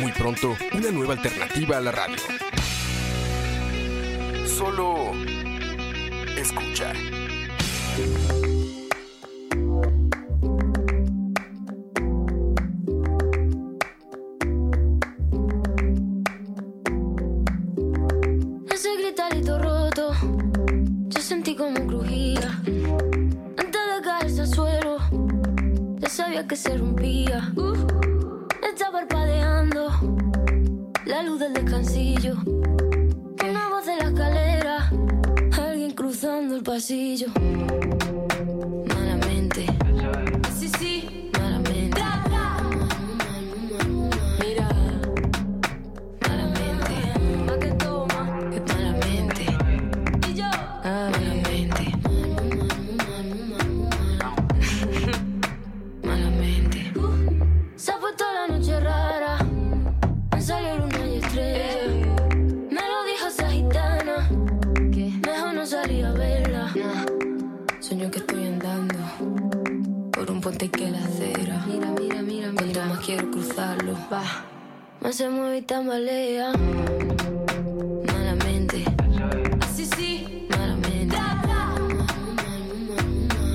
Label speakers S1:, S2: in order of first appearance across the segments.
S1: Muy pronto, una nueva alternativa a la radio. Solo escucha.
S2: Ese gritarito roto, yo sentí como crujía. Antes de caerse al suelo, ya sabía que se rompía. Uf, está parpadeando la luz del descansillo. Una voz de la escalera, alguien cruzando el pasillo. Malamente, sí, sí, malamente. Mira, malamente. ¿A que toma? Malamente. Y yo, malamente. Malamente. Se ha puesto la noche rara. Me salió luna y estrella. Me lo dijo esa gitana. Mejor no salir a verla. Sueño que estoy andando por un puente que la acera. Mira, mira, mira, mira. más quiero cruzarlo. Va. Me se mueve y tambalea. Malamente. Así sí. Malamente.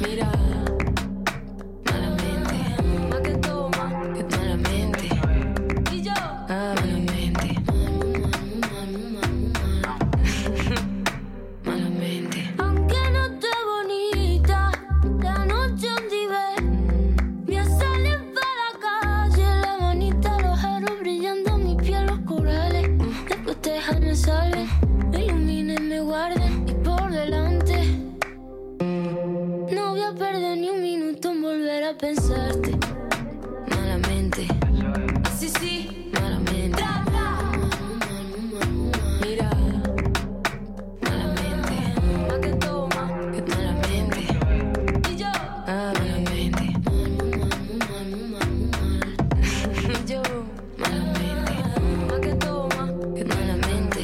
S2: Mira. Malamente. Más que toma. Malamente. Y yo. Malamente. Malamente. Aunque no esté bonita, la noche donde ve. a salir para la calle, la manita, los aros brillando, mi piel, los corales. Después tejas me salen, me iluminen, me guarden. Y por delante, no voy a perder ni un minuto en volver a pensarte. Malamente. Así sí, malamente. Mira. Más que toma, malamente. Y yo, Ah, malamente. Y yo, malamente. Más que toma, malamente.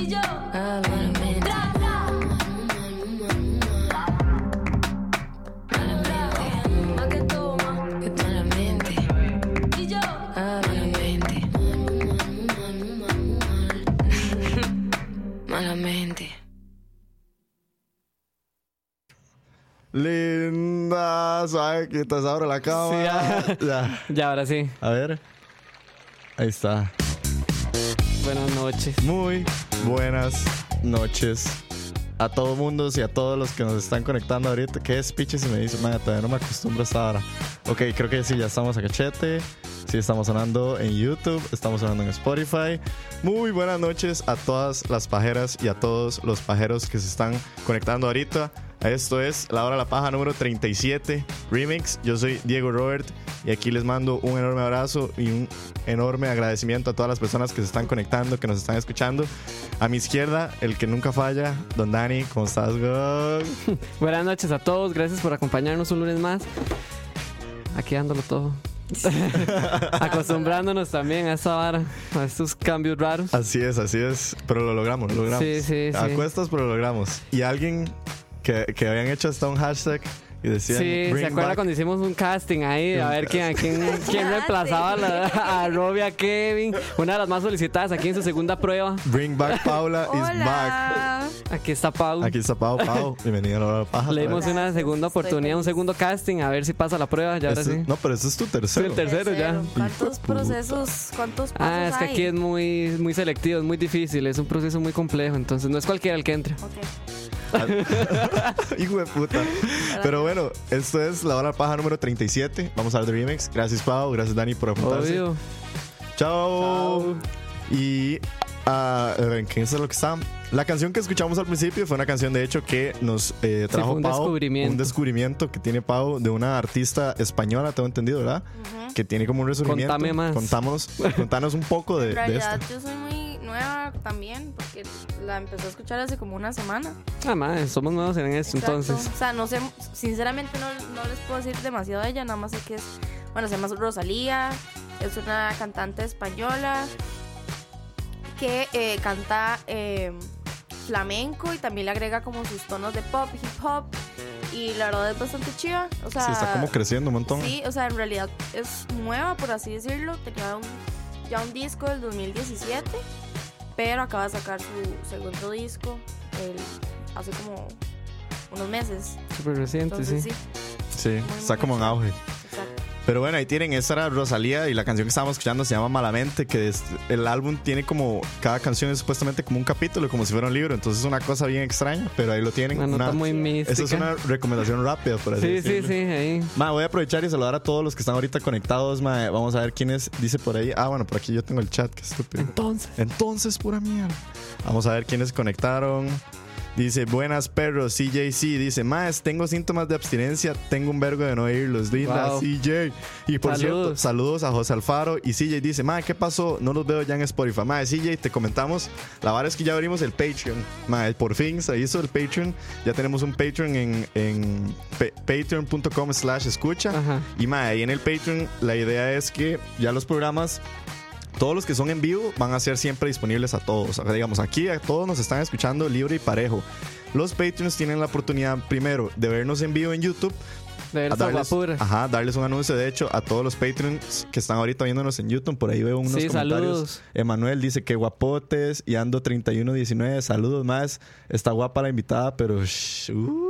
S2: Y yo, Ah, malamente. Malamente. Más que toma, malamente. Y yo, Ah, malamente. Malamente.
S3: Linda, sabe que estás ahora la cámara.
S4: Sí,
S3: ya.
S4: Ya, ahora sí.
S3: A ver. Ahí está.
S4: Buenas noches.
S3: Muy buenas noches a todo mundo y a todos los que nos están conectando ahorita. Qué despiche si me dicen, man, todavía no me acostumbro a esta hora. Ok, creo que sí, ya estamos a cachete. Sí, estamos sonando en YouTube, estamos sonando en Spotify. Muy buenas noches a todas las pajeras y a todos los pajeros que se están conectando ahorita. Esto es La Hora de la Paja número 37 Remix. Yo soy Diego Robert y aquí les mando un enorme abrazo y un enorme agradecimiento a todas las personas que se están conectando, que nos están escuchando. A mi izquierda, el que nunca falla, Don Dani. ¿Cómo estás, güey?
S4: Buenas noches a todos. Gracias por acompañarnos un lunes más. Aquí dándolo todo. Acostumbrándonos también a esta vara, a estos cambios raros.
S3: Así es, así es. Pero lo logramos, lo logramos.
S4: Sí, sí, sí.
S3: A cuestas, pero lo logramos. Y alguien que, que habían hecho hasta un hashtag y decían...
S4: Sí,
S3: "Bring
S4: ¿se acuerda
S3: back
S4: cuando hicimos un casting ahí? A ver quién, a quién, quién reemplazaba a, la- a Robbie, a Kevin. Una de las más solicitadas aquí en su segunda prueba.
S3: Bring back Paula is back.
S5: Hola.
S4: Aquí está Pau.
S3: Aquí está Pau, Pau. Bienvenido a la hora de la paja.
S4: Le dimos
S3: Otra
S4: una segunda
S5: Estoy
S4: oportunidad, un
S5: feliz.
S4: segundo casting, a ver si pasa la prueba. Ya
S3: vez.
S4: ahora
S3: Este-
S4: sí.
S3: No, pero este es tu
S4: Sí,
S3: tercero.
S4: el tercero ya.
S5: ¿Cuántos
S3: Hijo de
S5: procesos? ¿Cuántos pasos
S4: Ah, es que
S5: hay?
S4: aquí es muy, muy selectivo, es muy difícil, es un proceso muy complejo, entonces no es cualquiera el que entra.
S5: Ok.
S3: Hijo de puta. Pero bueno, esto es la hora de la paja número 37. Vamos a ver de remix. Gracias, Pau. Gracias, Dani, por apuntarse.
S4: Obvio.
S3: Chao. Y ah, a ¿Qué es lo que está? La canción que escuchamos al principio fue una canción, de hecho, que nos eh, trajo
S4: fue un
S3: Pau.
S4: descubrimiento.
S3: Un descubrimiento que tiene Pau de una artista española, tengo entendido, ¿verdad? Que tiene como un resurgimiento.
S4: Contame más.
S3: Contámonos, contanos un poco de,
S5: En
S3: de
S5: realidad
S3: esto.
S5: yo soy muy nueva también porque la empecé a escuchar hace como una semana.
S4: Ah, madre, somos nuevos en esto,
S5: Exacto.
S4: entonces.
S5: O sea, no sé, sinceramente no, no les puedo decir demasiado de ella, nada más sé que es, bueno, se llama Rosalía, es una cantante española que eh, canta eh, flamenco y también le agrega como sus tonos de pop, hip hop y la verdad es bastante chiva. O sea,
S3: Sí, está como creciendo un montón.
S5: Sí, o sea, en realidad es nueva, por así decirlo. Tenía un- ya un disco del 2017, pero acaba de sacar su segundo disco el- hace como unos meses.
S4: Súper reciente,
S5: Entonces
S4: sí.
S5: sí,
S3: Sí, está como en auge.
S5: exacto.
S3: Pero bueno, ahí tienen, esta era Rosalía y la canción que estábamos escuchando se llama Malamente, que es- el álbum tiene como, cada canción es supuestamente como un capítulo, como si fuera un libro, entonces es una cosa bien extraña, pero ahí lo tienen.
S4: Una nota
S3: Una-
S4: muy mística.
S3: Esa es una recomendación rápida, por así
S4: Sí, sí,
S3: decirlo.
S4: sí, ahí.
S3: Ma, voy a aprovechar y saludar a todos los que están ahorita conectados, ma. Vamos a ver quiénes dice por ahí. Ah, bueno, por aquí yo tengo el chat, qué estúpido.
S4: Entonces.
S3: Entonces, pura mierda. Vamos a ver quiénes conectaron. Dice, buenas perros, CJC. Dice, más, tengo síntomas de abstinencia, tengo un vergo de no irlos. Linda,
S4: Wow.
S3: CJ. Y por
S4: Saludos.
S3: cierto, saludos a José Alfaro. Y CJ dice, ma, ¿qué pasó? No los veo ya en Spotify. Ma, CJ, te comentamos. La verdad es que ya abrimos el Patreon. Ma, por fin se hizo el Patreon. Ya tenemos un Patreon en, en pe- patreon.com slash escucha.
S4: Ajá.
S3: Y ma, ahí en el Patreon la idea es que ya los programas todos los que son en vivo van a ser siempre disponibles a todos. O sea, digamos, aquí a todos nos están escuchando libre y parejo. Los Patreons tienen la oportunidad, primero, de vernos en vivo en YouTube.
S4: De ver
S3: a
S4: esta
S3: darles,
S4: guapura.
S3: ajá, darles un anuncio, de hecho, a todos los Patreons que están ahorita viéndonos en YouTube. Por ahí veo unos
S4: Sí,
S3: comentarios.
S4: saludos.
S3: Emanuel dice que guapotes y ando 3119. Saludos más. Está guapa la invitada, pero... shh, uh.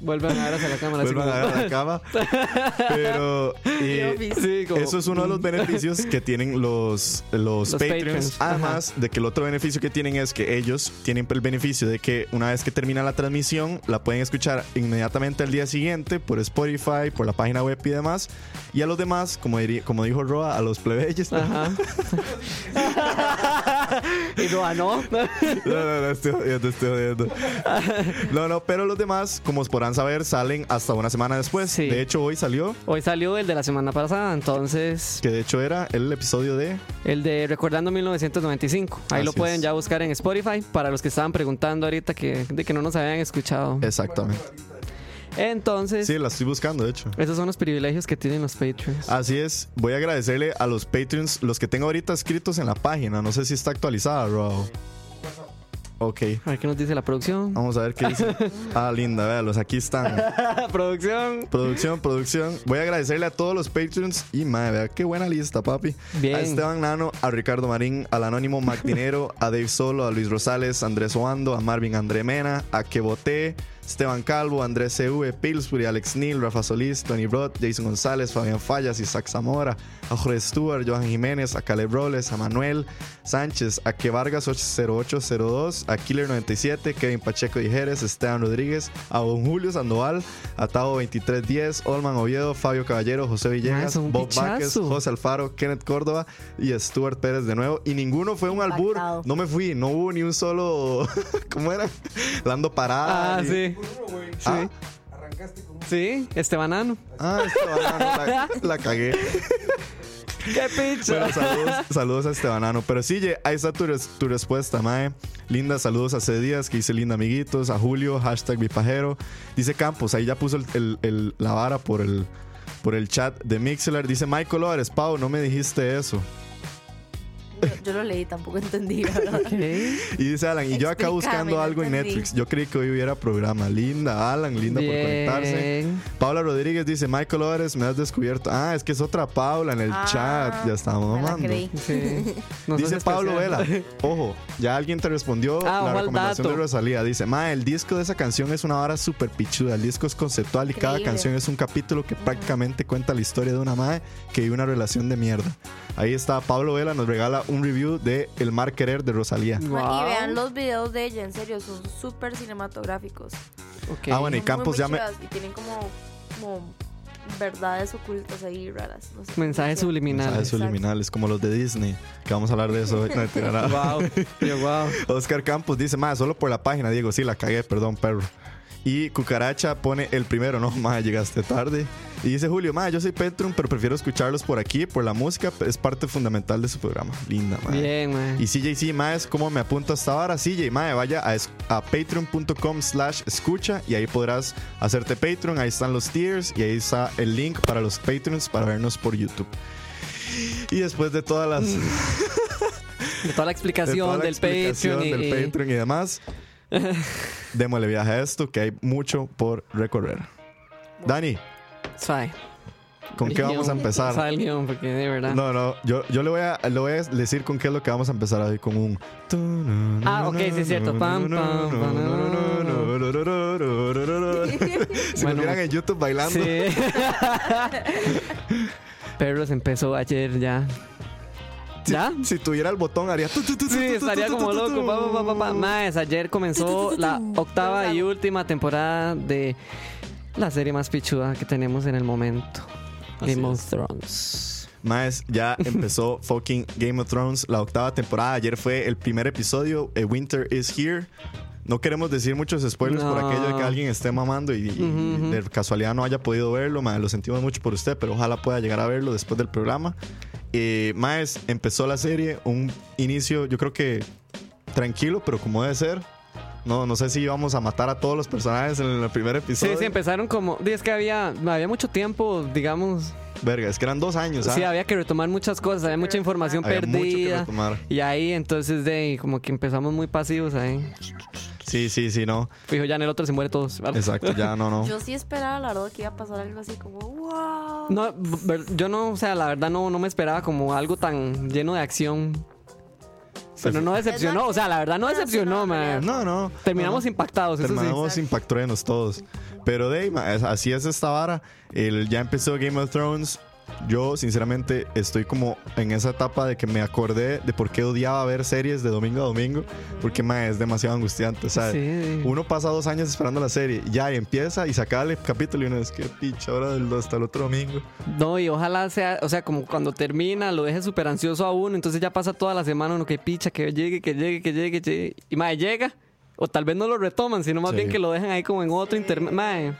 S4: Vuelvan a ver hacia la cámara. así
S3: Vuelvan ah. a
S4: como-
S3: agarrar la cama. Pero. eh,
S4: Sí, como-
S3: Eso es uno de los beneficios que tienen los, los,
S4: Los
S3: Patreons.
S4: Patreons, ajá.
S3: Además de que el otro beneficio que tienen es que ellos tienen el beneficio de que una vez que termina la transmisión, la pueden escuchar inmediatamente al día siguiente por Spotify, por la página web y demás. Y a los demás, como, diría- como dijo Roa, a los plebeyes.
S4: Ajá. y Roa no.
S3: No, no, no, estoy jodiendo, estoy jodiendo. No, no, pero los demás, como podrán saber, salen hasta una semana después.
S4: Sí.
S3: De hecho, hoy salió
S4: Hoy salió el de la semana pasada, entonces
S3: Que de hecho era el episodio de.
S4: el de Recordando 1995. Ahí lo
S3: Así
S4: pueden
S3: es.
S4: ya buscar en Spotify para los que estaban preguntando ahorita que, de que no nos habían escuchado.
S3: Exactamente.
S4: Entonces,
S3: Eh, Sí, Ah. la estoy buscando, de hecho.
S4: esos son los privilegios que tienen los Patreons.
S3: Así es, voy a agradecerle a los Patreons, los que tengo ahorita escritos en la página. No sé si está actualizada, Rob. Ok,
S4: A ver qué nos dice la producción.
S3: vamos a ver qué dice. Ah, linda, véalos, aquí están.
S4: producción.
S3: Producción, producción. Voy a agradecerle a todos los Patreons. Y madre, vea qué buena lista, papi.
S4: Bien.
S3: A Esteban Nano, a Ricardo Marín, al Anónimo Magdinero, a Dave Solo, a Luis Rosales, a Andrés Oando, a Marvin Andremena, a Queboté, Esteban Calvo, Andrés CV, Pillsbury, Alex Neal, Rafa Solís, Tony Broad, Jason González, Fabián Fallas, Isaac Zamora, a Jorge Stewart, Johan Jiménez, a Caleb Robles, a Manuel Sánchez, a Que Vargas 0802, a Killer 97, Kevin Pacheco y Jerez, Esteban Rodríguez, a Don Julio Sandoval, a Tavo 2310, Olman Oviedo, Fabio Caballero, José Villegas,
S4: es un
S3: Bob
S4: pichazo.
S3: Vázquez, José Alfaro, Kenneth Córdoba y Stuart Pérez de nuevo. Y ninguno fue un albur.
S5: Impactado.
S3: No me fui, no hubo ni un solo. ¿Cómo era? Lando parada.
S4: Ah,
S3: ni-
S4: sí. Sí.
S3: Ah,
S4: Sí, este banano.
S3: ah, este banano, la, la cagué.
S4: ¡Qué picha!
S3: Bueno, saludos, saludos a este banano. Pero sí, ye, ahí está tu, res- tu respuesta, Mae. Linda, saludos a C. Díaz, que dice linda amiguitos, a Julio, hashtag mi pajero. Dice Campos, ahí ya puso el- el- el- la vara por el, por el chat de Mixler. Dice Michael López, Pau, no me dijiste eso.
S5: Yo, yo lo leí, tampoco entendí. la verdad.
S4: Ok.
S3: Y dice Alan, y yo acá
S5: Explícame,
S3: buscando
S5: no
S3: algo en
S5: entendí.
S3: Netflix. Yo creí que hoy hubiera programa. Linda, Alan, linda por
S4: Bien.
S3: conectarse. Paula Rodríguez dice, Michael Ores, me has descubierto. Ah, es que es otra Paula en el
S5: Ah,
S3: chat. Ya estamos
S5: me la
S3: mamando.
S5: creí.
S4: Sí. No sos
S3: Dice Pablo Vela,
S4: especial.
S3: ojo, ya alguien te respondió
S4: Ah, ojo
S3: la
S4: al
S3: recomendación de
S4: dato.
S3: Rosalía. Dice, ma, el disco de esa canción es una vara súper pichuda. El disco es conceptual y cada
S5: Increíble.
S3: canción es un capítulo que prácticamente cuenta la historia de una madre que vive una relación de mierda. Ahí está, Pablo Vela nos regala un review de El Mar Querer de Rosalía.
S4: Guau.
S5: Ah, Y vean los videos de ella, en serio, son súper cinematográficos.
S4: Ok.
S3: Ah, bueno, y
S5: Son muy,
S3: Campos
S5: muy
S3: ya me,
S5: chivas Y tienen como, como verdades ocultas ahí raras. No sé
S4: Mensajes
S5: cómo decirlo.
S3: Mensajes
S4: subliminales.
S5: Ah, Exacto.
S3: subliminales, como los de Disney, que vamos a hablar de eso hoy. No, mentira, nada.
S4: Wow, yo, wow.
S3: Oscar Campos dice, más solo por la página, Diego, sí, la cagué, perdón, perro. Y Cucaracha pone el primero, no, ma, llegaste tarde. Y dice Julio, ma, yo soy Petrum, pero prefiero escucharlos por aquí, por la música, es parte fundamental de su programa. Linda, ma.
S4: Bien, man.
S3: Ah. Y CJC, ma, es como me apunto hasta ahora. CJ, ma, vaya a, es- a patreon.com slash escucha y ahí podrás hacerte Patreon, ahí están los tiers y ahí está el link para los Patreons para vernos por YouTube. Y después de todas las...
S4: De toda la
S3: de
S4: explicación
S3: toda la
S4: del
S3: explicación
S4: Patreon. y-
S3: del
S4: y-
S3: Patreon y demás. Démosle viaje a esto, que hay mucho por recorrer. Dani,
S4: Suave.
S3: ¿con
S4: El
S3: qué vamos a
S4: guión. Suave
S3: empezar?
S4: el guión, porque de verdad.
S3: No, no, yo, yo le, voy a, le voy a decir con qué es lo que vamos a empezar hoy, con un...
S4: Ah, ok, sí es cierto. Pam, pam,
S3: Si me
S4: Bueno.
S3: vieran en YouTube bailando.
S4: Sí. Perros empezó ayer ya. ¿Ya?
S3: Si tuviera el botón haría... tu, tu, tu, tu,
S4: Sí,
S3: tu, tu,
S4: estaría
S3: tu,
S4: como
S3: tu, tu,
S4: loco. Pa, pa, pa, pa, pa. Maes, ayer comenzó la octava y última temporada de la serie más pichuda que tenemos en el momento.
S3: Así
S4: Game
S3: es.
S4: of Thrones.
S3: Maes, ya empezó fucking Game of Thrones, la octava temporada. Ayer fue el primer episodio, eh, Winter is Here. No queremos decir muchos spoilers por
S4: No.
S3: aquello de que alguien esté mamando y, y
S4: Ujú, ujú.
S3: de casualidad no haya podido verlo. Maes, lo sentimos mucho por usted, pero ojalá pueda llegar a verlo después del programa. Eh, maes, empezó la serie, un inicio, yo creo que tranquilo, pero como debe ser. No, no sé si íbamos a matar a todos los personajes en el primer
S4: Sí,
S3: episodio.
S4: sí, empezaron como. di, Es que había, había mucho tiempo, digamos.
S3: Verga, es que eran dos años.
S4: Sí,
S3: ah.
S4: había que retomar muchas cosas, había mucha información
S3: Había mucho que
S4: perdida.
S3: retomar.
S4: Y ahí entonces, de ahí, como que empezamos muy pasivos ahí.
S3: sí, sí, sí, no.
S4: Fijo, ya en el otro se muere todos.
S3: Exacto, ya no, no.
S5: Yo sí esperaba, la verdad, que iba a pasar algo así como, wow.
S4: No, ver- yo no, o sea, la verdad no, no me esperaba como algo tan lleno de acción. Pero
S3: Pues
S4: no decepcionó, o sea, la verdad no decepcionó, man.
S3: No, no.
S4: Terminamos
S3: no,
S4: impactados, eso sí.
S3: Terminamos impactruenos todos. Pero de ahí, ma, es- así es esta vara. El, ya empezó Game of Thrones. Yo, sinceramente, estoy como en esa etapa de que me acordé de por qué odiaba ver series de domingo a domingo. Porque, ma, es demasiado angustiante, ¿sabes?
S4: Sí.
S3: Uno pasa dos años esperando la serie, ya y empieza y saca el capítulo y uno es que picha, ahora del- hasta el otro domingo.
S4: No, y ojalá sea, o sea, como cuando termina, lo deje súper ansioso a uno, entonces ya pasa toda la semana uno que picha, que llegue, que llegue, que llegue, que llegue. Y mae, llega. O tal vez no lo retoman, sino más
S3: Sí.
S4: bien que lo dejan ahí como en otro intermedio.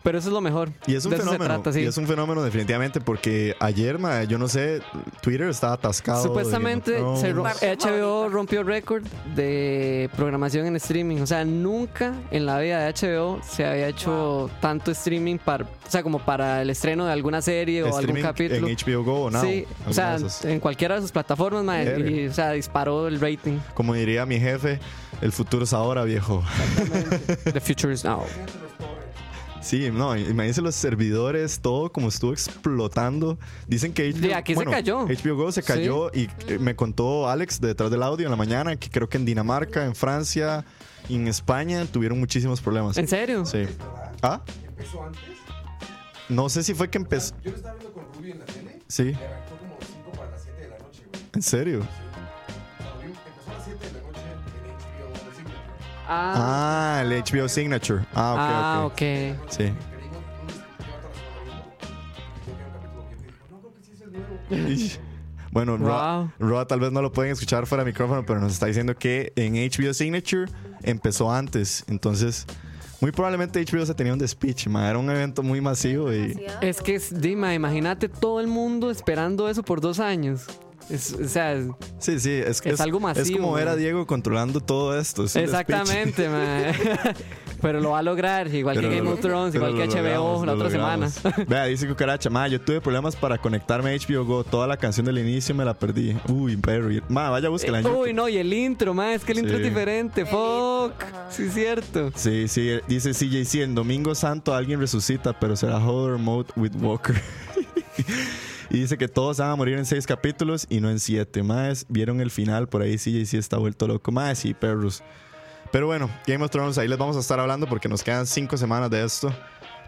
S4: Pero eso es lo mejor.
S3: Y es un
S4: De eso
S3: fenómeno.
S4: se trata, sí.
S3: Y es un fenómeno definitivamente porque ayer, ma, yo no sé, Twitter estaba atascado. de Game of
S4: Supuestamente se ro-
S5: Thrones.
S4: HBO
S5: Favorita.
S4: rompió récord de programación en streaming. O sea, nunca en la vida de HBO se había hecho tanto streaming para, o sea, como para el estreno de alguna serie o algún
S3: Streaming
S4: capítulo.
S3: En HBO Go o Now.
S4: sí, o
S3: alguna
S4: sea,
S3: de esas.
S4: en cualquiera de sus plataformas, mae,
S3: Verga.
S4: y, o sea, disparó el rating.
S3: Como diría mi jefe, el futuro es ahora, viejo.
S4: The future is now.
S3: Sí, no, imagínense los servidores, todo como estuvo explotando. Dicen que HBO,
S4: Sí, aquí se
S3: bueno,
S4: cayó.
S3: HBO Go se cayó y eh, me contó Alex de detrás del audio en la mañana que creo que en Dinamarca, en Francia y en España tuvieron muchísimos problemas.
S4: ¿En serio?
S3: Sí. ¿Ah?
S6: ¿Empezó antes?
S3: No sé si fue que empezó.
S6: Yo lo estaba viendo con Rubio en la tele.
S3: Sí,
S6: Le arrancó como 5 para las 7 de la noche, güey.
S3: en serio.
S6: Cuando vi- empezó a las 7 de la noche en HBO o Signature.
S4: Ah,
S3: Ah, el HBO Signature. Ah,
S4: ah,
S3: ok, ok.
S4: ok.
S3: Sí.
S6: Creímos, "Uy, lleva toda la semana viendo". Y yo vi un capítulo bien, dijo, no, creo que sí es el nuevo.
S3: Ish. Bueno, Roa,
S4: Wow.
S3: Roa tal vez no lo pueden escuchar fuera de micrófono, pero nos está diciendo que en HBO Signature empezó antes. Entonces, muy probablemente HBO se tenía un despiche, ma. Era un evento muy masivo y.
S5: Demasiado.
S4: Es que, es- Dima, imagínate todo el mundo esperando eso por dos años. Es- o sea, es-
S3: Sí, sí, es,
S4: Es algo
S3: Es
S4: masivo,
S3: como ver a
S4: ma.
S3: Diego controlando todo esto. es un despiche.
S4: exactamente, man. Pero lo va a lograr, igual
S3: Pero
S4: que Game
S3: lo-
S4: of Thrones,
S3: pero
S4: igual que
S3: lo
S4: HBO
S3: logramos,
S4: la
S3: lo
S4: otra semana.
S3: logramos. Vea, dice Cucaracha, ma, yo tuve problemas para conectarme a HBO Go. Toda la canción del inicio me la perdí. Uy, Barry. Ma, vaya, búsquela en YouTube.
S4: Uy, no, y el intro, man, es que el intro
S3: Ah, Sí.
S4: es diferente.
S5: El
S4: Fuck.
S5: intro, ajá.
S4: Sí, cierto.
S3: Sí, sí, dice CJC, el domingo santo alguien resucita, pero será Horror Mode with Walker. y dice que todos van a morir en seis capítulos y no en siete. Más, vieron el final, por ahí CJC está vuelto loco. Más, sí, perros. Pero bueno, Game of Thrones, ahí les vamos a estar hablando porque nos quedan cinco semanas de esto.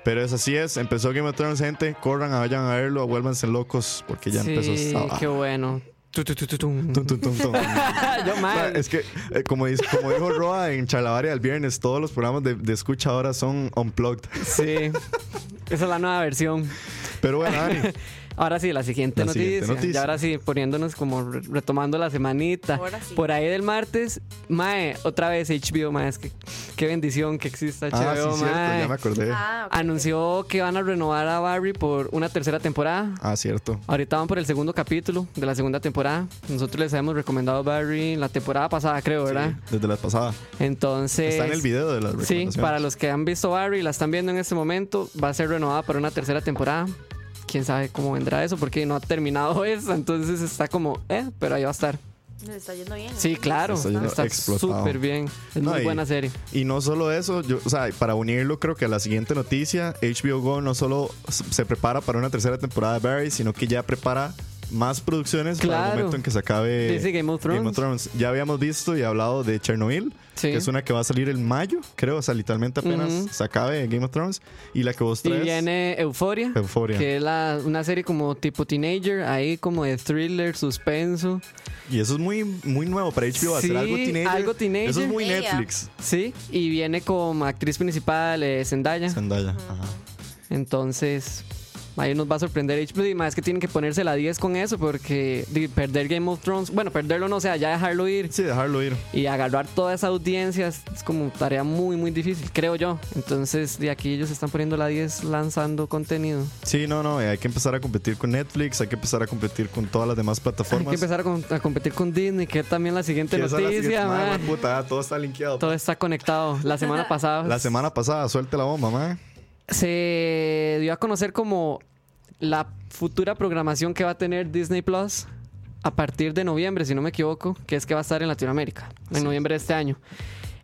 S3: Pero es así es, empezó Game of Thrones, gente. Corran, vayan a verlo, vuélvanse locos porque ya
S4: sí,
S3: empezó esta.
S4: qué bueno. Tu, tu, tu, tu, tum.
S3: Tum, tum, tum, tum.
S4: Yo,
S3: Ma,
S4: man.
S3: Es que, eh, como, dice- como dijo Roa en Chalabaria el viernes, todos los programas de, de escucha ahora son unplugged.
S4: Sí. Esa es la nueva versión.
S3: Pero bueno, Dani,
S4: Ahora sí, la siguiente,
S3: La
S4: noticia.
S3: siguiente noticia.
S4: Y ahora sí, poniéndonos como re- retomando la semanita.
S5: Ahora sí.
S4: Por ahí del martes, Mae, otra vez HBO, Mae, es que qué bendición que exista HBO,
S3: ah, sí, cierto,
S4: mae.
S3: ya me acordé. Ah,
S5: Ah, ok.
S4: Anunció que van a renovar a Barry por una tercera temporada.
S3: Ah, cierto.
S4: Ahorita van por el segundo capítulo de la segunda temporada. Nosotros les habíamos recomendado Barry la temporada pasada, creo, ¿verdad?
S3: Sí, desde la pasada.
S4: Entonces.
S3: Está en el video de las
S4: Sí,
S3: recomendaciones.
S4: para los que han visto Barry y la están viendo en este momento, va a ser renovada para una tercera temporada. Quién sabe cómo vendrá eso, porque no ha terminado esa, entonces está como, eh, pero ahí va a estar.
S5: Les está yendo bien.
S4: Sí, claro,
S3: Está yendo
S4: está
S3: explotado.
S4: súper bien. Es
S3: No,
S4: muy
S3: y-
S4: buena serie.
S3: Y no solo eso, yo, o sea, para unirlo creo que a la siguiente noticia, HBO Go no solo s- se prepara para una tercera temporada de Barry, sino que ya prepara más producciones para el
S4: Claro.
S3: momento en que se acabe
S4: Dice Game of Thrones.
S3: Ya habíamos visto y hablado de Chernobyl,
S4: Sí.
S3: que es una que va a salir en mayo, creo, o sea, literalmente apenas
S4: Ujú.
S3: se acabe Game of Thrones y la que vos
S4: Y
S3: traes,
S4: viene Euforia,
S3: Euphoria.
S4: que es la- una serie como tipo teenager, ahí como de thriller, suspenso.
S3: Y eso es muy muy nuevo para HBO, hacer
S4: Sí,
S3: algo teenager.
S4: algo teenager.
S3: Eso es muy
S5: Ella.
S3: Netflix.
S4: Sí, y viene como actriz principal eh, Zendaya.
S3: Zendaya. Ajá.
S4: Entonces, ahí nos va a sorprender HBO. Y más que tienen que ponerse la 10 con eso, porque di, perder Game of Thrones, bueno, perderlo no, o sea, ya dejarlo ir
S3: Sí, dejarlo ir.
S4: y agarrar toda esa audiencia es, es como tarea muy, muy difícil, creo yo. Entonces, de aquí ellos están poniendo la 10 lanzando contenido.
S3: Sí, no, no, eh, hay que empezar a competir con Netflix, hay que empezar a competir con todas las demás
S4: Hay que
S3: plataformas.
S4: empezar a, com- a competir con Disney, que es también la siguiente
S3: Que esa es la siguiente-
S4: noticia,
S3: Madre,
S4: ma.
S3: puta, ah, todo está linkeado.
S4: Todo está conectado. La semana pasada
S3: La semana pasada, suelte la bomba, ma.
S4: se dio a conocer como la futura programación que va a tener Disney Plus a partir de noviembre, si no me equivoco, que es que va a estar en Latinoamérica, en noviembre de este año.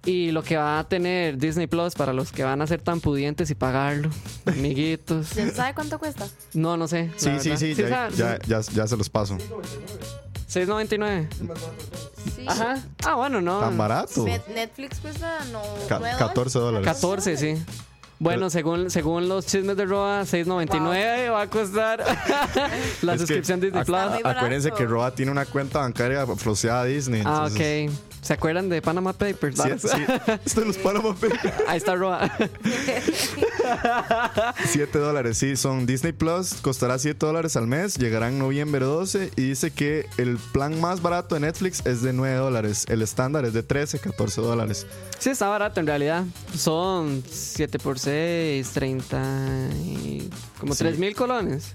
S4: Y lo que va a tener Disney Plus para los que van a ser tan pudientes y pagarlo, amiguitos.
S5: ¿Ya sabe cuánto cuesta?
S4: No, no sé.
S3: Sí,
S4: la
S3: sí,
S4: verdad.
S3: sí, ya,
S4: sabe?
S3: ya, ya, ya se los paso.
S4: 6.99.
S5: Sí.
S4: Ajá. Ah, bueno, no.
S3: Tan barato.
S5: Net- Netflix cuesta no,
S3: Ca-
S5: nueve
S3: 14 dólares.
S4: 14, sí. Bueno, según, según los chismes de Roa, 6.99 va a costar
S3: Es
S4: la
S3: que
S4: suscripción Disney
S3: ac-
S4: Plus.
S5: Está muy barato.
S3: Acuérdense que Roa tiene una cuenta bancaria asociada a Disney.
S4: Ah,
S3: entonces-
S4: ok. ¿Se acuerdan de Panama Papers?
S3: Sí, sí. Esto los Panama Papers.
S4: Ahí está Roa.
S3: 7 dólares, sí, son Disney Plus, costará 7 dólares al mes, llegará en noviembre 12 y dice que el plan más barato de Netflix es de 9 dólares, el estándar es de 13, 14 dólares.
S4: Sí, está barato en realidad. Son 7 por 6, 30. y- como
S3: Sí.
S4: 3 mil colones.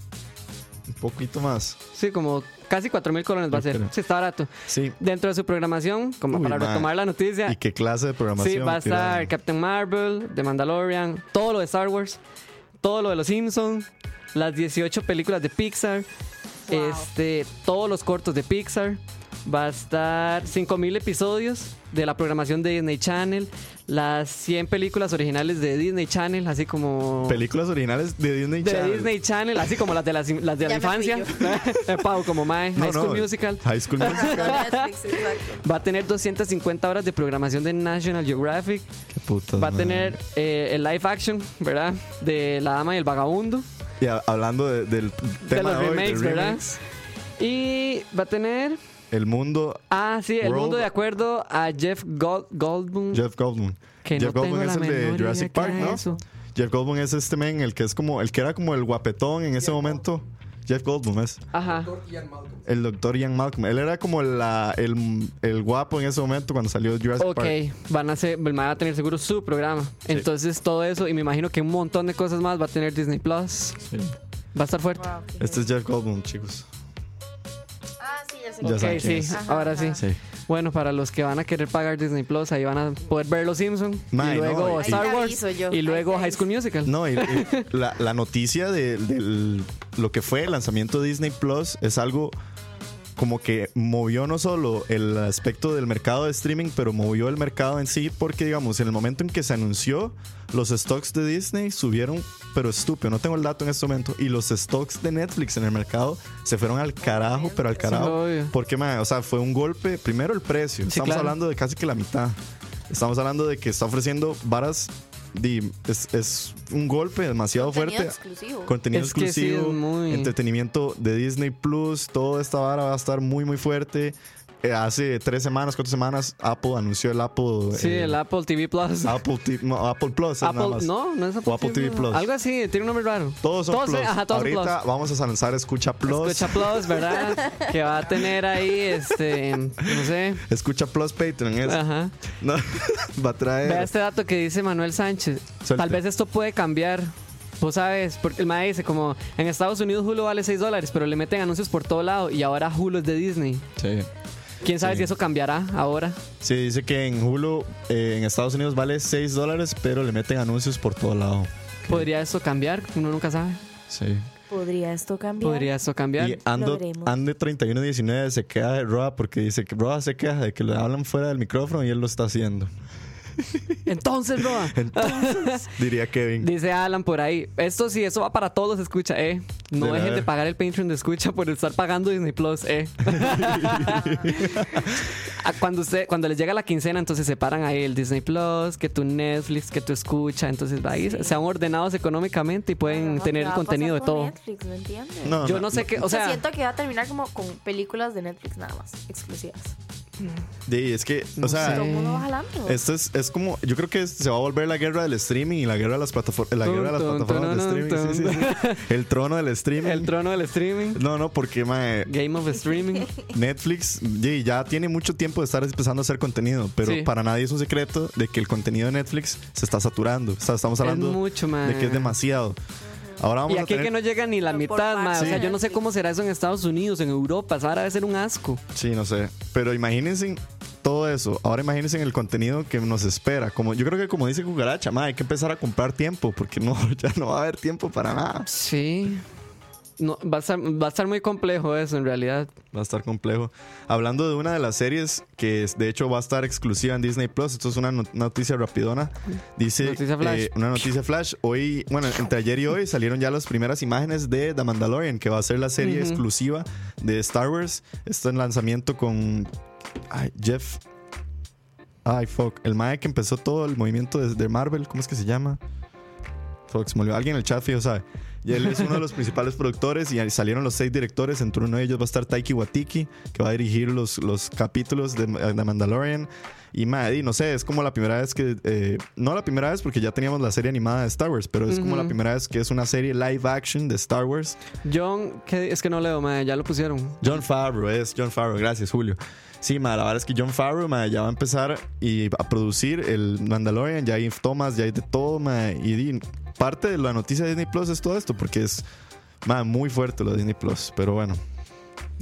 S3: Un poquito más.
S4: Sí, como casi 4 mil colones va a ser.
S3: creo.
S4: Sí, está barato.
S3: Sí.
S4: Dentro de su programación, como
S3: Uy,
S4: para
S3: madre.
S4: retomar la noticia,
S3: ¿Y qué clase de programación?
S4: sí, va a estar
S3: tiraron?
S4: Captain Marvel, The Mandalorian, todo lo de Star Wars, todo lo de los Simpsons, las 18 películas de Pixar,
S5: Wow.
S4: este, todos los cortos de Pixar. Va a estar 5000 episodios de la programación de Disney Channel, las 100 películas originales de Disney Channel, así como
S3: Películas originales de Disney
S4: de
S3: Channel.
S4: Disney Channel, así como las de las, las de la
S5: Ya me fui
S4: infancia. Eh, Pau como Mae,
S3: No,
S4: High School
S3: no,
S4: Musical.
S3: High School Musical.
S5: Netflix, exacto.
S4: Va a tener 250 horas de programación de National Geographic.
S3: Qué putas,
S4: Va a
S3: man.
S4: tener eh, el live action, ¿verdad? De La Dama y el Vagabundo.
S3: Y ha- hablando de- del tema
S4: los
S3: de hoy, del
S4: remakes, ¿verdad?
S3: remakes,
S4: Y va a tener.
S3: el mundo
S4: Ah, sí, el
S3: World-
S4: mundo de acuerdo a Jeff Gold- Goldblum.
S3: Jeff Goldblum.
S4: que
S3: Jeff
S4: no
S3: Goldblum
S4: tengo
S3: es
S4: la
S3: el de
S4: menor
S3: Jurassic
S4: idea que
S3: Park,
S4: era
S3: ¿no?
S4: eso.
S3: Jeff Goldblum es este men, el que es como el que era como el guapetón en ese momento. Jeff Goldblum es
S4: Ajá.
S3: el doctor Ian Malcolm. Él era como la, el, el guapo en ese momento cuando salió Jurassic
S4: Ok,
S3: Park.
S4: van a ser, el mae va a tener seguro su programa. Entonces todo eso, y me imagino que un montón de cosas más va a tener Disney Plus.
S3: Sí.
S4: Va a estar fuerte.
S5: Wow, qué
S3: Este es Jeff Goldblum, chicos.
S5: Ah, sí, ya
S3: Ya
S5: sé. cuál.
S4: Ok,
S3: saben
S4: sí,
S3: quién es.
S5: Ajá,
S4: ahora
S5: ajá.
S4: sí. Bueno, para los que van a querer pagar Disney Plus, ahí van a poder ver Los Simpsons.
S3: Mae,
S4: Y luego
S3: no, y-
S4: Star
S5: Ahí te
S4: Wars.
S5: aviso yo,
S4: Y luego
S5: ahí te
S4: High School Musical.
S3: No, y, y la, la noticia de, del- lo que fue el lanzamiento de Disney Plus es algo como que movió no solo el aspecto del mercado de streaming, pero movió el mercado en sí porque, digamos, en el momento en que se anunció, los stocks de Disney subieron, pero estúpido, no tengo el dato en este momento, y los stocks de Netflix en el mercado se fueron al carajo, pero al carajo.
S4: obvio.
S3: Porque, man, o sea, fue un golpe, primero el precio, estamos
S4: claro.
S3: hablando de casi que la mitad. Estamos hablando de que está ofreciendo varas. di- es, es un golpe demasiado
S5: Contenido
S3: fuerte.
S5: exclusivo.
S3: Contenido
S4: Es que sí,
S3: exclusivo,
S4: es muy-
S3: entretenimiento de Disney Plus, toda esta vara va a estar muy, muy fuerte. eh, hace tres semanas, cuatro semanas, Apple anunció el Apple.
S4: Sí,
S3: eh,
S4: el Apple TV Plus.
S3: Apple, T- no, Apple Plus. es nada
S4: Apple,
S3: más.
S4: no, no es Apple,
S3: O Apple TV Plus.
S4: Algo así, tiene un nombre raro.
S3: Todos son Plus.
S4: eh, Ajá, todos son
S3: Ahorita
S4: Plus.
S3: vamos a lanzar Escucha Plus.
S4: Escucha Plus, ¿verdad? que va a tener ahí, este, no sé.
S3: Escucha Plus Patreon. es.
S4: Ajá.
S3: No, va a
S4: Vea
S3: traer.
S4: este dato que dice Manuel Sánchez.
S3: eh, Suelte.
S4: Tal vez esto puede cambiar. Vos sabes, porque el MAE dice como en Estados Unidos Hulu vale 6 dólares, pero le meten anuncios por todo lado y ahora Hulu es de Disney.
S3: Sí.
S4: ¿Quién sabe
S3: Sí.
S4: si eso cambiará ahora?
S3: Sí, dice que en Hulu eh, en Estados Unidos vale 6 dólares, pero le meten anuncios por todo lado.
S4: ¿Podría esto cambiar? Uno nunca sabe.
S3: Sí.
S5: ¿Podría esto cambiar?
S4: ¿Podría esto cambiar?
S3: Y Ando,
S5: veremos.
S3: Ande 3119 se queda de Roa porque dice que Roa se queja de que le hablan fuera del micrófono y él lo está haciendo.
S4: Entonces, Roa.
S3: Diría Kevin.
S4: Dice Alan por ahí, esto sí, eso va para todos, escucha, eh. No
S3: De
S4: dejen
S3: nada.
S4: de pagar el Patreon de escucha por estar pagando Disney Plus, eh. Ah, cuando usted, cuando les llega la quincena, entonces separan ahí el Disney Plus, que tu Netflix, que tu escucha, entonces ahí se han ordenados económicamente y pueden
S5: Ajá,
S4: tener
S5: ¿qué
S4: el
S5: va a pasar
S4: contenido de
S5: con
S4: todo.
S5: Netflix, no entiendo.
S3: No,
S4: Yo no sé qué, o sea,
S5: siento que va a terminar como con películas de Netflix nada más, exclusivas.
S4: Eh,
S3: di, es que, o
S4: No
S3: sea,
S4: sé.
S5: ¿Cómo lo va jalando?
S3: esto es, es como. Yo creo que es- se va a volver la guerra del streaming y la guerra de las, plataformas la
S4: Tum,
S3: guerra de las
S4: tum,
S3: plataformas de
S4: tum,
S3: streaming. Sí, sí, sí. El trono del streaming.
S4: el trono del streaming,
S3: No, no, porque mae,
S4: Game of Streaming.
S3: Netflix ye, ya tiene mucho tiempo de estar empezando a hacer contenido, pero
S4: Sí.
S3: para nadie es un secreto de que el contenido de Netflix se está saturando. O sea, estamos
S4: Es
S3: hablando
S4: mucho,
S3: de que es
S4: mae.
S3: demasiado. Ahora vamos
S4: Y
S3: a
S4: aquí
S3: tener...
S4: que no llega ni la
S5: Pero por
S4: mitad, ma, o
S5: parte
S4: sea,
S5: de
S4: yo no sé
S5: Netflix.
S4: cómo será eso en Estados Unidos, en Europa, esa vara debe ser un asco.
S3: Sí, no sé. Pero imagínense todo eso. Ahora imagínense el contenido que nos espera. Como yo creo que como dice Cucaracha, mae, hay que empezar a comprar tiempo porque no ya no va a haber tiempo para nada.
S4: Sí. No, va, a estar, va a estar muy complejo eso en realidad.
S3: Va a estar complejo. Hablando de una de las series que es- de hecho va a estar exclusiva en Disney Plus, esto es una not- noticia rapidona. Dice
S4: Noticia flash.
S3: eh, una noticia flash. Hoy, bueno, entre ayer y hoy salieron ya las primeras imágenes de The Mandalorian, que va a ser la serie
S4: Ujú.
S3: exclusiva de Star Wars. Está en lanzamiento con ay, Jeff. Ay, fuck. El mae que empezó todo el movimiento de, de Marvel, ¿cómo es que se llama? Fox, me olvidó. Alguien en el chat, fijo, sabe. Y él es uno de los principales productores y ahí salieron los seis directores. Entre uno de ellos va a estar Taiki Watiki, que va a dirigir los, los capítulos de, de Mandalorian. Y madre, no sé, es como la primera vez que. eh, no la primera vez porque ya teníamos la serie animada de Star Wars, pero es como
S4: Ujú.
S3: la primera vez que es una serie live action de Star Wars.
S4: John, que es que no leo, mae, ya lo pusieron.
S3: John Favreau, es John Favreau, gracias Julio. Sí, ma, la verdad es que John Favreau ma, ya va a empezar y a producir el Mandalorian, ya hay Thomas, ya hay de todo, ma, y di- parte de la noticia de Disney Plus es todo esto, porque es ma, muy fuerte lo de Disney Plus, pero bueno.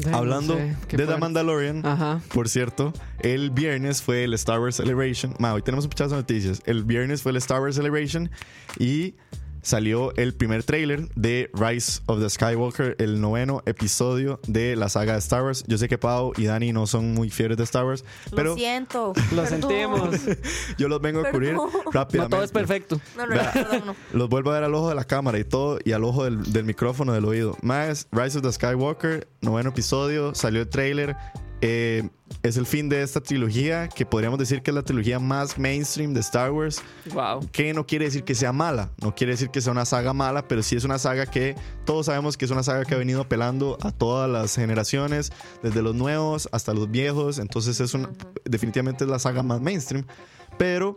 S4: Ay, no
S3: Hablando
S4: sé, qué
S3: de The
S4: fuerte.
S3: Mandalorian,
S4: Ajá.
S3: por cierto, el viernes fue el Star Wars Celebration. Ma, hoy tenemos un pichazo de noticias. El viernes fue el Star Wars Celebration y salió el primer tráiler de Rise of the Skywalker, el noveno episodio de la saga de Star Wars. Yo sé que Pau y Dani no son muy fieles de Star Wars, pero
S5: lo siento.
S4: Lo
S5: perdón.
S4: sentimos.
S3: yo los vengo a cubrir
S5: Perdón.
S3: rápidamente.
S4: No todo es perfecto.
S5: No, no, no, perdón, no.
S3: Los vuelvo a ver al ojo de la cámara y todo, y al ojo del, del micrófono, del oído. Más Rise of the Skywalker, noveno episodio, salió el trailer. es el fin de esta trilogía, que podríamos decir que es la trilogía más mainstream de Star Wars,
S4: Wow.
S3: que no quiere decir que sea mala, no quiere decir que sea una saga mala, pero sí es una saga que todos sabemos que es una saga que ha venido apelando a todas las generaciones, desde los nuevos hasta los viejos, entonces es una, definitivamente es la saga más mainstream, pero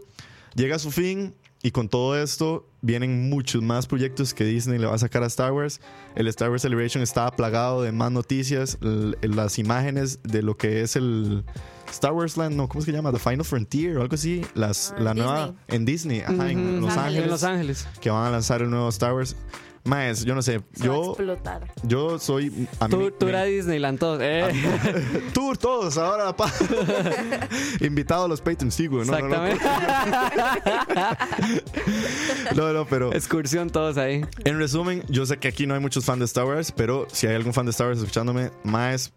S3: llega a su fin y con todo esto vienen muchos más proyectos que Disney le va a sacar a Star Wars. El Star Wars Celebration estaba plagado de más noticias, l- las imágenes de lo que es el Star Wars Land, no, ¿cómo es que se llama? The Final Frontier o algo así, las,
S5: Ah,
S3: la
S5: Disney.
S3: nueva en Disney, ajá, en
S4: Ujú.
S3: Los
S4: En
S3: Ángeles,
S4: Los Ángeles.
S3: que van a lanzar el nuevo Star Wars. Maes, yo no sé,
S5: Se va a
S3: yo,
S5: explotar.
S3: yo soy... A mí
S4: Tú,
S3: me- Ah,
S4: tú era Disneyland, todos. Eh,
S3: Tour todos ahora, pa. Invitado a los Patreons, sí, güey. No, no, no,
S4: exactamente.
S3: no, no, pero...
S4: Excursión todos ahí.
S3: En resumen, yo sé que aquí no hay muchos fans de Star Wars, pero si hay algún fan de Star Wars escuchándome, más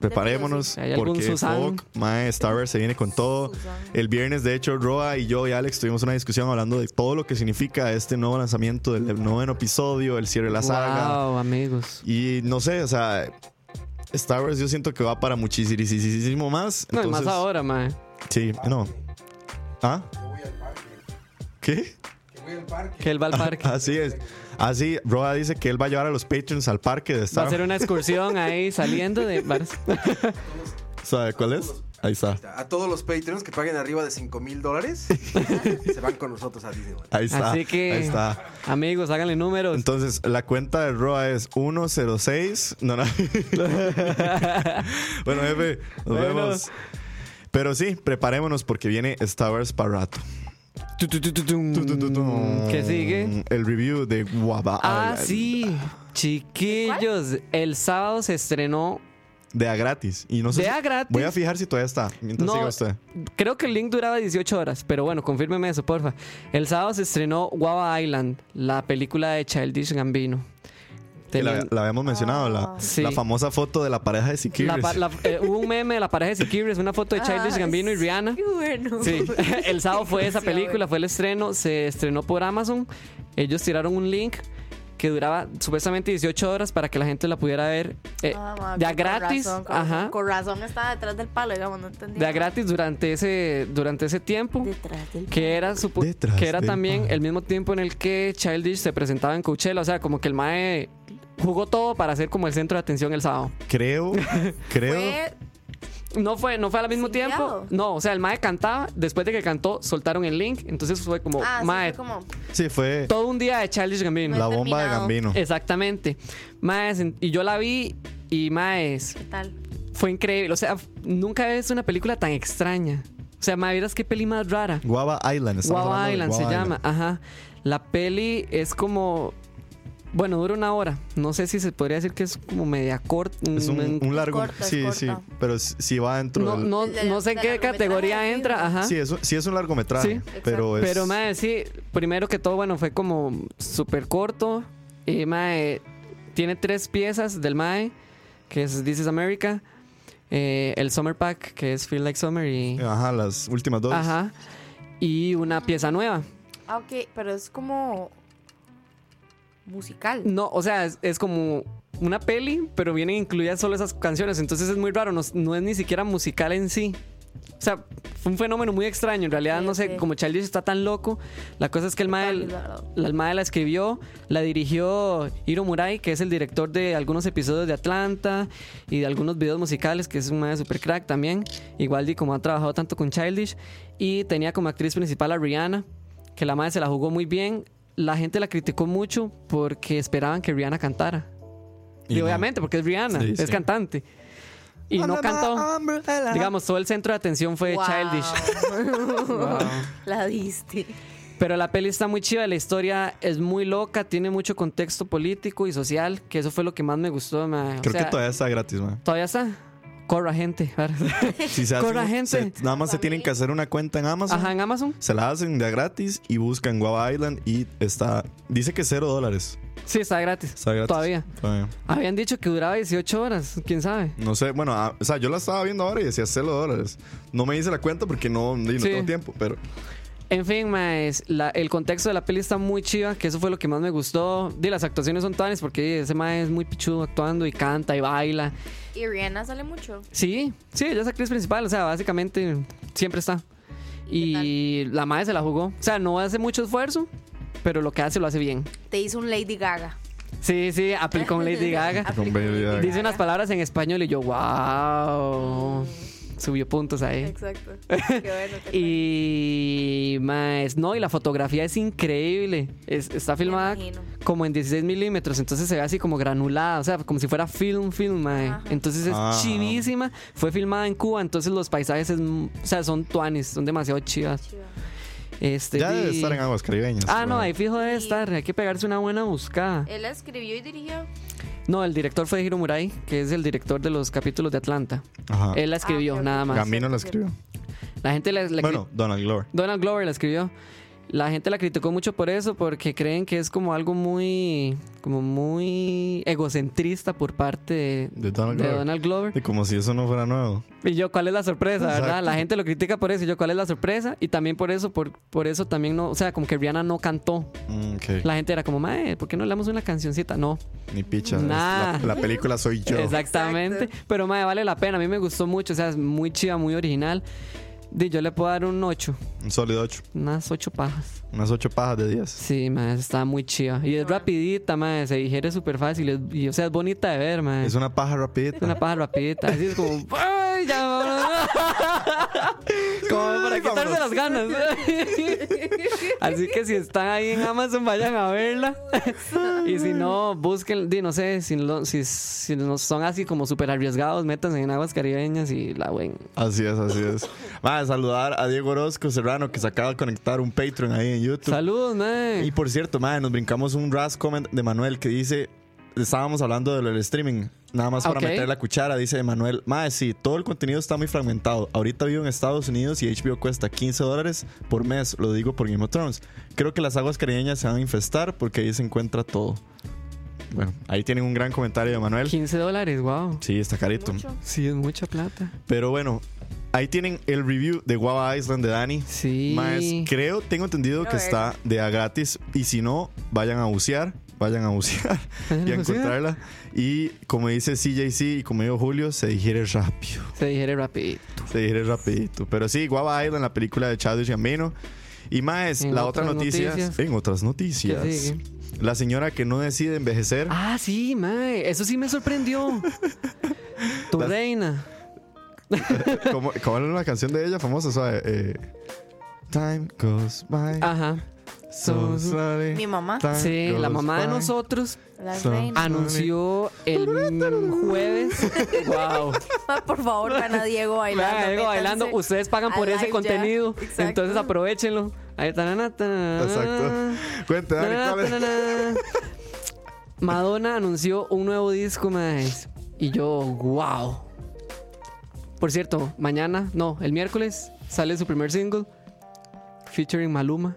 S3: preparémonos
S4: Hay algún
S3: porque
S4: Susan.
S3: fuck, mae, Star Wars se viene con todo.
S5: Susan.
S3: El viernes, de hecho, Roa y yo y Alex tuvimos una discusión hablando de todo lo que significa este nuevo lanzamiento del noveno episodio, el cierre de la saga.
S4: Wow, amigos.
S3: Y no sé, o sea, Star Wars yo siento que va para muchísimo más.
S4: No, y
S3: entonces-
S4: más ahora, mae.
S3: Sí, no. ¿Ah?
S6: Yo voy al parque.
S3: ¿Qué?
S6: Que voy al parque.
S4: Que él va al parque.
S3: Así es. Así, Roa dice que él va a llevar a los Patreons al parque de
S4: Va
S3: Star
S4: a
S3: Wars.
S4: hacer una excursión ahí saliendo de. varas.
S3: ¿Sabe cuál es? Ahí está.
S7: A todos los Patreons que paguen arriba de 5 mil dólares, se van con nosotros a Disneyland.
S3: Ahí está.
S4: Así que-
S3: Ahí está.
S4: Amigos, háganle números.
S3: Entonces, la cuenta de Roa es 106. No, no. bueno, jefe, nos
S4: Bueno.
S3: vemos. Pero sí, preparémonos porque viene Star Wars para rato.
S4: Tu, tu, tu, tu, tum.
S3: Tu, tu, tu, tu.
S4: ¿Qué sigue?
S3: El review de Guava.
S4: Ah, sí. Chiquillos, el sábado se estrenó.
S3: De a gratis. Y no sé
S4: De
S3: si-
S4: a gratis.
S3: Voy a fijar si todavía está. Mientras
S4: No,
S3: siga usted.
S4: creo que el link duraba 18 horas, pero bueno, confírmeme eso, porfa. El sábado se estrenó Guava Island, la película de Childish Gambino.
S3: Que La,
S4: Tenían-
S3: la habíamos mencionado, la,
S4: Ah, Sí.
S3: la famosa foto de la pareja de Sikiris.
S4: la pa- la- eh, hubo un meme de la pareja de Sikiris, una foto de Childish
S5: Ah,
S4: Gambino y Rihanna.
S5: Qué bueno.
S4: Sí, el sábado fue esa
S5: Sí,
S4: película,
S5: bueno.
S4: fue el estreno, se estrenó por Amazon. Ellos tiraron un link que duraba supuestamente 18 horas para que la gente la pudiera ver eh,
S5: Ah, ma,
S4: de a
S5: con
S4: gratis,
S5: razón, con-
S4: ajá,
S5: Con razón estaba detrás del palo, digamos, no entendí.
S4: de a gratis durante ese durante ese tiempo.
S5: Detrás del
S4: Que era, supu-
S3: Detrás
S4: que era
S3: del
S4: también
S3: pan.
S4: el mismo tiempo en el que Childish se presentaba en Coachella. O sea, como que el Mae jugó todo para ser como el centro de atención el sábado.
S3: Creo, creo.
S5: Fue-
S4: No fue, no fue al mismo
S5: Sintiado.
S4: tiempo. No, o sea, el Mae cantaba. Después de que cantó, soltaron el link. Entonces fue como,
S5: Ah, sí,
S4: Oh, Mae,
S5: fue como.
S3: Sí, fue
S4: todo un día de Childish Gambino.
S3: la bomba de
S5: terminado.
S3: Gambino.
S4: Exactamente. Maes, en- y yo la vi y Maes,
S5: ¿Qué tal?
S4: fue increíble. O sea, f- nunca he visto una película tan extraña. O sea, Maes, vieras qué peli más rara.
S3: Guava Island. estamos hablando
S4: Guava
S3: de
S4: Island se
S3: Guava
S4: llama. Ajá. La peli es como. Bueno, dura una hora. No sé si se podría decir que es como media corta. mm,
S3: Es un, un largo.
S5: corto, es
S3: sí,
S5: corto.
S3: sí. Pero s- sí va dentro.
S4: no,
S3: del-
S4: no,
S5: del-
S4: no sé en
S5: del
S4: qué
S5: largometraje,
S4: categoría
S5: sí.
S4: entra. Ajá.
S3: Sí, es, un- sí es un largometraje.
S4: Sí.
S3: Pero es.
S4: Pero, mae, sí, primero que todo, bueno, fue como súper corto. Y, mae, tiene tres piezas del mae, que es This is America, eh, el Summer Pack, que es Feel Like Summer, y...
S3: Ajá, las últimas dos.
S4: Ajá. Y una pieza nueva.
S5: Ah, ok, pero es como. musical.
S4: No, o sea, es, es como una peli, pero vienen incluidas solo esas canciones. Entonces es muy raro, no, es- no es ni siquiera musical en sí. O sea, fue un fenómeno muy extraño. En realidad,
S5: Sí,
S4: no sé,
S5: sí.
S4: como Childish está tan loco, la cosa es que el mae,
S5: Total, la verdad.
S4: la, el mae la escribió, la dirigió Hiro Murai, que es el director de algunos episodios de Atlanta y de algunos videos musicales, que es un mae super crack también. Igual, y como ha trabajado tanto con Childish, y tenía como actriz principal a Rihanna, que la madre se la jugó muy bien. La gente la criticó mucho porque esperaban que Rihanna cantara.
S3: Y
S4: Y,
S3: no.
S4: obviamente, porque es Rihanna,
S3: Sí,
S4: es
S3: sí.
S4: cantante. Y no cantó. Digamos, todo el centro de atención fue
S5: Wow.
S4: Childish.
S5: La diste.
S4: Pero la peli está muy chiva, la historia es muy loca, tiene mucho contexto político y social, que eso fue lo que más me gustó. ma. O
S3: Creo
S4: sea,
S3: que todavía está gratis, man.
S4: todavía está. Corra, gente.
S3: Si se hace-
S4: Corra, gente.
S3: se- nada más se tienen que hacer una cuenta en Amazon.
S4: Ajá, en Amazon.
S3: Se la hacen de a gratis y buscan Guava Island y está. Dice que cero dólares.
S4: Sí, está gratis.
S3: Está gratis.
S4: Todavía.
S3: Todavía.
S4: Habían dicho que duraba 18 horas, quién sabe.
S3: No sé, bueno, ah, o sea, yo la estaba viendo ahora y decía cero dólares. No me hice la cuenta porque no, no
S4: Sí.
S3: tengo tiempo, pero
S4: En fin, maes, la- el contexto de la peli está muy chiva, que eso fue lo que más me gustó. De las actuaciones son tales porque ese mae es muy pichudo actuando y canta y baila.
S5: Y Rihanna sale mucho.
S4: Sí, sí, ella es actriz principal, o sea, básicamente siempre está. Y la madre se la jugó. O sea, no hace mucho esfuerzo, pero lo que hace lo hace bien.
S5: Te hizo un Lady Gaga.
S4: Sí, sí, aplicó un Lady Gaga.
S5: Aplicó un
S3: Lady Gaga.
S4: Dice unas palabras en español y yo, wow. Subió puntos ahí.
S5: Exacto. Qué bueno. qué
S4: Y más, no, y la fotografía es increíble. Es- está filmada
S5: imagino.
S4: como en 16 milímetros, entonces se ve así como granulada, o sea, como si fuera film, film, mae. Entonces es
S3: Ajá.
S4: chivísima. Fue filmada en Cuba, entonces los paisajes, es m- o sea, son tuanis, son demasiado chivas.
S5: chiva.
S4: Este,
S3: ya debe
S4: di-
S3: estar en aguas caribeñas.
S4: Ah, no,
S3: ¿verdad?
S4: ahí fijo debe
S5: Sí. Eh.
S4: estar, hay que pegarse una buena buscada.
S5: Él la escribió y dirigió.
S4: No, el director fue Hiro Murai, que es el director de los capítulos de Atlanta.
S3: Ajá.
S4: Él la escribió,
S5: Ah, ok,
S4: nada
S5: ok.
S4: más.
S3: Gambino la escribió.
S4: La gente le, le cri-
S3: Bueno, Donald Glover.
S4: Donald Glover la escribió. La gente la criticó mucho por eso, porque creen que es como algo muy, como muy egocentrista por parte de,
S3: De Donald
S4: de
S3: Glover.
S4: Donald Glover.
S3: Y como si eso no fuera nuevo.
S4: Y yo, ¿cuál es la sorpresa, verdad?
S3: Exacto.
S4: La gente lo critica por eso. Y yo, ¿cuál es la sorpresa? Y también por eso, por, por eso también no, o sea, como que Rihanna no cantó.
S3: Mm, ok.
S4: La gente era como, mae, ¿por qué no hablamos una cancioncita? No,
S3: Ni picha.
S4: Nah.
S3: es La, la película soy yo.
S4: exactamente.
S5: Exacto.
S4: Pero mae, vale la pena. A mí me gustó mucho, o sea, es muy chiva, muy original. Di, yo le puedo dar un 8,
S3: Un sólido 8.
S4: unas 8 pajas.
S3: Unas 8 pajas de 10.
S4: Sí, mae, está muy chiva. Y es rapidita, mae, se digiere súper fácil. es- Y, o sea, es bonita de ver, mae.
S3: Es una paja rapidita.
S4: Es una paja rapidita. Así es como, ¡ay! y ya. Como para quitarse las ganas. Así que si están ahí en Amazon, vayan a verla. Y si no, busquen, di, no sé, si, lo- si, si no son así como súper arriesgados, métanse en aguas caribeñas y la ven.
S3: Así es, así es. Más saludar a Diego Orozco Serrano que se acaba de conectar un Patreon ahí en YouTube.
S4: Saludos,
S3: Y
S4: mae.
S3: por cierto, madre, nos brincamos un Raz comment de Manuel que dice: Estábamos hablando de lo del streaming. Nada más para
S4: Ok.
S3: meter la cuchara, dice Manuel. Madre, sí, todo el contenido está muy fragmentado. Ahorita vivo en Estados Unidos y HBO cuesta 15 dólares por mes. Lo digo por Game of Thrones. Creo que las aguas caribeñas se van a infestar porque ahí se encuentra todo. Bueno, ahí tienen un gran comentario de Manuel.
S4: 15 dólares, wow.
S3: Sí, está carito.
S5: Mucho.
S4: Sí, es mucha plata.
S3: Pero bueno, ahí tienen el review de Guava Island de Dani.
S4: Sí.
S3: Más creo, tengo entendido
S5: Quiero
S3: que
S5: verla.
S3: está de a gratis. Y si no, vayan a bucear, vayan a bucear y a encontrarla. Y como dice CJC y como dijo Julio, se digiere rápido.
S4: Se digiere rapidito.
S3: Se digiere rapidito. Pero sí, Guava Island, la película de Chadwick Gambino. Y más,
S4: En
S3: la otra
S4: otras
S3: noticia.
S4: noticias.
S3: En otras
S4: ¿Qué
S3: noticias.
S4: sigue?
S3: La señora que no decide envejecer.
S4: Ah, sí, mae. Eso sí me sorprendió. Tu
S3: Las-
S4: reina.
S3: ¿Cómo, cómo era la canción de ella famosa? suave? Eh, Time goes by.
S4: Ajá.
S3: so slowly.
S5: Mi mamá.
S3: Time
S4: Ah, Sí, la
S3: goes
S4: mamá de
S3: by.
S4: nosotros
S5: La
S3: So-
S5: reina.
S4: anunció el jueves. Wow.
S5: Ah, Por favor, gana Diego bailando.
S4: Diego
S5: métanse
S4: bailando. Ustedes pagan por
S5: al
S4: ese
S5: live ya.
S4: contenido.
S5: Exacto.
S4: Entonces aprovechenlo. Ahí tarana, tarana,
S3: Exacto. Cuente, Dani,
S4: tarana,
S3: ¿cuál es?
S4: tarana. Madonna anunció un nuevo disco, más Y yo, wow. Por cierto, mañana, no, el miércoles sale su primer single featuring Maluma.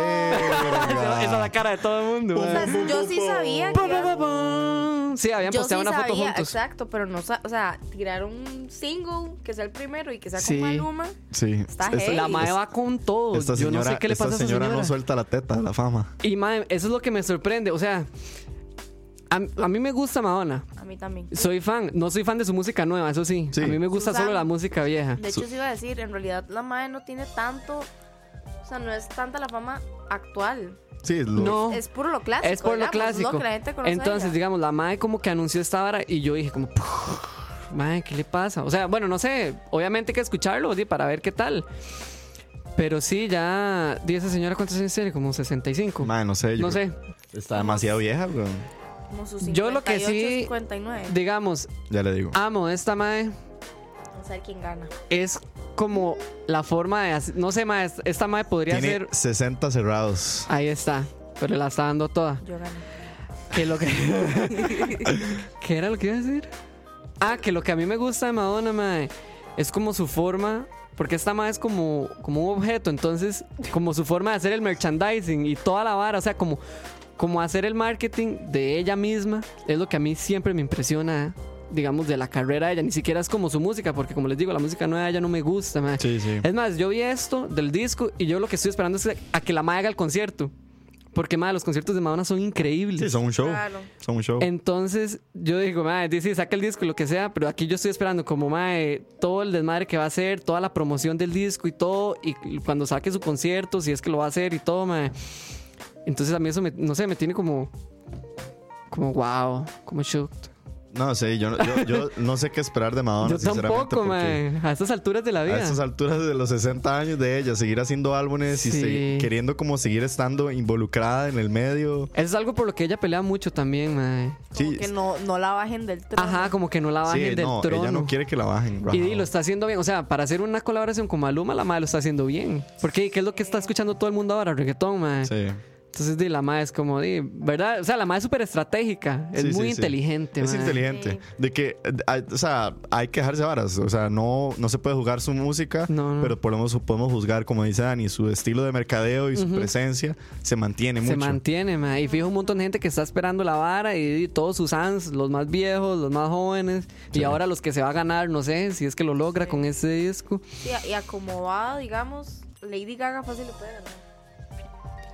S3: Verga.
S4: Esa es la cara de todo el mundo.
S5: O sea, yo sí sabía que.
S4: Pa, pa, pa, pa. Sí, habían
S5: Yo sí
S4: posteado una foto
S5: sabía,
S4: juntos.
S5: exacto, pero no, sa- o sea, tirar un single que sea el primero y que sea
S4: Sí.
S5: con Maluma.
S3: Sí.
S5: Está
S3: Esta-
S5: heavy.
S4: La mae va con todo.
S3: Esta
S4: Yo
S3: señora,
S4: no sé qué le pasa
S3: esta
S4: a esa señora.
S3: señora no suelta la teta de la fama.
S4: Y mae, eso es lo que me sorprende. O sea, a, a mí me gusta Madonna.
S5: A mí también.
S4: Soy fan. No soy fan de su música nueva, eso sí.
S3: Sí.
S4: A mí me gusta
S5: Susan.
S4: solo la música vieja.
S5: De hecho, se iba a decir, en realidad la madre no tiene tanto, o sea, no es tanta la fama actual.
S3: Sí, lo-
S4: No.
S5: Es puro lo clásico.
S4: es por lo
S5: digamos,
S4: clásico.
S5: que la gente conoce
S4: Entonces,
S5: de ella.
S4: digamos, la madre como que anunció esta vara y yo dije como, "Puf, madre, ¿qué le pasa? O sea, bueno, no sé, obviamente hay que escucharlo di, para ver qué tal. Pero sí, ya, di esa señora, ¿cuántos años tiene? Como 65.
S3: Madre, no sé. yo
S4: no
S3: creo
S4: sé,
S3: que Está demasiado vieja, weón.
S5: Como sus
S4: yo lo que sí-
S5: 58, 59.
S4: digamos,
S3: Ya le digo.
S4: amo a esta madre.
S5: Vamos a ver quién gana.
S4: Es como la forma de, hacer- no sé, madre, es- esta madre podría
S3: Tiene
S4: ser,
S3: 60 cerrados.
S4: ahí está, pero la está dando toda.
S5: Yo gano.
S4: Que lo que. ¿Qué era lo que iba a decir? Ah, que lo que a mí me gusta de Madonna, mae, es como su forma. Porque esta mae es como, como un objeto, entonces, como su forma de hacer el merchandising y toda la vara, o sea, como, como hacer el marketing de ella misma, es lo que a mí siempre me impresiona, digamos, de la carrera de ella. Ni siquiera es como su música, porque como les digo, la música nueva de ella no me gusta, mae.
S3: Sí, sí.
S4: Es más, yo vi esto del disco y yo lo que estoy esperando es a que la mae haga el concierto. Porque, mae, los conciertos de Madonna son increíbles.
S3: Sí, son un show.
S5: Claro.
S3: Son un
S4: Eh.
S3: show.
S4: Entonces yo digo, madre, sí, sí, saca el disco, lo que sea, pero aquí yo estoy esperando como, madre, todo el desmadre que va a hacer, toda la promoción del disco y todo, y cuando saque su concierto, si es que lo va a hacer y todo, madre. Entonces a mí eso, me- no sé, me tiene como, como wow, como shocked.
S3: No sé, yo, no- yo, yo no sé qué esperar de Madonna,
S4: yo
S3: sinceramente.
S4: tampoco,
S3: porque
S4: madre, a estas alturas de la
S3: A
S4: vida.
S3: estas alturas de los 60 años de ella, seguir haciendo álbumes y
S4: Sí.
S3: se- queriendo como seguir estando involucrada en el medio.
S4: Eso es algo por lo que ella pelea mucho también, madre.
S5: Como
S3: Sí,
S5: que no, no la bajen del trono.
S4: Ajá, como que no la bajen
S3: sí,
S4: del
S3: no,
S4: trono.
S3: ella no quiere que la bajen.
S4: Y
S3: Rafa.
S4: di, lo está haciendo bien. O sea, para hacer una colaboración con Maluma, la madre lo está haciendo bien. Porque, ¿qué es lo que está escuchando todo el mundo ahora? Reggaetón, madre.
S3: Sí.
S4: Entonces, di, la madre es como, di, ¿verdad? O sea, la madre es súper estratégica. Es
S3: Sí,
S4: muy
S3: sí, sí.
S4: inteligente,
S3: Es
S4: mae.
S3: inteligente.
S5: Sí.
S3: De que, eh, hay- o sea, hay que dejarse varas. O sea, no, no se puede juzgar su música,
S4: No, no.
S3: pero podemos, podemos juzgar, como dice Dani, su estilo de mercadeo y su presencia se mantiene
S4: Se
S3: mucho.
S4: mantiene, mae. Y fijo un montón de gente que está esperando la vara y, di, todos sus fans, los más viejos, los más jóvenes. Y ahora los que se va a ganar, no sé, si es que lo logra con ese disco.
S5: Y, a- y acomodado, digamos, Lady Gaga fácil le puede ganar.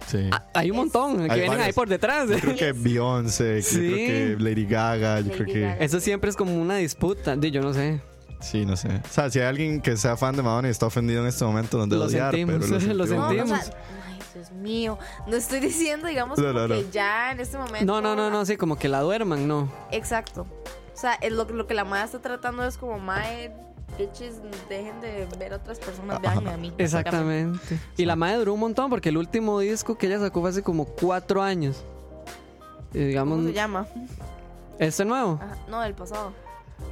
S3: Sí.
S4: Ah, hay un montón que
S3: Hay
S4: vienen
S3: varios.
S4: ahí por detrás.
S3: Yo creo que Beyoncé,
S4: Sí.
S3: yo creo que Lady Gaga, yo
S5: Lady
S3: creo que.
S5: Gaga.
S4: Eso siempre es como una disputa. Di, yo no sé.
S3: Sí, no sé. O sea, si hay alguien que sea fan de Madonna y está ofendido en este momento, donde
S4: Lo
S3: odiar,
S4: sentimos,
S3: pero
S4: lo
S5: No, o sea,
S4: sentimos.
S5: ay, Dios mío. No estoy diciendo, digamos,
S3: No, no,
S5: como
S3: no.
S5: que ya en este momento.
S4: No, no, no, no, sí, como que la duerman, no.
S5: Exacto. O sea, es lo, lo que la madre está tratando es como, mae, bitches, dejen de ver a otras personas, veanme a mí.
S4: Exactamente. Y la madre duró un montón porque el último disco que ella sacó fue hace como cuatro años. Y digamos,
S5: ¿Cómo se llama?
S4: ¿este nuevo?
S5: Ajá, no, del pasado.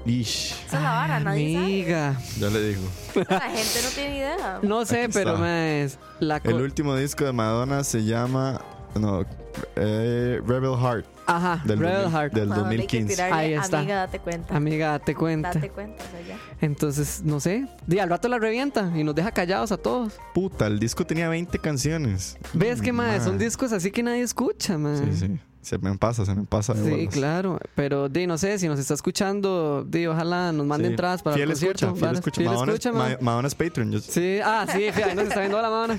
S3: Ish.
S4: Ah,
S5: Esa es la vara, nadie
S4: Amiga.
S3: Ya le digo.
S5: sabe. La gente no tiene idea.
S4: No sé,
S3: Aquí
S4: pero
S3: está.
S4: más. La co-
S3: El último disco de Madonna se llama. No, eh, Rebel Heart.
S4: Ajá,
S3: Del,
S4: Rebel
S3: 2000
S4: Heart.
S3: del
S5: Madonna, hay que
S3: 2015.
S5: tirarle,
S4: Ahí está.
S5: Amiga, date cuenta.
S4: Amiga, date cuenta.
S5: Date cuenta, o sea, ya.
S4: Entonces, no sé. Di, al rato la revienta y nos deja callados a todos.
S3: Puta, el disco tenía 20 canciones.
S4: ¿Ves que,
S3: mae.
S4: más? Son discos así que nadie escucha, más.
S3: Sí, sí. Se me pasa, se me pasa. de
S4: Sí,
S3: bolas.
S4: claro. Pero, di, no sé, si nos está escuchando, di, ojalá nos mande
S3: Sí.
S4: entradas para
S3: fiel
S4: el concierto.
S3: Escucha, fiel
S4: varas.
S3: escucha.
S4: Fiel
S3: Madonna,
S4: escucha,
S3: es,
S4: mae.
S3: Ma- Madonna es Patreon. Yo-
S4: Sí, ah, sí, fíjate, ahí nos está viendo la mano.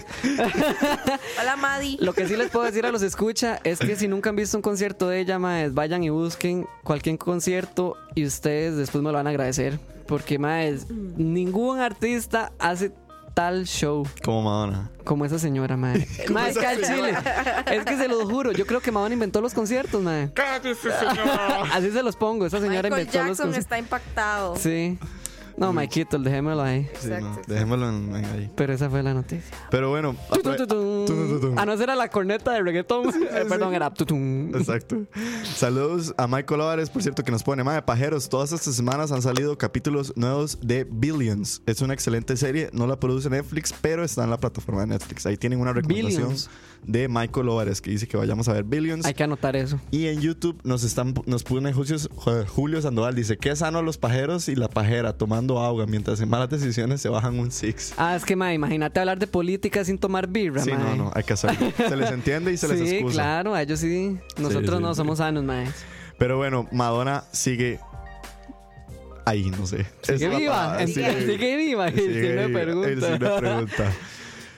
S5: Hola, Madi.
S4: Lo que sí les puedo decir a los escucha es que si nunca han visto un concierto de ella, maes, vayan y busquen cualquier concierto y ustedes después me lo van a agradecer. Porque, maes, ningún artista hace tal show
S3: Como Madonna.
S4: como esa señora, mae. Mae, es que al chile. Es que se los juro, yo creo que Madonna inventó los conciertos, mae. Así se los pongo, esa señora
S5: Michael
S4: inventó los
S5: Jackson
S4: conciertos.
S5: está impactado.
S4: Sí. No, Maikito, dejémoslo ahí.
S3: Sí,
S5: Exacto,
S3: no,
S5: exacto.
S3: Dejémoslo en- en ahí.
S4: Pero esa fue la noticia.
S3: Pero bueno.
S4: Tu, tu, tu, tum.
S3: Tu, tu, tu, tum.
S4: Ah, no, esa era la corneta de reggaetón. Eh, Perdón, era. tu, tum.
S3: Exacto. Saludos a Michael Álvarez, por cierto, que nos pone. Madre, pajeros, todas estas semanas han salido capítulos nuevos de Billions. Es una excelente serie, no la produce Netflix, pero está en la plataforma de Netflix. Ahí tienen una recomendación
S4: Billions.
S3: de Michael Álvarez que dice que vayamos a ver Billions.
S4: Hay que anotar eso.
S3: Y en YouTube nos están nos pone Julio, Julio Sandoval dice que sano los pajeros y la pajera tomando agua mientras en malas decisiones se bajan un six.
S4: Ah, es que, ma, imagínate hablar de política sin tomar birra,
S3: Sí,
S4: ma.
S3: no, no, hay que hacerlo. Se les entiende y se les
S4: sí,
S3: excusa.
S4: claro, a ellos sí. Nosotros
S3: sí,
S4: no
S3: sí.
S4: somos sanos, mae.
S3: Pero bueno, Madonna sigue ahí, no sé. Esa es
S4: Sigue
S3: la
S4: viva,
S3: palabra,
S4: en-
S3: sigue
S4: sigue viva. El
S3: Sigue
S4: signo de
S3: viva, el
S4: pregunta.
S3: signo de pregunta.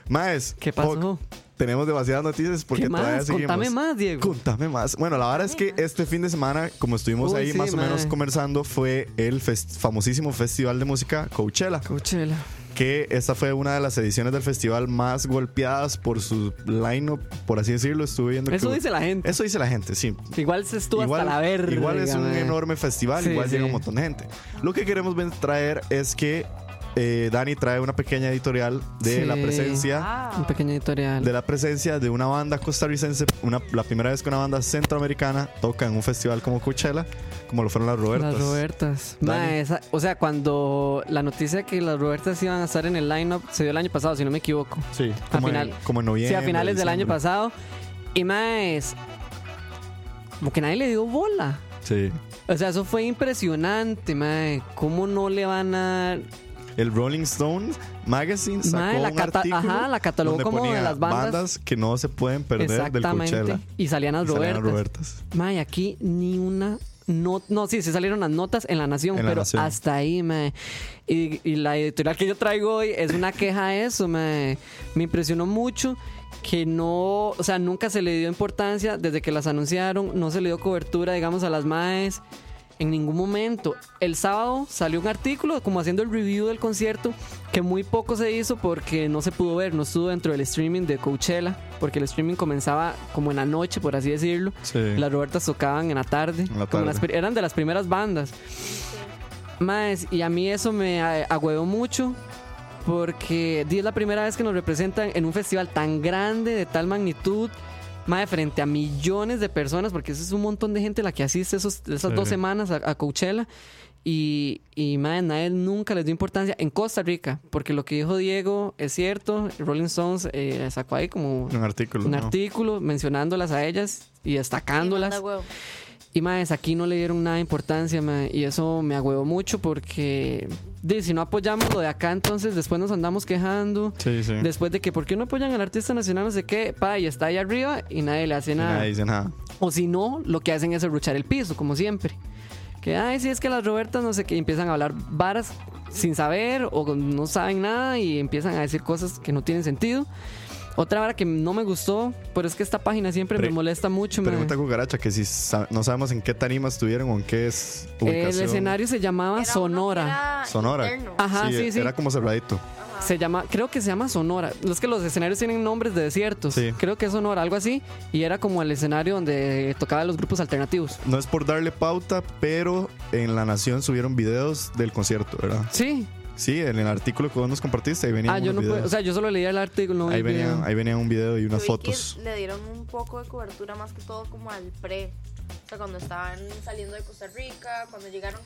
S3: Maes,
S4: ¿Qué pasó?
S3: Hawk, tenemos demasiadas noticias porque
S4: ¿Qué
S3: todavía
S4: más?
S3: seguimos.
S4: Contame más, Diego.
S3: Contame más. Bueno, la verdad es que este fin de semana, como estuvimos
S4: Uy,
S3: ahí
S4: sí,
S3: más o menos
S4: mae.
S3: conversando, fue el fest- famosísimo festival de música Coachella
S4: Coachella.
S3: que esta fue una de las ediciones del festival más golpeadas por su line-up, por así decirlo. Estuve viendo
S4: Eso
S3: que-
S4: dice la gente.
S3: Eso dice la gente, sí.
S4: Igual se estuvo hasta la verga.
S3: igual es un
S4: mae.
S3: enorme festival,
S4: Sí,
S3: igual
S4: sí.
S3: llega un montón de gente. Lo que queremos ven- traer es que eh, Dani trae una pequeña editorial de
S4: Sí. Ah,
S3: la presencia
S4: Un pequeño editorial.
S3: de la presencia de una banda costarricense, una, la primera vez que una banda centroamericana toca en un festival como Coachella, como lo fueron las Robertas.
S4: Las Robertas.
S3: Dani.
S4: Mae, esa- o sea, cuando la noticia que las Robertas iban a estar en el lineup se dio el año pasado, si no me equivoco.
S3: Sí,
S4: A
S3: como,
S4: final-
S3: en, como en noviembre.
S4: sí, a finales del año
S3: diciembre.
S4: pasado. Y más, como que nadie le dio bola.
S3: Sí.
S4: O sea, eso fue impresionante, mae. ¿Cómo no le van a...?
S3: El Rolling Stone Magazine sacó
S4: Mae, la
S3: un
S4: cata-
S3: artículo
S4: ajá, la catalogó
S3: donde
S4: como de
S3: ponía
S4: las bandas-
S3: que no se pueden perder del Coachella.
S4: Exactamente. Y salían las
S3: Y salían
S4: Robertas.
S3: las Robertas.
S4: Mae, aquí ni una... No, no, sí, se salieron las notas en La Nación,
S3: En La
S4: pero
S3: Nación.
S4: hasta ahí, mae. Y, y la editorial que yo traigo hoy es una queja a eso, mae. Me impresionó mucho que no... O sea, nunca se le dio importancia desde que las anunciaron. No se le dio cobertura, digamos, a las maes. En ningún momento. El sábado salió un artículo como haciendo el review del concierto que muy poco se hizo porque no se pudo ver, no estuvo dentro del streaming de Coachella, porque el streaming comenzaba como en la noche, por así decirlo.
S3: Sí.
S4: Las Robertas tocaban en la tarde.
S3: la
S4: como
S3: tarde.
S4: las pri- eran de las primeras bandas. Más, y a mí eso me a- agüeó mucho porque di, es la primera vez que nos representan en un festival tan grande, de tal magnitud. Mae, frente a millones de personas, porque eso es un montón de gente la que asiste esos, esas
S3: Sí.
S4: dos semanas a, a Coachella. Y, y mae, nadie nunca les dio importancia en Costa Rica, porque lo que dijo Diego es cierto. Rolling Stones eh, sacó ahí como
S3: Un artículo.
S4: un
S3: ¿no?
S4: artículo mencionándolas a ellas y destacándolas.
S5: Sí, manda huevo.
S4: Y maes, aquí no le dieron nada de importancia, mae, y eso me agüevo mucho porque di, si no apoyamos lo de acá, entonces después nos andamos quejando.
S3: Sí, sí.
S4: Después de que, ¿por qué no apoyan al artista nacional? No sé qué, pa, y está ahí arriba y nadie le hace
S3: Y
S4: nada.
S3: Nadie dice nada.
S4: O si no, lo que hacen es ruchar el piso, como siempre. Que, ay, si es que las Robertas no sé qué, y empiezan a hablar varas sin saber o no saben nada y empiezan a decir cosas que no tienen sentido. Otra vara que no me gustó, pero es que esta página siempre
S3: Pre-
S4: me molesta mucho. mae.
S3: Pregunta Cucaracha que si sa- no sabemos en qué tarima estuvieron o en qué es ubicación.
S4: El escenario se llamaba
S5: Era uno que
S4: Sonora.
S5: era
S3: Sonora.
S5: interno.
S4: Ajá, sí, sí.
S3: Era como cerradito.
S4: Sí, se llama, creo que se llama Sonora. Es que los escenarios tienen nombres de desiertos.
S3: Sí.
S4: Creo que es Sonora, algo así. Y era como el escenario donde tocaba los grupos alternativos.
S3: No es por darle pauta, pero en La Nación subieron videos del concierto, ¿verdad?
S4: Sí.
S3: Sí, en el artículo que vos nos compartiste, ahí venían
S4: Ah, yo
S3: unos
S4: no pude,
S3: videos.
S4: o sea, yo solo leía el artículo. No vi
S3: ahí,
S4: el video.
S3: venían, ahí venían un video y unas
S5: Yo vi que
S3: fotos.
S5: le dieron un poco de cobertura más que todo como al pre. O sea, cuando estaban saliendo de Costa Rica, cuando llegaron.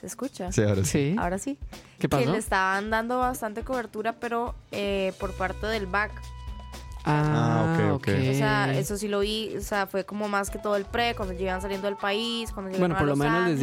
S5: ¿Se escucha?
S3: Sí, ahora sí.
S4: Sí.
S5: Ahora sí.
S4: ¿Qué
S5: Que
S4: pasó?
S5: le estaban dando bastante cobertura, pero eh, por parte del BAC.
S3: Ah, ok, ok.
S5: O sea, eso sí lo vi. O sea, fue como más que todo el pre, cuando llegaban saliendo del país, cuando llegaron
S4: Bueno, por
S5: a
S4: lo
S5: Los
S4: menos les
S5: Ángeles,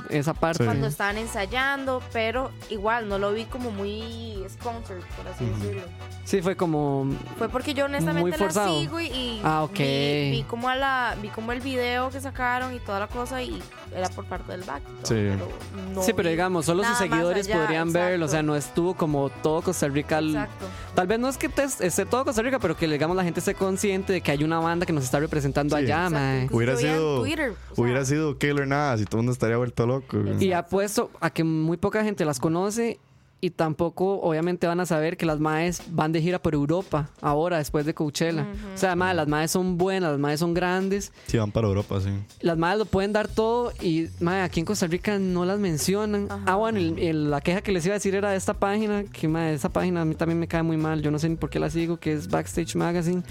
S4: dieron esa parte.
S5: Cuando estaban ensayando, pero igual no lo vi como muy sponsored, por así decirlo.
S4: Sí, fue como.
S5: Fue porque yo honestamente
S4: Muy
S5: la
S4: forzado.
S5: sigo y, y
S4: Ah, ok.
S5: vi, vi como a la vi como el video que sacaron y toda la cosa y era por parte del back. ¿no?
S3: Sí.
S5: Pero no
S4: sí, pero
S5: vi
S4: digamos, solo sus
S5: nada más
S4: seguidores
S5: allá,
S4: podrían
S5: exacto,
S4: verlo. O sea, no estuvo como todo Costa Rica. al-
S5: Exacto.
S4: Tal vez no es que te- esté todo Costa Rica, pero que digamos la gente esté consciente de que hay una banda que nos está representando
S3: Sí.
S4: allá,
S5: Exacto,
S4: mae.
S5: incluso
S3: Hubiera
S5: yo vi en
S3: sido,
S5: Twitter, o sea,
S3: hubiera sido Killer Nada, si todo el mundo estaría vuelto loco. güey.
S4: Y apuesto a que muy poca gente las conoce y tampoco obviamente van a saber que las maes van de gira por Europa ahora después de Coachella. O sea, mae, las maes son buenas, las maes son grandes,
S3: Sí, van para Europa, sí.
S4: las maes lo pueden dar todo y mae, aquí en Costa Rica no las mencionan. Ah, bueno, el- el- la queja que les iba a decir era de esta página, que mae, esa página a mí también me cae muy mal, yo no sé ni por qué la sigo, que es Backstage Magazine.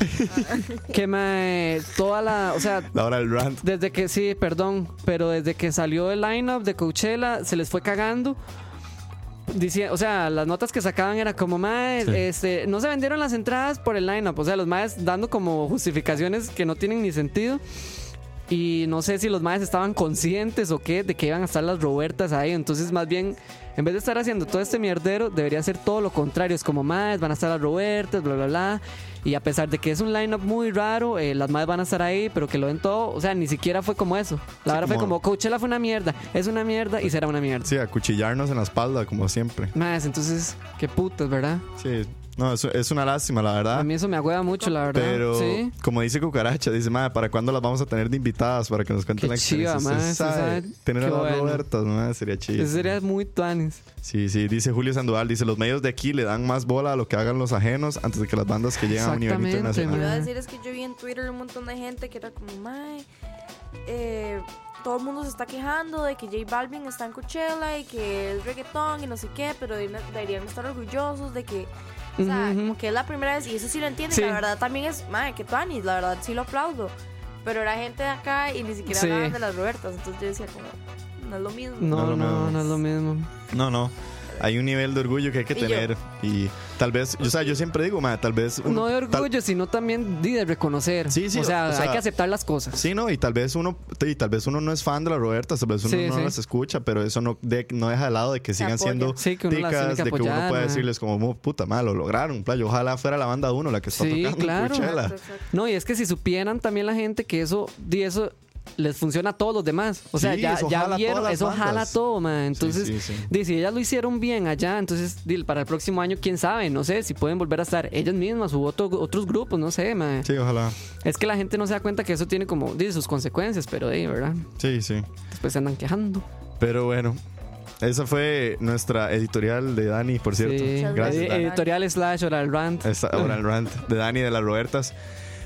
S4: que mae, toda la, o sea,
S3: La hora del rant.
S4: desde que, sí, perdón, pero desde que salió el lineup de Coachella, se les fue cagando. Dice, o sea, las notas que sacaban era como, mae,
S3: Sí.
S4: este, no se vendieron las entradas por el lineup. O sea, los maes dando como justificaciones que no tienen ni sentido. Y no sé si los maes estaban conscientes o qué de que iban a estar las Robertas ahí. Entonces, más bien, en vez de estar haciendo todo este mierdero, debería ser todo lo contrario. Es como, maes, van a estar las Robertas, bla, bla, bla. Y a pesar de que es un lineup muy raro, eh, las maes van a estar ahí, pero que lo den todo. O sea, ni siquiera fue como eso. La
S3: Sí,
S4: verdad fue
S3: como-
S4: como, Coachella fue una mierda, es una mierda y será una mierda.
S3: Sí, acuchillarnos en la espalda, como siempre.
S4: Más, entonces, qué putas, ¿verdad?
S3: Sí, no, eso es una lástima, la verdad.
S4: A mí eso me agüeva mucho, la verdad.
S3: Ah. Pero,
S4: sí.
S3: como dice Cucaracha, dice, madre, ¿para cuándo las vamos a tener de invitadas? Para que nos cuenten
S4: Qué
S3: la experiencia.
S4: chiva,
S3: Usted
S4: madre, sí
S3: sabe,
S4: sabe.
S3: Tener a
S4: Qué
S3: las
S4: bueno.
S3: Robertas, madre, sería chido.
S4: Eso sería muy tuanis.
S3: Sí, sí, dice Julio Sandoval, dice, los medios de aquí le dan más bola a lo que hagan los ajenos antes de que las bandas que llegan a un nivel
S4: Exactamente,
S5: Lo que iba
S3: internacional.
S5: a
S4: Ajá.
S5: decir es que yo vi en Twitter un montón de gente que era como, mae, eh, todo el mundo se está quejando de que J Balvin está en Coachella y que es reggaetón y no sé qué, pero de- deberían estar orgullosos de que, o sea,
S4: Ujú.
S5: como que es la primera vez, y eso sí lo entiendo, y
S4: Sí.
S5: la verdad también es, mae, que Tuanis, la verdad sí lo aplaudo, pero era gente de acá y ni siquiera
S4: Sí.
S5: hablaban de las Robertas, entonces yo decía como, no es lo mismo.
S3: No
S4: No, no,
S3: es lo
S4: no,
S3: mismo.
S4: es lo mismo.
S3: No, no. Hay un nivel de orgullo que hay que
S5: Y yo.
S3: tener. Y tal vez, o sea, yo siempre digo, madre, tal vez. uno-
S4: No de
S3: tal-
S4: orgullo, sino también di de reconocer.
S3: Sí, sí,
S4: o, sea,
S3: o sea-
S4: hay que aceptar las cosas.
S3: Sí, no, y tal vez uno, y tal vez uno no es fan de la Roberta, tal vez uno
S4: Sí,
S3: no
S4: sí.
S3: las escucha, pero eso no, de- no deja de lado de que sigan
S5: apoya.
S3: siendo
S4: Sí, que uno las tiene
S3: ticas,
S4: que
S3: de que uno
S4: apoyar,
S3: pueda
S4: ajá.
S3: decirles como, "Mo, puta madre, lo lograron, playo, ojalá fuera la banda de uno la que está
S4: Sí,
S3: tocando en
S4: claro.
S3: Coachella".
S5: Exacto, exacto.
S4: No, y es que si supieran también la gente que eso, di eso les funciona a todos los demás. O sea,
S3: Sí,
S4: ya,
S3: eso
S4: ya
S3: jala todas
S4: vieron,
S3: las
S4: eso
S3: bandas.
S4: jala todo, man. Entonces,
S3: sí, sí.
S4: di, si ellas lo hicieron bien allá, entonces, di, para el próximo añu, quién sabe, no sé, si pueden volver a estar ellas mismas u otro- otros grupos, no sé, man.
S3: Sí, ojalá.
S4: Es que la gente no se da cuenta que eso tiene como, di, sus consecuencias, pero, di, ¿verdad?
S3: Sí, sí.
S4: Después se andan quejando.
S3: Pero bueno, esa fue nuestra editorial de Dani, por cierto.
S4: Sí.
S3: Gracias, Eh.
S4: Edi-
S3: Dani.
S4: Editorial slash oral rant.
S3: Esta- ahora el rant de Dani de las Robertas.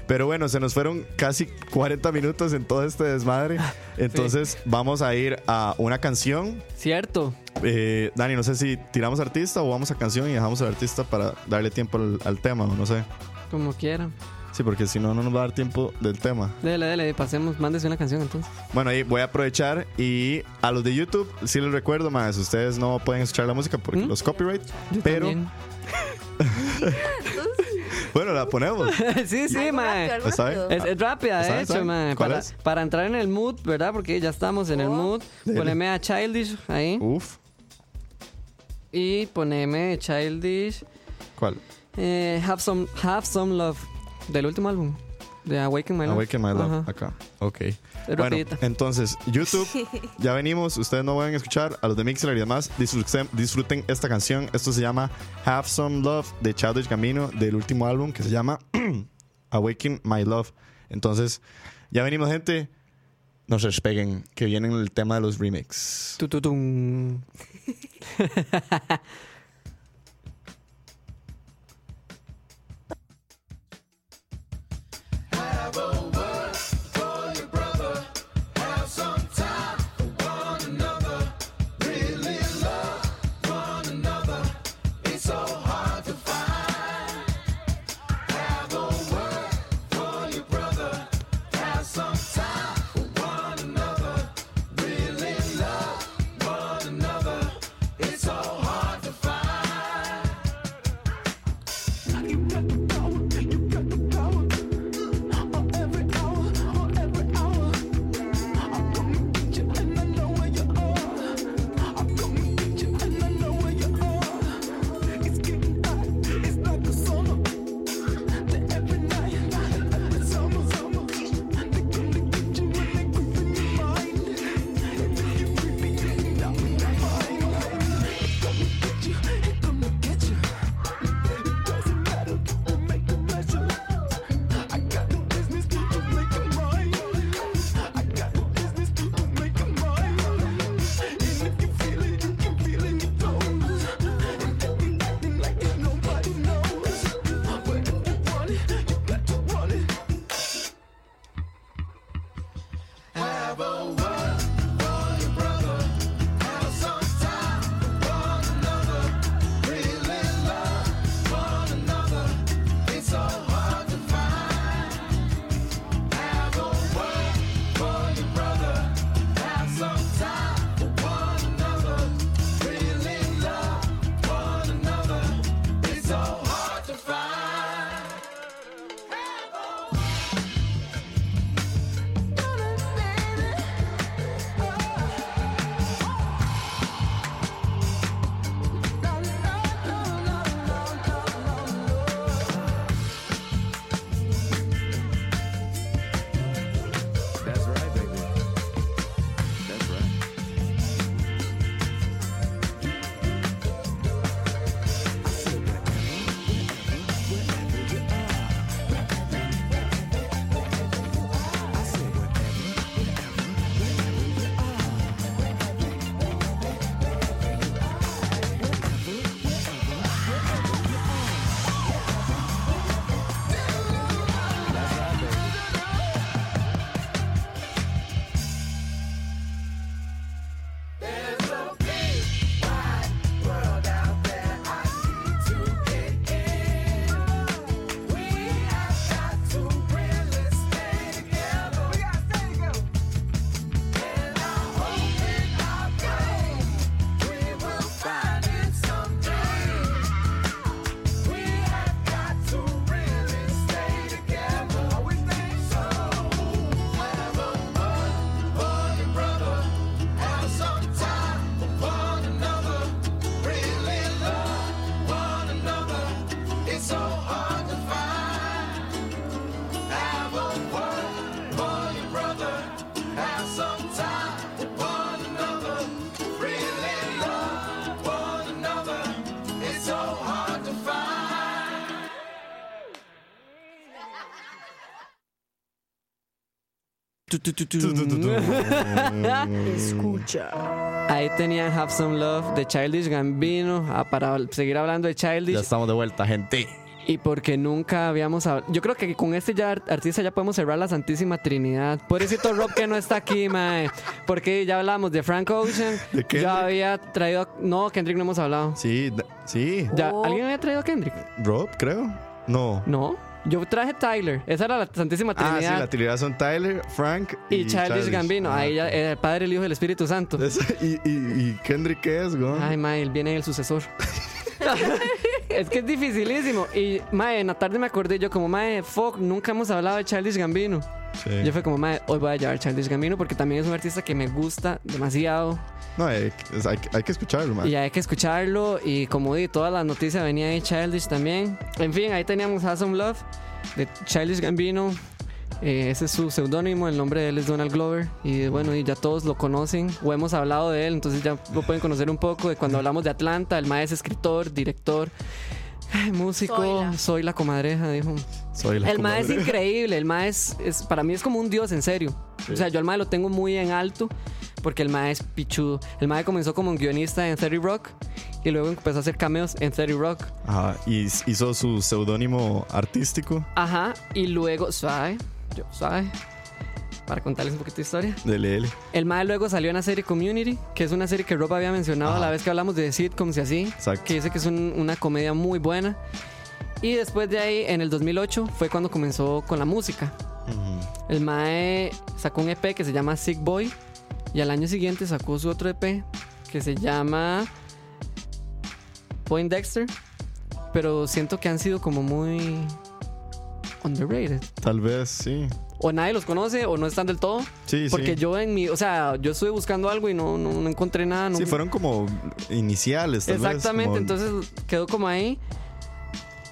S3: Pero bueno, se nos fueron casi 40 minutos en todo este desmadre. Entonces vamos a ir a una canción.
S4: Cierto.
S3: Eh, Dani, no sé si tiramos artista o vamos a canción y dejamos al artista para darle tiempo al, al tema, o no sé.
S4: Como quieran.
S3: Sí, porque si no, no nos va a dar tiempo del tema.
S4: Dele, dele, pasemos. Mándese una canción entonces.
S3: Bueno, ahí voy a aprovechar y a los de YouTube, sí les recuerdo, más, ustedes no pueden escuchar la música porque
S4: ¿Mm?
S3: los copyright,
S4: Yo
S3: pero
S4: también.
S3: bueno, la ponemos.
S4: sí, sí, mae.
S5: Algo
S3: ¿Pues ¿Sabe? Eh,
S5: rápido.
S4: Es, es rápida, de
S3: ¿Sabe,
S4: hecho,
S3: sabe?
S4: mae.
S3: ¿Cuál
S4: Para,
S3: es?
S4: para entrar en el mood, ¿verdad? Porque ya estamos en el mood. Poneme a Childish ahí.
S3: Uf,
S4: Y poneme Childish.
S3: ¿cuál?
S4: eh, have, some, have Some Love. Del último álbum. De Awaken My Love.
S3: Awaken My Love,
S4: Ajá.
S3: acá. Ok.
S4: Es
S3: Bueno,
S4: rapidita.
S3: entonces, YouTube, ya venimos. Ustedes no van a escuchar a los de Mixer y demás. Disfruten, disfruten esta canción. Esto se llama Have Some Love de Childish Camino, del último álbum que se llama Awaken My Love. Entonces, ya venimos, gente. No se despeguen, que viene el tema de los remakes.
S4: Tu, tu, tum. Tu, tu, tu, tu.
S3: Tu, tu, tu, tu.
S5: Escucha.
S4: Ahí tenían Have Some Love de Childish Gambino. ah, para seguir hablando de
S3: Ya
S4: Childish.
S3: estamos de vuelta, gente.
S4: Y porque nunca habíamos hablado. Yo creo que con este ya ar- artista ya podemos cerrar la Santísima Trinidad. Pobrecito Rob que no está aquí, mae. Porque ya hablamos de Frank Ocean.
S3: ¿De Kendrick?
S4: Yo había traído. No, Kendrick no hemos hablado.
S3: Sí, da- sí.
S4: Ya,
S5: Oh.
S4: ¿Alguien había traído a Kendrick?
S3: Rob, creo. No.
S4: No. Yo traje Tyler. Esa era la Santísima
S3: Ah, sí,
S4: Trinidad.
S3: la trinidad son Tyler, Frank y,
S4: y Childish Gambino.
S3: Ah.
S4: Ahí ya, eh, el Padre, el Hijo y el Espíritu Santo.
S3: Es- y, y, y Kendrick, ¿qué es, güey?
S4: Ay, mae, él viene el sucesor. es que es dificilísimo. Y, mae, en la tarde me acordé yo como, mae, fuck, nunca hemos hablado de Childish Gambino.
S3: Sí.
S4: Yo fue como, mae, hoy voy a llevar Childish Gambino porque también es un artista que me gusta demasiado.
S3: No, hay, es- hay que- hay que escucharlo, man.
S4: Y hay que escucharlo. Y como di, todas las noticias venía de Childish también. En fin, ahí teníamos Have Some Love de Childish Gambino. Eh, ese es su seudónimo, el nombre de él es Donald Glover. Y bueno, y ya todos lo conocen o hemos hablado de él, entonces ya lo pueden conocer un poco. De cuando hablamos de Atlanta, el maestro es escritor, director. ay, músico, soy
S5: Zoila.
S4: la. comadreja, dijo.
S3: Soy la
S4: el mae es
S3: comadre.
S4: increíble, el mae es, es- para mí es como un dios, en serio. O sea, yo al mae lo tengo muy en alto porque el mae es pichudo. El mae comenzó como un guionista en 30 Rock y luego empezó a hacer cameos en 30 Rock.
S3: Ajá, y s- hizo su seudónimo artístico
S4: Ajá, y luego, suave, yo, suave, para contarles un poquito de historia.
S3: de LL.
S4: El mae luego salió en la serie Community, que es una serie que Rob había mencionado
S3: Ajá.
S4: a la vez que hablamos de sitcoms y así.
S3: Exacto.
S4: Que dice que es un- una comedia muy buena. Y después de ahí, en el 2008, fue cuando comenzó con la música. El mae sacó un EP que se llama Sick Boy. Y al año siguiente sacó su otro EP que se llama Point Dexter. Pero siento que han sido como muy underrated.
S3: Tal vez, sí.
S4: O nadie los conoce o no están del todo.
S3: Sí,
S4: Porque
S3: sí.
S4: yo en mi, o sea, yo estuve buscando algo y no, no, no encontré nada. no-
S3: Sí, fueron como iniciales, tal vez,
S4: Exactamente,
S3: Este como-
S4: entonces quedó como ahí.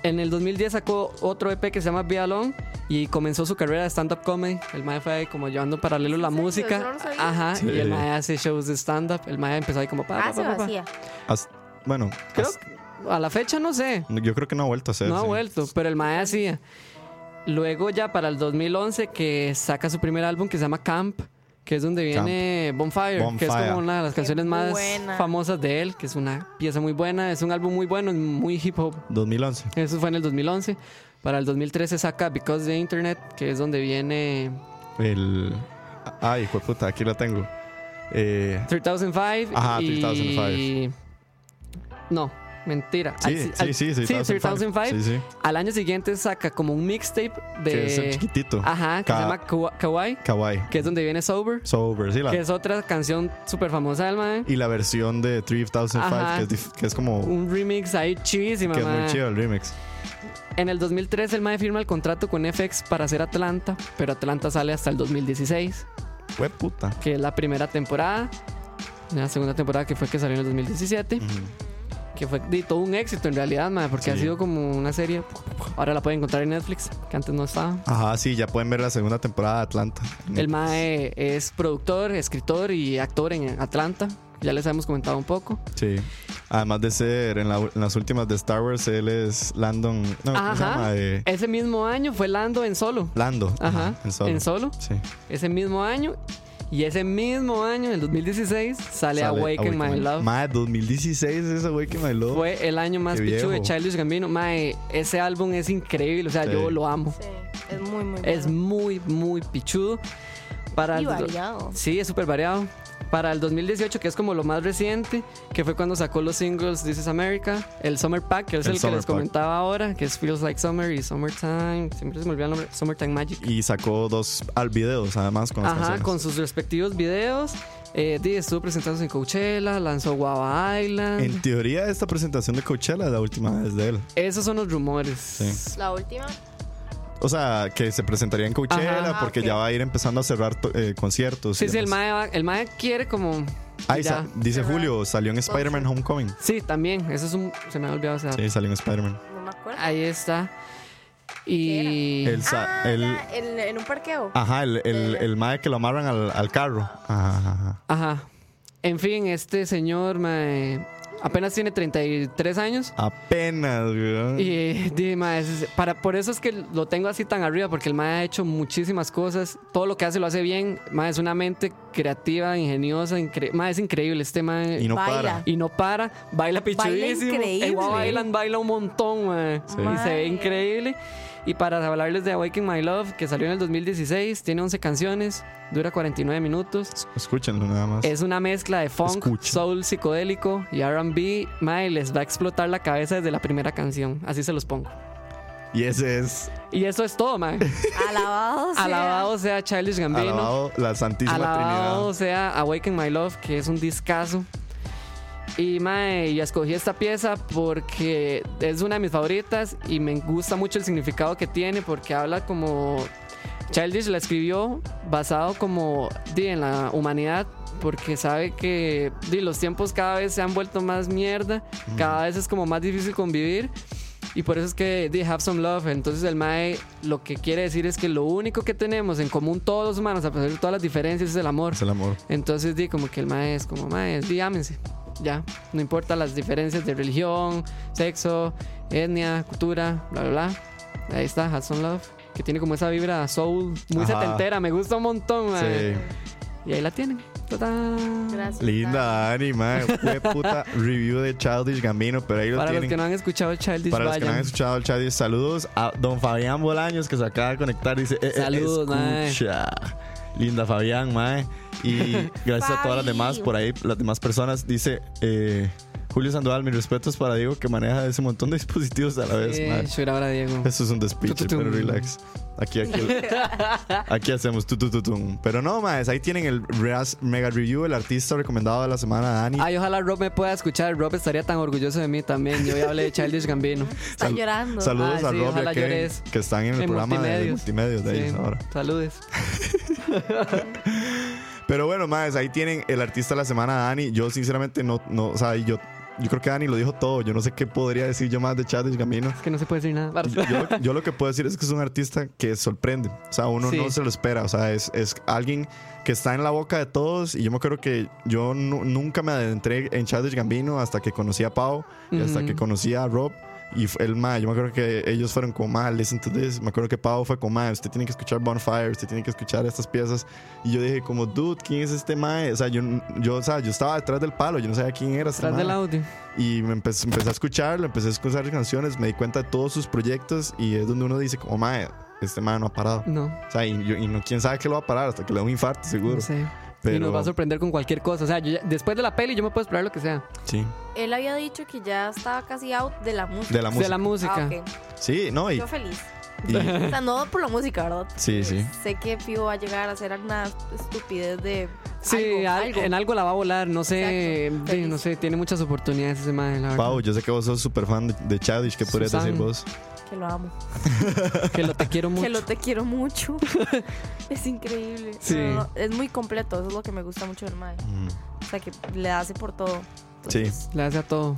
S4: En el 2010 sacó otro EP que se llama Be Alone y comenzó su carrera de stand-up comedy. El mae fue ahí como llevando en paralelo la
S5: serio?
S4: música.
S5: Eso no lo sabía.
S4: Ajá,
S3: Sí.
S4: y el mae hace shows de stand-up. El mae empezó ahí como para.
S5: Ah, se vacía.
S3: As- bueno,
S4: Creo
S3: as-
S4: A la fecha no sé,
S3: yo creo que no ha vuelto a ser.
S4: no ha
S3: sí.
S4: vuelto, pero el mae hacía. Luego ya para el 2011 que saca su primer álbum que se llama Camp, que es donde
S3: Camp.
S4: viene Bonfire, que es
S3: Bonfire.
S4: como una de las
S5: Qué
S4: canciones más
S5: buena.
S4: famosas de él, que es una pieza muy buena, es un álbum muy bueno, es muy hip hop.
S3: 2011.
S4: Eso fue en el 2011. Para el 2013 saca Because the Internet, que es donde viene
S3: El. ah, Ay, hijo de puta, aquí la tengo. Eh,
S4: 3005.
S3: Ajá,
S4: y-
S3: 3005.
S4: No, mentira.
S3: sí,
S4: Al-
S3: sí,
S4: al-
S3: sí, sí,
S4: sí, 3005.
S3: Sí, sí.
S4: Al año siguiente saca como un mixtape de.
S3: Que es el chiquitito.
S4: Ajá, que
S3: Ka-
S4: se llama Kawa- Kawaii,
S3: Kawaii.
S4: que es donde viene Sober,
S3: Sober, sí, la-
S4: que es otra canción súper famosa del mae.
S3: Y la versión de 3005,
S4: Ajá. Uh,
S3: que es, dif- que es como.
S4: Un remix ahí chidísima,
S3: que es muy
S4: mae.
S3: chido el remix.
S4: En el 2003 el mae firma el contrato con FX para hacer Atlanta, pero Atlanta sale hasta el 2016.
S3: Fue puta.
S4: que es la primera temporada. La segunda temporada que fue que salió en el 2017, que fue de todo un éxito en realidad, madre, porque ha
S3: Sí.
S4: sido como una serie. Ahora la pueden encontrar en Netflix, que antes no estaba.
S3: Ajá, sí, ya pueden ver la segunda temporada de Atlanta.
S4: El Mae es productor, escritor y actor en Atlanta. Ya les hemos comentado un poco.
S3: Sí. Además de ser en, la- en las últimas de Star Wars, él es Landon. No,
S4: Ah,
S3: ¿cómo se llama?
S4: Ajá.
S3: Eh,
S4: Ese mismo año fue Lando en solo.
S3: Lando.
S4: Ajá. En solo.
S3: Sí.
S4: Ese mismo año. Y ese mismo año, en el 2016, sale, Awaken, My Love.
S3: Mae, 2016 es Awaken My Love.
S4: Fue el año más
S3: Qué
S4: pichu de
S3: viejo.
S4: Childish Gambino. Mae, ese álbum es increíble. O sea,
S3: Sí.
S4: yo lo amo.
S5: Sí, es muy, muy
S4: Es
S5: bueno.
S4: muy, muy pichudo. Para
S5: Y
S4: el-
S5: variado.
S4: Sí, es súper variado. Para el 2018, que es como lo más reciente, que fue cuando sacó los singles This is America, el Summer Pack, que es
S3: El
S4: el, que
S3: Summer
S4: les
S3: Pack.
S4: comentaba ahora, que es Feels Like Summer y Summertime. Siempre se me olvida el nombre, Summertime Magic.
S3: Y sacó dos al videos, además, con las
S4: Ajá,
S3: canciones.
S4: con sus respectivos videos. Eh, di, estuvo presentándose en Coachella, lanzó Guava Island.
S3: En teoría, esta presentación de Coachella es la última vez de él.
S4: Esos son los rumores.
S3: Sí.
S5: La última.
S3: O sea, que se presentaría en Coachella
S4: Ajá.
S3: porque
S5: Ah, ok.
S3: ya va a ir empezando a cerrar to- eh, conciertos.
S4: Sí,
S3: y
S4: sí, el
S3: demás.
S4: mae, va- el mae quiere como.
S3: Ay,
S4: ya.
S3: sa- dice
S5: Cerrar.
S3: Julio, salió en Spider-Man Homecoming.
S4: Sí, también. Eso es un. Se me ha olvidado. o sea,
S3: Sí, salió en Spider-Man.
S5: No me acuerdo.
S4: Ahí está. Y.
S3: El sa-
S5: Ah,
S3: el-
S5: ya, en- en un parqueo.
S3: Ajá, el, el, el mae que lo amarran al, al carro. Ajá, ajá, ajá.
S4: Ajá. En fin, este señor mae, Apenas tiene 33 años.
S3: Apenas, weón.
S4: Y di, mae, es- es- para, por eso es que lo tengo así tan arriba, porque el mae ha hecho muchísimas cosas. Todo lo que hace lo hace bien. Mae es una mente creativa, ingeniosa. incre- mae, es increíble este mae.
S3: Y no
S5: Baila.
S3: para.
S4: Y no para, baila pichudísimo.
S5: increíble.
S4: El guau Bailan, baila un montón, mae. Y se
S5: Mae.
S4: ve increíble. Y para hablarles de Awaken My Love, que salió en el 2016, tiene 11 canciones, dura 49 minutos.
S3: Escúchenlo nada más.
S4: Es una mezcla de funk,
S3: Escuchen.
S4: soul psicodélico y RB. Mae, les va a explotar la cabeza desde la primera canción. Así se los pongo.
S3: Y ese es
S4: Y eso es todo, mae.
S5: Alabado sea.
S4: Alabado sea Childish Gambino.
S3: alabado la Santísima
S4: Alabado
S3: Trinidad.
S4: sea Awaken My Love, que es un discazo. Y mae, y escogí esta pieza porque es una de mis favoritas y me gusta mucho el significado que tiene porque habla como Childish la escribió basado como di, en la humanidad porque sabe que di, los tiempos cada vez se han vuelto más mierda, cada vez es como más difícil convivir y por eso es que di, Have Some Love, entonces el Mae lo que quiere decir es que lo único que tenemos en común todos los humanos a pesar de todas las diferencias es el amor.
S3: Es el amor.
S4: Entonces di como que el mae es como mae, di ámense. Ya, no importa las diferencias de religión, sexo, etnia, cultura, bla bla bla. Ahí está Hudson Love, que tiene como esa vibra soul muy
S3: Ajá.
S4: setentera, me gusta un montón, mae.
S3: Sí.
S4: Y ahí la tienen. ¡Tadán!
S5: Gracias.
S3: Linda Dani, mae. Fue puta review de Childish Gambino, pero ahí lo
S4: Para los
S3: tienen.
S4: que no han escuchado Childish
S3: Para los que no han
S4: vayan.
S3: escuchado el chat, dice, saludos a don Fabián Bolaños que se acaba de conectar. Dice: eh, eh,
S4: Saludos, mae.
S3: escucha. Linda Fabián, mae. Y gracias a todas las
S5: Fabi.
S3: demás, por ahí, las demás personas. Dice eh, Julio Sandoval: mis respetos para Diego que maneja ese montón de dispositivos a la vez, mae.
S4: Sí, shout out a Eh, Diego.
S3: Eso es un despiche,
S4: Tututum.
S3: pero relax. Aquí, aquí, aquí hacemos tu, tu, tu, tum. Pero no, maes, ahí tienen el Raz- mega review, el artista recomendado de la semana, Dani.
S4: Ay, ojalá Rob me pueda escuchar. Rob estaría tan orgulloso de mí también. Yo ya hablé de Childish Gambino.
S5: Está llorando.
S3: Saludos
S4: Ay,
S3: a
S4: Ah, sí,
S3: Rob y
S4: ojalá
S3: a Kevin,
S4: llores.
S3: que están en el programa de multimedia de ellos
S4: Sí,
S3: ahora.
S4: Saludes.
S3: Pero bueno, maes, ahí tienen el artista de la semana, Dani. Yo sinceramente no, no o sea, yo, yo creo que Dani lo dijo todo. Yo no sé qué podría decir yo más de Childish Gambino.
S4: Es que no se puede decir nada.
S3: Yo, lo- yo lo que puedo decir es que es un artista que sorprende. O sea, uno
S4: Sí.
S3: no se lo espera. O sea, es, es alguien que está en la boca de todos. Y yo me acuerdo que yo nu- nunca me adentré en Childish Gambino hasta que conocí a Pau y hasta
S4: Ujú.
S3: que conocí a Rob. Y f- el ma, yo me acuerdo que ellos fueron como ma, listen to this. Me acuerdo que Pau fue como ma, usted tiene que escuchar Bonfire, usted tiene que escuchar estas piezas. Y yo dije, como, dude, ¿quién es este ma? O sea, yo, yo, o sea, yo estaba detrás del palo, yo no sabía quién era. este
S4: Tras
S3: mae.
S4: del audio.
S3: Y me empecé, empecé a escucharlo, empecé a escuchar las canciones, me di cuenta de todos sus proyectos y es donde uno dice, como, mae, este mae no ha parado.
S4: No.
S3: O sea, y, yo- y no, quién sabe que lo va a parar hasta que le dé un infarto, seguro.
S4: No sé.
S3: Pero-
S4: Y nos va a sorprender con cualquier cosa. O sea, yo ya- después de la peli yo me puedo esperar lo que sea.
S3: Sí,
S5: Él había dicho que ya estaba casi out de la música.
S3: de la
S4: De
S3: música.
S4: la música.
S5: Ah, ok.
S3: Sí, no, y,
S5: Yo feliz.
S3: y-
S5: O sea, no por la música, ¿verdad?
S3: Sí, sí.
S5: Sé que Pío va a llegar a hacer una estupidez de.
S4: Sí,
S5: algo,
S4: al-
S5: algo.
S4: en algo la va a volar. No sé.
S5: Exacto.
S4: sí, no sé, tiene muchas oportunidades ese madre, la verdad.
S3: Pau, yo sé que vos sos súper fan de, de Childish, ¿qué podrías
S4: Susan.
S3: decir vos?
S5: Que lo amo.
S4: Que lo te quiero mucho.
S5: Que lo te quiero mucho. es increíble.
S4: Sí.
S5: No, no, es muy completo. Eso es lo que me gusta mucho del Mae.
S3: Mm,
S5: O sea, que le hace por todo.
S3: Sí,
S4: Le hace a todo.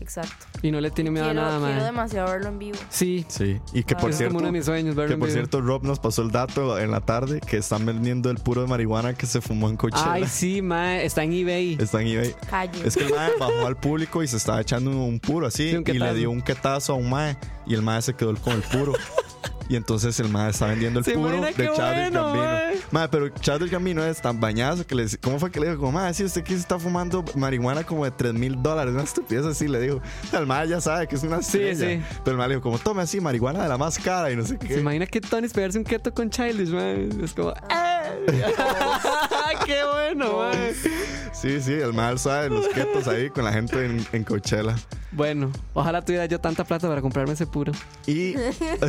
S5: Exacto.
S4: Y no le tiene miedo
S5: quiero,
S4: a nada,
S5: quiero
S4: madre.
S5: demasiado verlo en vivo.
S4: Sí.
S3: sí. Y que
S5: Ah,
S3: por
S4: es
S3: cierto...
S4: como uno de mis sueños verlo
S3: Que
S4: en
S3: por
S4: vivo.
S3: cierto, Rob nos pasó el dato en la tarde que están vendiendo el puro de marihuana que se fumó en Coachella.
S4: Ay, sí, mae. Está en eBay.
S3: Está en eBay.
S5: Calle.
S3: Es que el mae bajó al público y se estaba echando un- un puro así
S4: Sí, un
S3: y le
S4: quetazo.
S3: dio un quetazo a un mae y el mae se quedó con el puro. Y entonces el mae está vendiendo el
S4: Se
S3: puro
S4: imagina
S3: de
S4: qué
S3: Chadwick
S4: bueno,
S3: Gambino.
S4: mae.
S3: Mae, pero Chadwick Gambino es tan bañazo que le dice, ¿cómo fue que le dijo? Como, mae, si usted aquí se está fumando marihuana como de 3 mil dólares, una estupidez así, le dijo. El mae ya sabe que es una
S4: Sí,
S3: estrella.
S4: sí.
S3: Pero el mae le dijo, como, tome así, marihuana de la más cara y no sé
S4: ¿Se
S3: qué.
S4: imagina que Tony pegarse un keto con Childish, mae? Es como.
S5: Ah.
S4: ¡eh! ¡Qué bueno, mae!
S3: Sí, sí, el mae sabe los quietos ahí con la gente en, en Coachella.
S4: Bueno, ojalá tuviera yo tanta plata para comprarme ese puro.
S3: Y...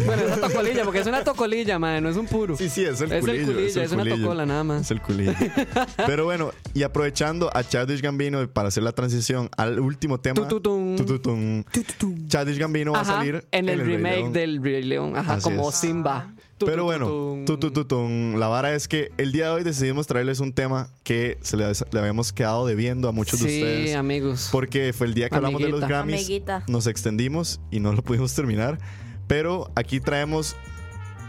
S4: Bueno, esa tocolilla, porque es una tocolilla, mae, no es un puro.
S3: Sí, sí, es el
S4: Es el
S3: culillo.
S4: culillo,
S3: el
S4: es una
S3: culillo.
S4: tocola nada más.
S3: Es el culillo. Pero bueno, y aprovechando a Childish Gambino para hacer la transición al último tema.
S4: Tututum.
S3: Tututum. Childish Gambino va a
S4: Ajá,
S3: salir
S4: en el,
S3: Rey
S4: remake
S3: León.
S4: del Rey León, ajá,
S3: Así
S4: como
S3: es.
S4: Simba.
S3: Pero bueno,
S4: Tututum.
S3: tutututum. la vara es que el día de hoy decidimos traerles un tema que se le, le habíamos quedado debiendo a muchos de
S4: sí,
S3: ustedes.
S4: amigos.
S3: Porque fue el día que hablamos de los
S4: Amiguita.
S3: Grammys.
S5: Amiguita.
S3: Nos extendimos y no lo pudimos terminar. Pero aquí traemos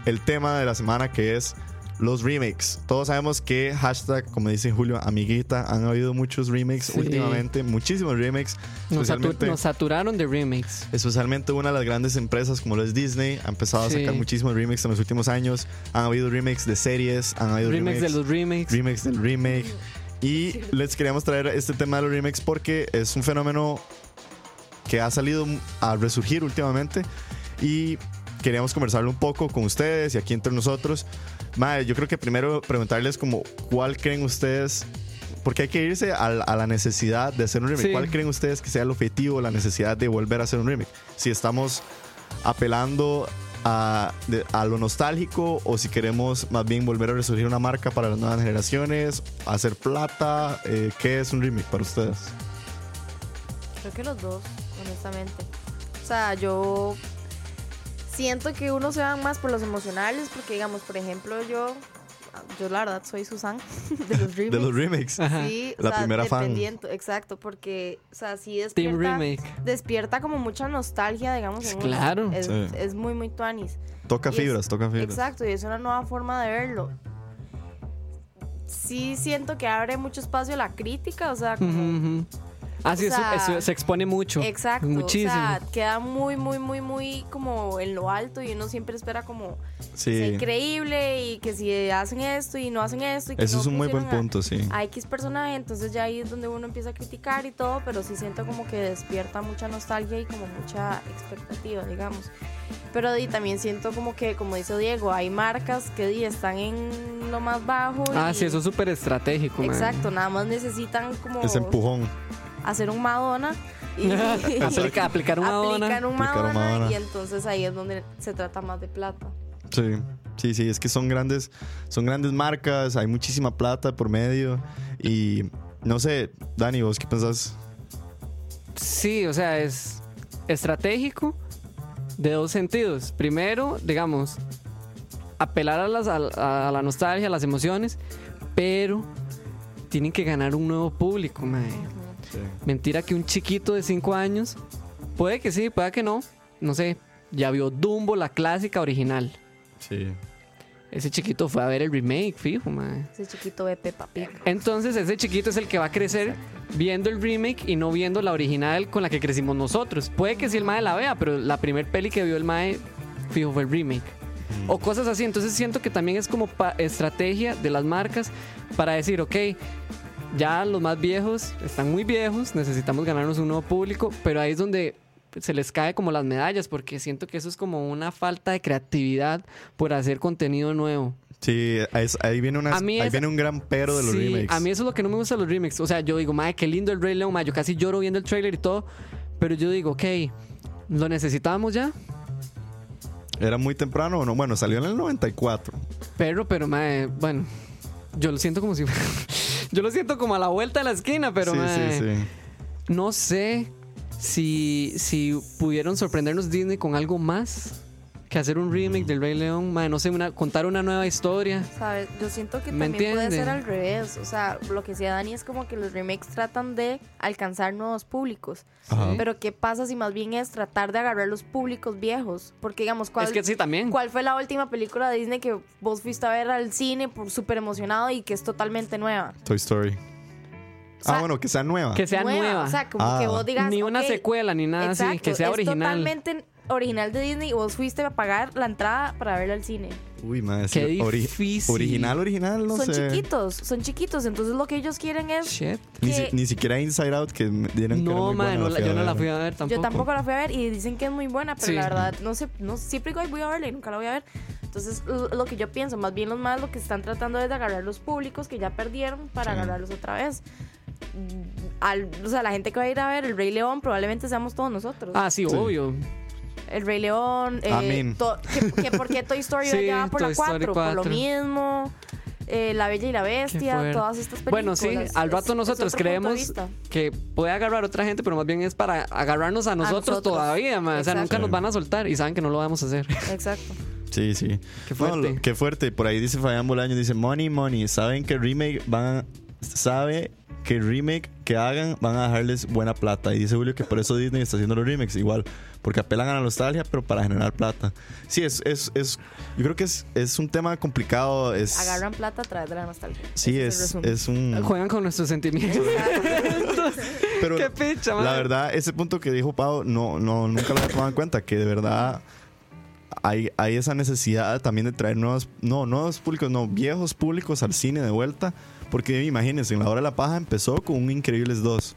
S3: el tema de la semana que es los remakes. Todos sabemos que hashtag, como dice Julio, amiguita, han habido muchos remakes
S4: Sí.
S3: últimamente, muchísimos remakes.
S4: Nos, satu-
S3: especialmente-
S4: nos saturaron de remakes.
S3: Especialmente una de las grandes empresas como lo es Disney ha empezado a
S4: Sí.
S3: sacar muchísimos remakes en los últimos años. Han habido remakes de series, han habido
S4: Remakes
S3: remakes,
S4: de los remakes.
S3: remakes del remake. Y les queríamos traer este tema de los remakes porque es un fenómeno que ha salido a resurgir últimamente y queríamos conversarlo un poco con ustedes y aquí entre nosotros. Mae, yo creo que primero preguntarles como cuál creen ustedes, porque hay que irse al- a, la necesidad de hacer un remake.
S4: Sí.
S3: ¿Cuál creen ustedes que sea el objetivo, la necesidad de volver a hacer un remake? Si estamos apelando a, de- a lo nostálgico o si queremos más bien volver a resurgir una marca para las nuevas generaciones, hacer plata, eh, ¿qué es un remake para ustedes?
S5: Creo que los dos, honestamente. O sea, yo siento que unos se van más por los emocionales, porque digamos, por ejemplo, yo, yo la verdad soy Susan de los remakes.
S3: De los remakes.
S4: Ajá.
S5: Sí,
S3: La
S5: o sea,
S3: primera fan.
S5: dependiendo, exacto, porque, o sea, sí despierta,
S4: Team remake.
S5: despierta como mucha nostalgia, digamos.
S4: Pues
S5: en uno.
S4: claro.
S5: Es,
S3: Sí.
S5: es muy, muy tuanis.
S3: Toca
S5: Y es-
S3: fibras, toca fibras.
S5: Exacto, y es una nueva forma de verlo. Sí siento que abre mucho espacio a la crítica, o sea, como-
S4: Ujú, ujú. Ah, sí,
S5: O
S4: eso-
S5: sea,
S4: eso se expone mucho.
S5: Exacto.
S4: Muchísimo.
S5: O sea, queda muy, muy, muy, muy como en lo alto y uno siempre espera como
S3: Sí.
S5: sea increíble y que si hacen esto y no hacen esto. Y que
S3: Eso
S5: no
S3: es un muy buen
S5: pusieron a-
S3: punto, sí.
S5: A X personaje, entonces ya ahí es donde uno empieza a criticar y todo, pero sí siento como que despierta mucha nostalgia y como mucha expectativa, digamos. Pero di, también siento como que, como dice Diego, hay marcas que di, están en lo más bajo.
S4: ah,
S5: y-
S4: sí, eso es súper estratégico. man.
S5: Exacto, nada más necesitan como
S3: Ese empujón.
S5: hacer un Madonna y
S4: Aplica- aplicar una dona.
S5: aplican un
S3: Aplicar un
S5: Madonna,
S3: Madonna.
S5: y entonces ahí es donde se trata más de plata.
S3: Sí. Sí, sí, es que son grandes, son grandes marcas, hay muchísima plata por medio y no sé, Dani, vos qué pensás?
S4: Sí, o sea, es estratégico de dos sentidos. Primero, digamos, apelar a, las, a, a la nostalgia, a las emociones, pero tienen que ganar un nuevo público, mae. Mentira que un chiquito de 5 años, puede que sí, puede que no, no sé, ya vio Dumbo, la clásica original.
S3: Sí.
S4: Ese chiquito fue a ver el remake, fijo, mae.
S5: Ese chiquito de Peppa Pig.
S4: Entonces ese chiquito es el que va a crecer viendo el remake y no viendo la original con la que crecimos nosotros. Puede que sí el mae la vea, pero la primer peli que vio el mae fijo fue el remake. O cosas así, entonces siento que también es como pa- estrategia de las marcas para decir, ok, ya los más viejos están muy viejos, necesitamos ganarnos un nuevo público, pero ahí es donde se les cae como las medallas, porque siento que eso es como una falta de creatividad por hacer contenido nuevo.
S3: Sí, es- ahí, viene, unas-
S4: A mí
S3: ahí
S4: es-
S3: viene un gran pero de los
S4: Sí,
S3: remakes.
S4: A mí eso es lo que no me gusta de los remakes. O sea, yo digo, madre, qué lindo el Rey León, mae, yo casi lloro viendo el trailer y todo. Pero yo digo, ok, ¿lo necesitábamos ya?
S3: ¿Era muy temprano o no? Bueno, salió en el 94.
S4: Pero, pero, madre, bueno, yo lo siento como si. yo lo siento como a la vuelta de la esquina, pero,
S3: sí,
S4: mae,
S3: sí, sí.
S4: no sé si, si pudieron sorprendernos Disney con algo más que hacer un remake
S3: Mm.
S4: del Rey León, mae, no sé, una- contar una nueva historia.
S5: ¿Sabes? Yo siento que
S4: ¿Me
S5: también puede
S4: entienden?
S5: ser al revés. O sea, lo que decía Dani es como que los remakes tratan de alcanzar nuevos públicos.
S3: Ajá.
S5: Pero ¿qué pasa si más bien es tratar de agarrar los públicos viejos? Porque digamos, ¿cuál,
S4: Es que sí, también.
S5: ¿cuál fue la última película de Disney que vos fuiste a ver al cine por súper emocionado y que es totalmente nueva?
S3: Toy Story.
S5: O sea,
S3: ah, bueno, que sea nueva.
S4: Que sea nueva.
S5: O sea, como
S3: Ah.
S5: que vos digas.
S4: ni una
S5: "Ok,
S4: secuela, ni nada así,
S5: Exacto,
S4: Ah, que sea
S5: es
S4: original.
S5: totalmente original de Disney y vos fuiste a pagar la entrada para verla al cine.
S3: Uy, madre.
S4: Qué
S3: sí, ori-
S4: difícil.
S3: original, original, no
S5: son
S3: sé.
S5: chiquitos, son chiquitos, entonces lo que ellos quieren es...
S4: Shit.
S3: Ni, si-
S5: que-
S3: ni siquiera Inside Out, que me dieron que era
S4: No,
S3: muy
S4: madre,
S3: buena,
S4: no, la- yo no la
S3: ver.
S4: fui a ver tampoco.
S5: Yo tampoco la fui a ver y dicen que es muy buena, pero
S4: Sí.
S5: la verdad, no sé, no, siempre digo, "Ay, voy a verla y nunca la voy a ver. Entonces, lo lo que yo pienso, más bien los más lo que están tratando es de agarrar los públicos que ya perdieron para
S3: Sí.
S5: agarrarlos otra vez. Mm, Al- o sea, la gente que va a ir a ver El Rey León probablemente seamos todos nosotros.
S4: Ah, sí,
S3: Sí.
S4: obvio.
S5: El Rey León. eh,
S3: Amén.
S5: to- que, que por qué Toy Story
S4: Sí,
S5: ya va por
S4: Toy
S5: la
S4: Story
S5: 4, por lo
S4: 4.
S5: mismo. eh, la Bella y la Bestia,
S4: fuerte.
S5: todas estas películas.
S4: Bueno, sí, al
S5: Es-
S4: rato
S5: es
S4: nosotros
S5: otro punto de
S4: creemos
S5: vista.
S4: que puede agarrar a otra gente, pero más bien es para agarrarnos a nosotros,
S5: nosotros.
S4: todavía, madre. O sea,
S5: Exacto.
S4: nunca nos van a soltar y saben que no lo vamos a hacer.
S5: Exacto.
S3: Sí, sí.
S4: Qué
S3: No, lo-
S4: fuerte.
S3: qué fuerte. Por ahí dice Fabián Bolaño, dice Money, Money. Saben que remake van sabe que el remake que hagan van a dejarles buena plata. Y dice Julio que por eso Disney está haciendo los remakes igual, porque apelan a la nostalgia, pero para generar plata. Sí, es, es, es yo creo que es, es un tema complicado. Es,
S5: Agarran plata a través de la nostalgia.
S3: sí,
S5: Ese
S3: es,
S5: el este resumen.
S3: es un...
S4: Juegan con nuestros sentimientos.
S3: Pero
S4: Qué picha,
S3: la
S4: madre.
S3: verdad, ese punto que dijo Pau, no, no, nunca lo había tomado en cuenta, que de verdad hay, hay esa necesidad también de traer nuevos, no, nuevos públicos, no, viejos públicos al cine de vuelta, porque imagínense, en la hora de la paja empezó con un Increíbles 2,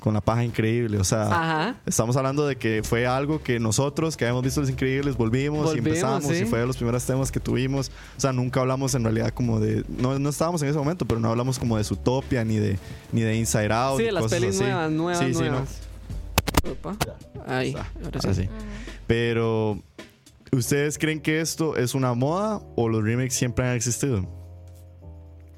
S3: con la paja increíble, o sea...
S4: Ajá.
S3: Estamos hablando de que fue algo que nosotros, que habíamos visto Los Increíbles, volvimos, y
S4: Volvimos,
S3: empezamos,
S4: sí.
S3: y fue de los primeros temas que tuvimos. O sea, nunca hablamos en realidad como de. No, no estábamos en ese momento, pero no hablamos como de Zootopia, ni de, ni de Inside Out.
S4: Sí,
S3: ni
S4: de las
S3: cosas
S4: pelis
S3: así.
S4: nuevas, nuevas,
S3: Sí, sí, no.
S4: nuevas. Opa. Ahí,
S3: Está,
S4: ahora sí.
S3: ahora sí. Pero, ¿ustedes creen que esto es una moda o los remakes siempre han existido?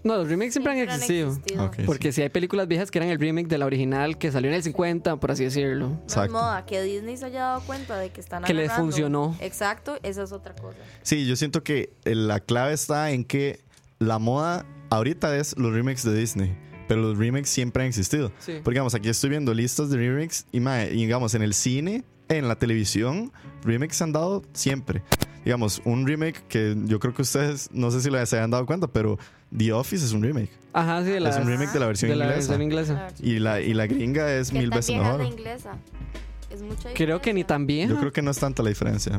S4: No, los remakes siempre han existido.
S3: Ok, sí.
S4: Porque si hay películas viejas que eran el remake de la original que salió en el 50, por así decirlo.
S5: No es
S3: Exacto.
S5: moda, que Disney se haya dado cuenta de que están
S4: Que les
S5: agarrando.
S4: funcionó.
S5: Exacto, esa es otra cosa.
S3: Sí, yo siento que eh, la clave está en que la moda ahorita es los remakes de Disney. Pero los remakes siempre han existido.
S4: Sí.
S3: Porque digamos, aquí estoy viendo listas de remakes y, mae, y, digamos, en el cine, en la televisión, remakes se han dado siempre. Digamos, un remake que yo creo que ustedes, no sé si lo- se han dado cuenta, pero The Office es un remake.
S4: Ajá, sí, de la,
S3: es un remake de la versión
S4: de la
S3: inglesa.
S4: versión inglesa.
S3: Y la, y la gringa es
S5: ¿Qué
S3: mil
S5: tan
S3: veces
S5: vieja es
S3: mejor.
S5: la inglesa? Es mucha
S4: Creo que ni
S5: diferencia.
S4: tan vieja.
S3: Yo creo que no es tanta la diferencia.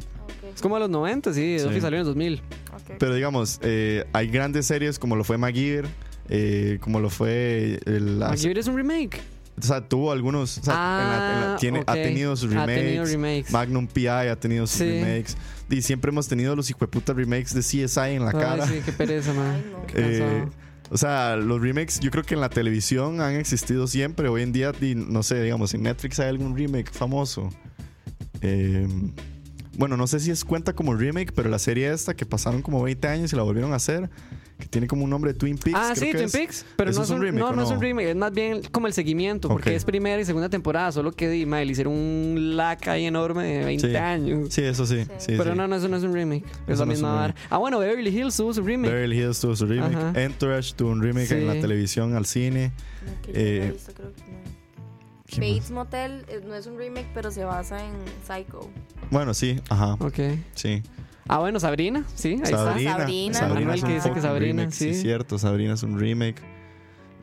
S4: Es como a los 90, sí.
S3: Sí.
S4: Duffy salió en el 2000.
S5: Ok, ok.
S3: Pero digamos, eh, hay grandes series como lo fue MacGyver, eh, como lo fue el...
S4: MacGyver es un remake.
S3: O sea, tuvo algunos... o sea, en la- en la-
S4: Ah,
S3: tiene-
S4: ok.
S3: Ha tenido sus
S4: Ha
S3: remakes.
S4: tenido remakes.
S3: Magnum P.I. ha tenido sus
S4: Sí.
S3: remakes. Y siempre hemos tenido los hijueputas remakes de CSI en la
S4: Ay,
S3: cara.
S4: sí, qué pereza, man.
S5: Ay, no.
S4: Qué
S3: Eh,
S4: cansado.
S3: o sea, los remakes yo creo que en la televisión han existido siempre. Hoy en día, di- no sé, digamos, en Netflix hay algún remake famoso. Eh, bueno, no sé si es cuenta como remake, pero la serie esta que pasaron como 20 años y la volvieron a hacer, que tiene como un nombre de Twin Peaks.
S4: Ah,
S3: creo
S4: sí,
S3: que
S4: Twin
S3: es.
S4: Peaks. Pero
S3: ¿Eso
S4: no
S3: es
S4: es
S3: un
S4: un,
S3: remake
S4: no,
S3: o
S4: no es
S3: no?
S4: un remake. Es más bien como el seguimiento, porque
S3: Ok.
S4: es primera y segunda temporada. Solo que di, mae, le hicieron un lac ahí enorme de 20
S3: Sí.
S4: años.
S3: Sí, eso sí. sí,
S4: Pero
S3: sí.
S4: no, no, eso no es un remake. Es
S3: Eso
S4: la
S3: no es
S4: misma
S3: un
S4: vara. Ah, bueno, Beverly Hills tuvo su remake.
S3: Beverly Hills tuvo su remake.
S4: Ajá.
S3: Entourage tuvo un remake en la
S4: Sí.
S3: televisión, al cine.
S5: No, que yo no la he
S3: eh,
S5: visto, creo que no.
S3: ¿Qué más?
S5: Bates Motel eh, no es un remake, pero se basa en Psycho.
S3: Bueno, sí, ajá.
S4: Ok.
S3: Sí.
S4: Ah, bueno, Sabrina, sí, ahí está.
S3: Sabrina.
S5: Sabrina.
S4: Manuel
S3: es
S4: que
S3: un
S4: dice que
S3: fucking
S4: Sabrina,
S3: remake, sí.
S4: sí.
S3: cierto. Sabrina es un remake.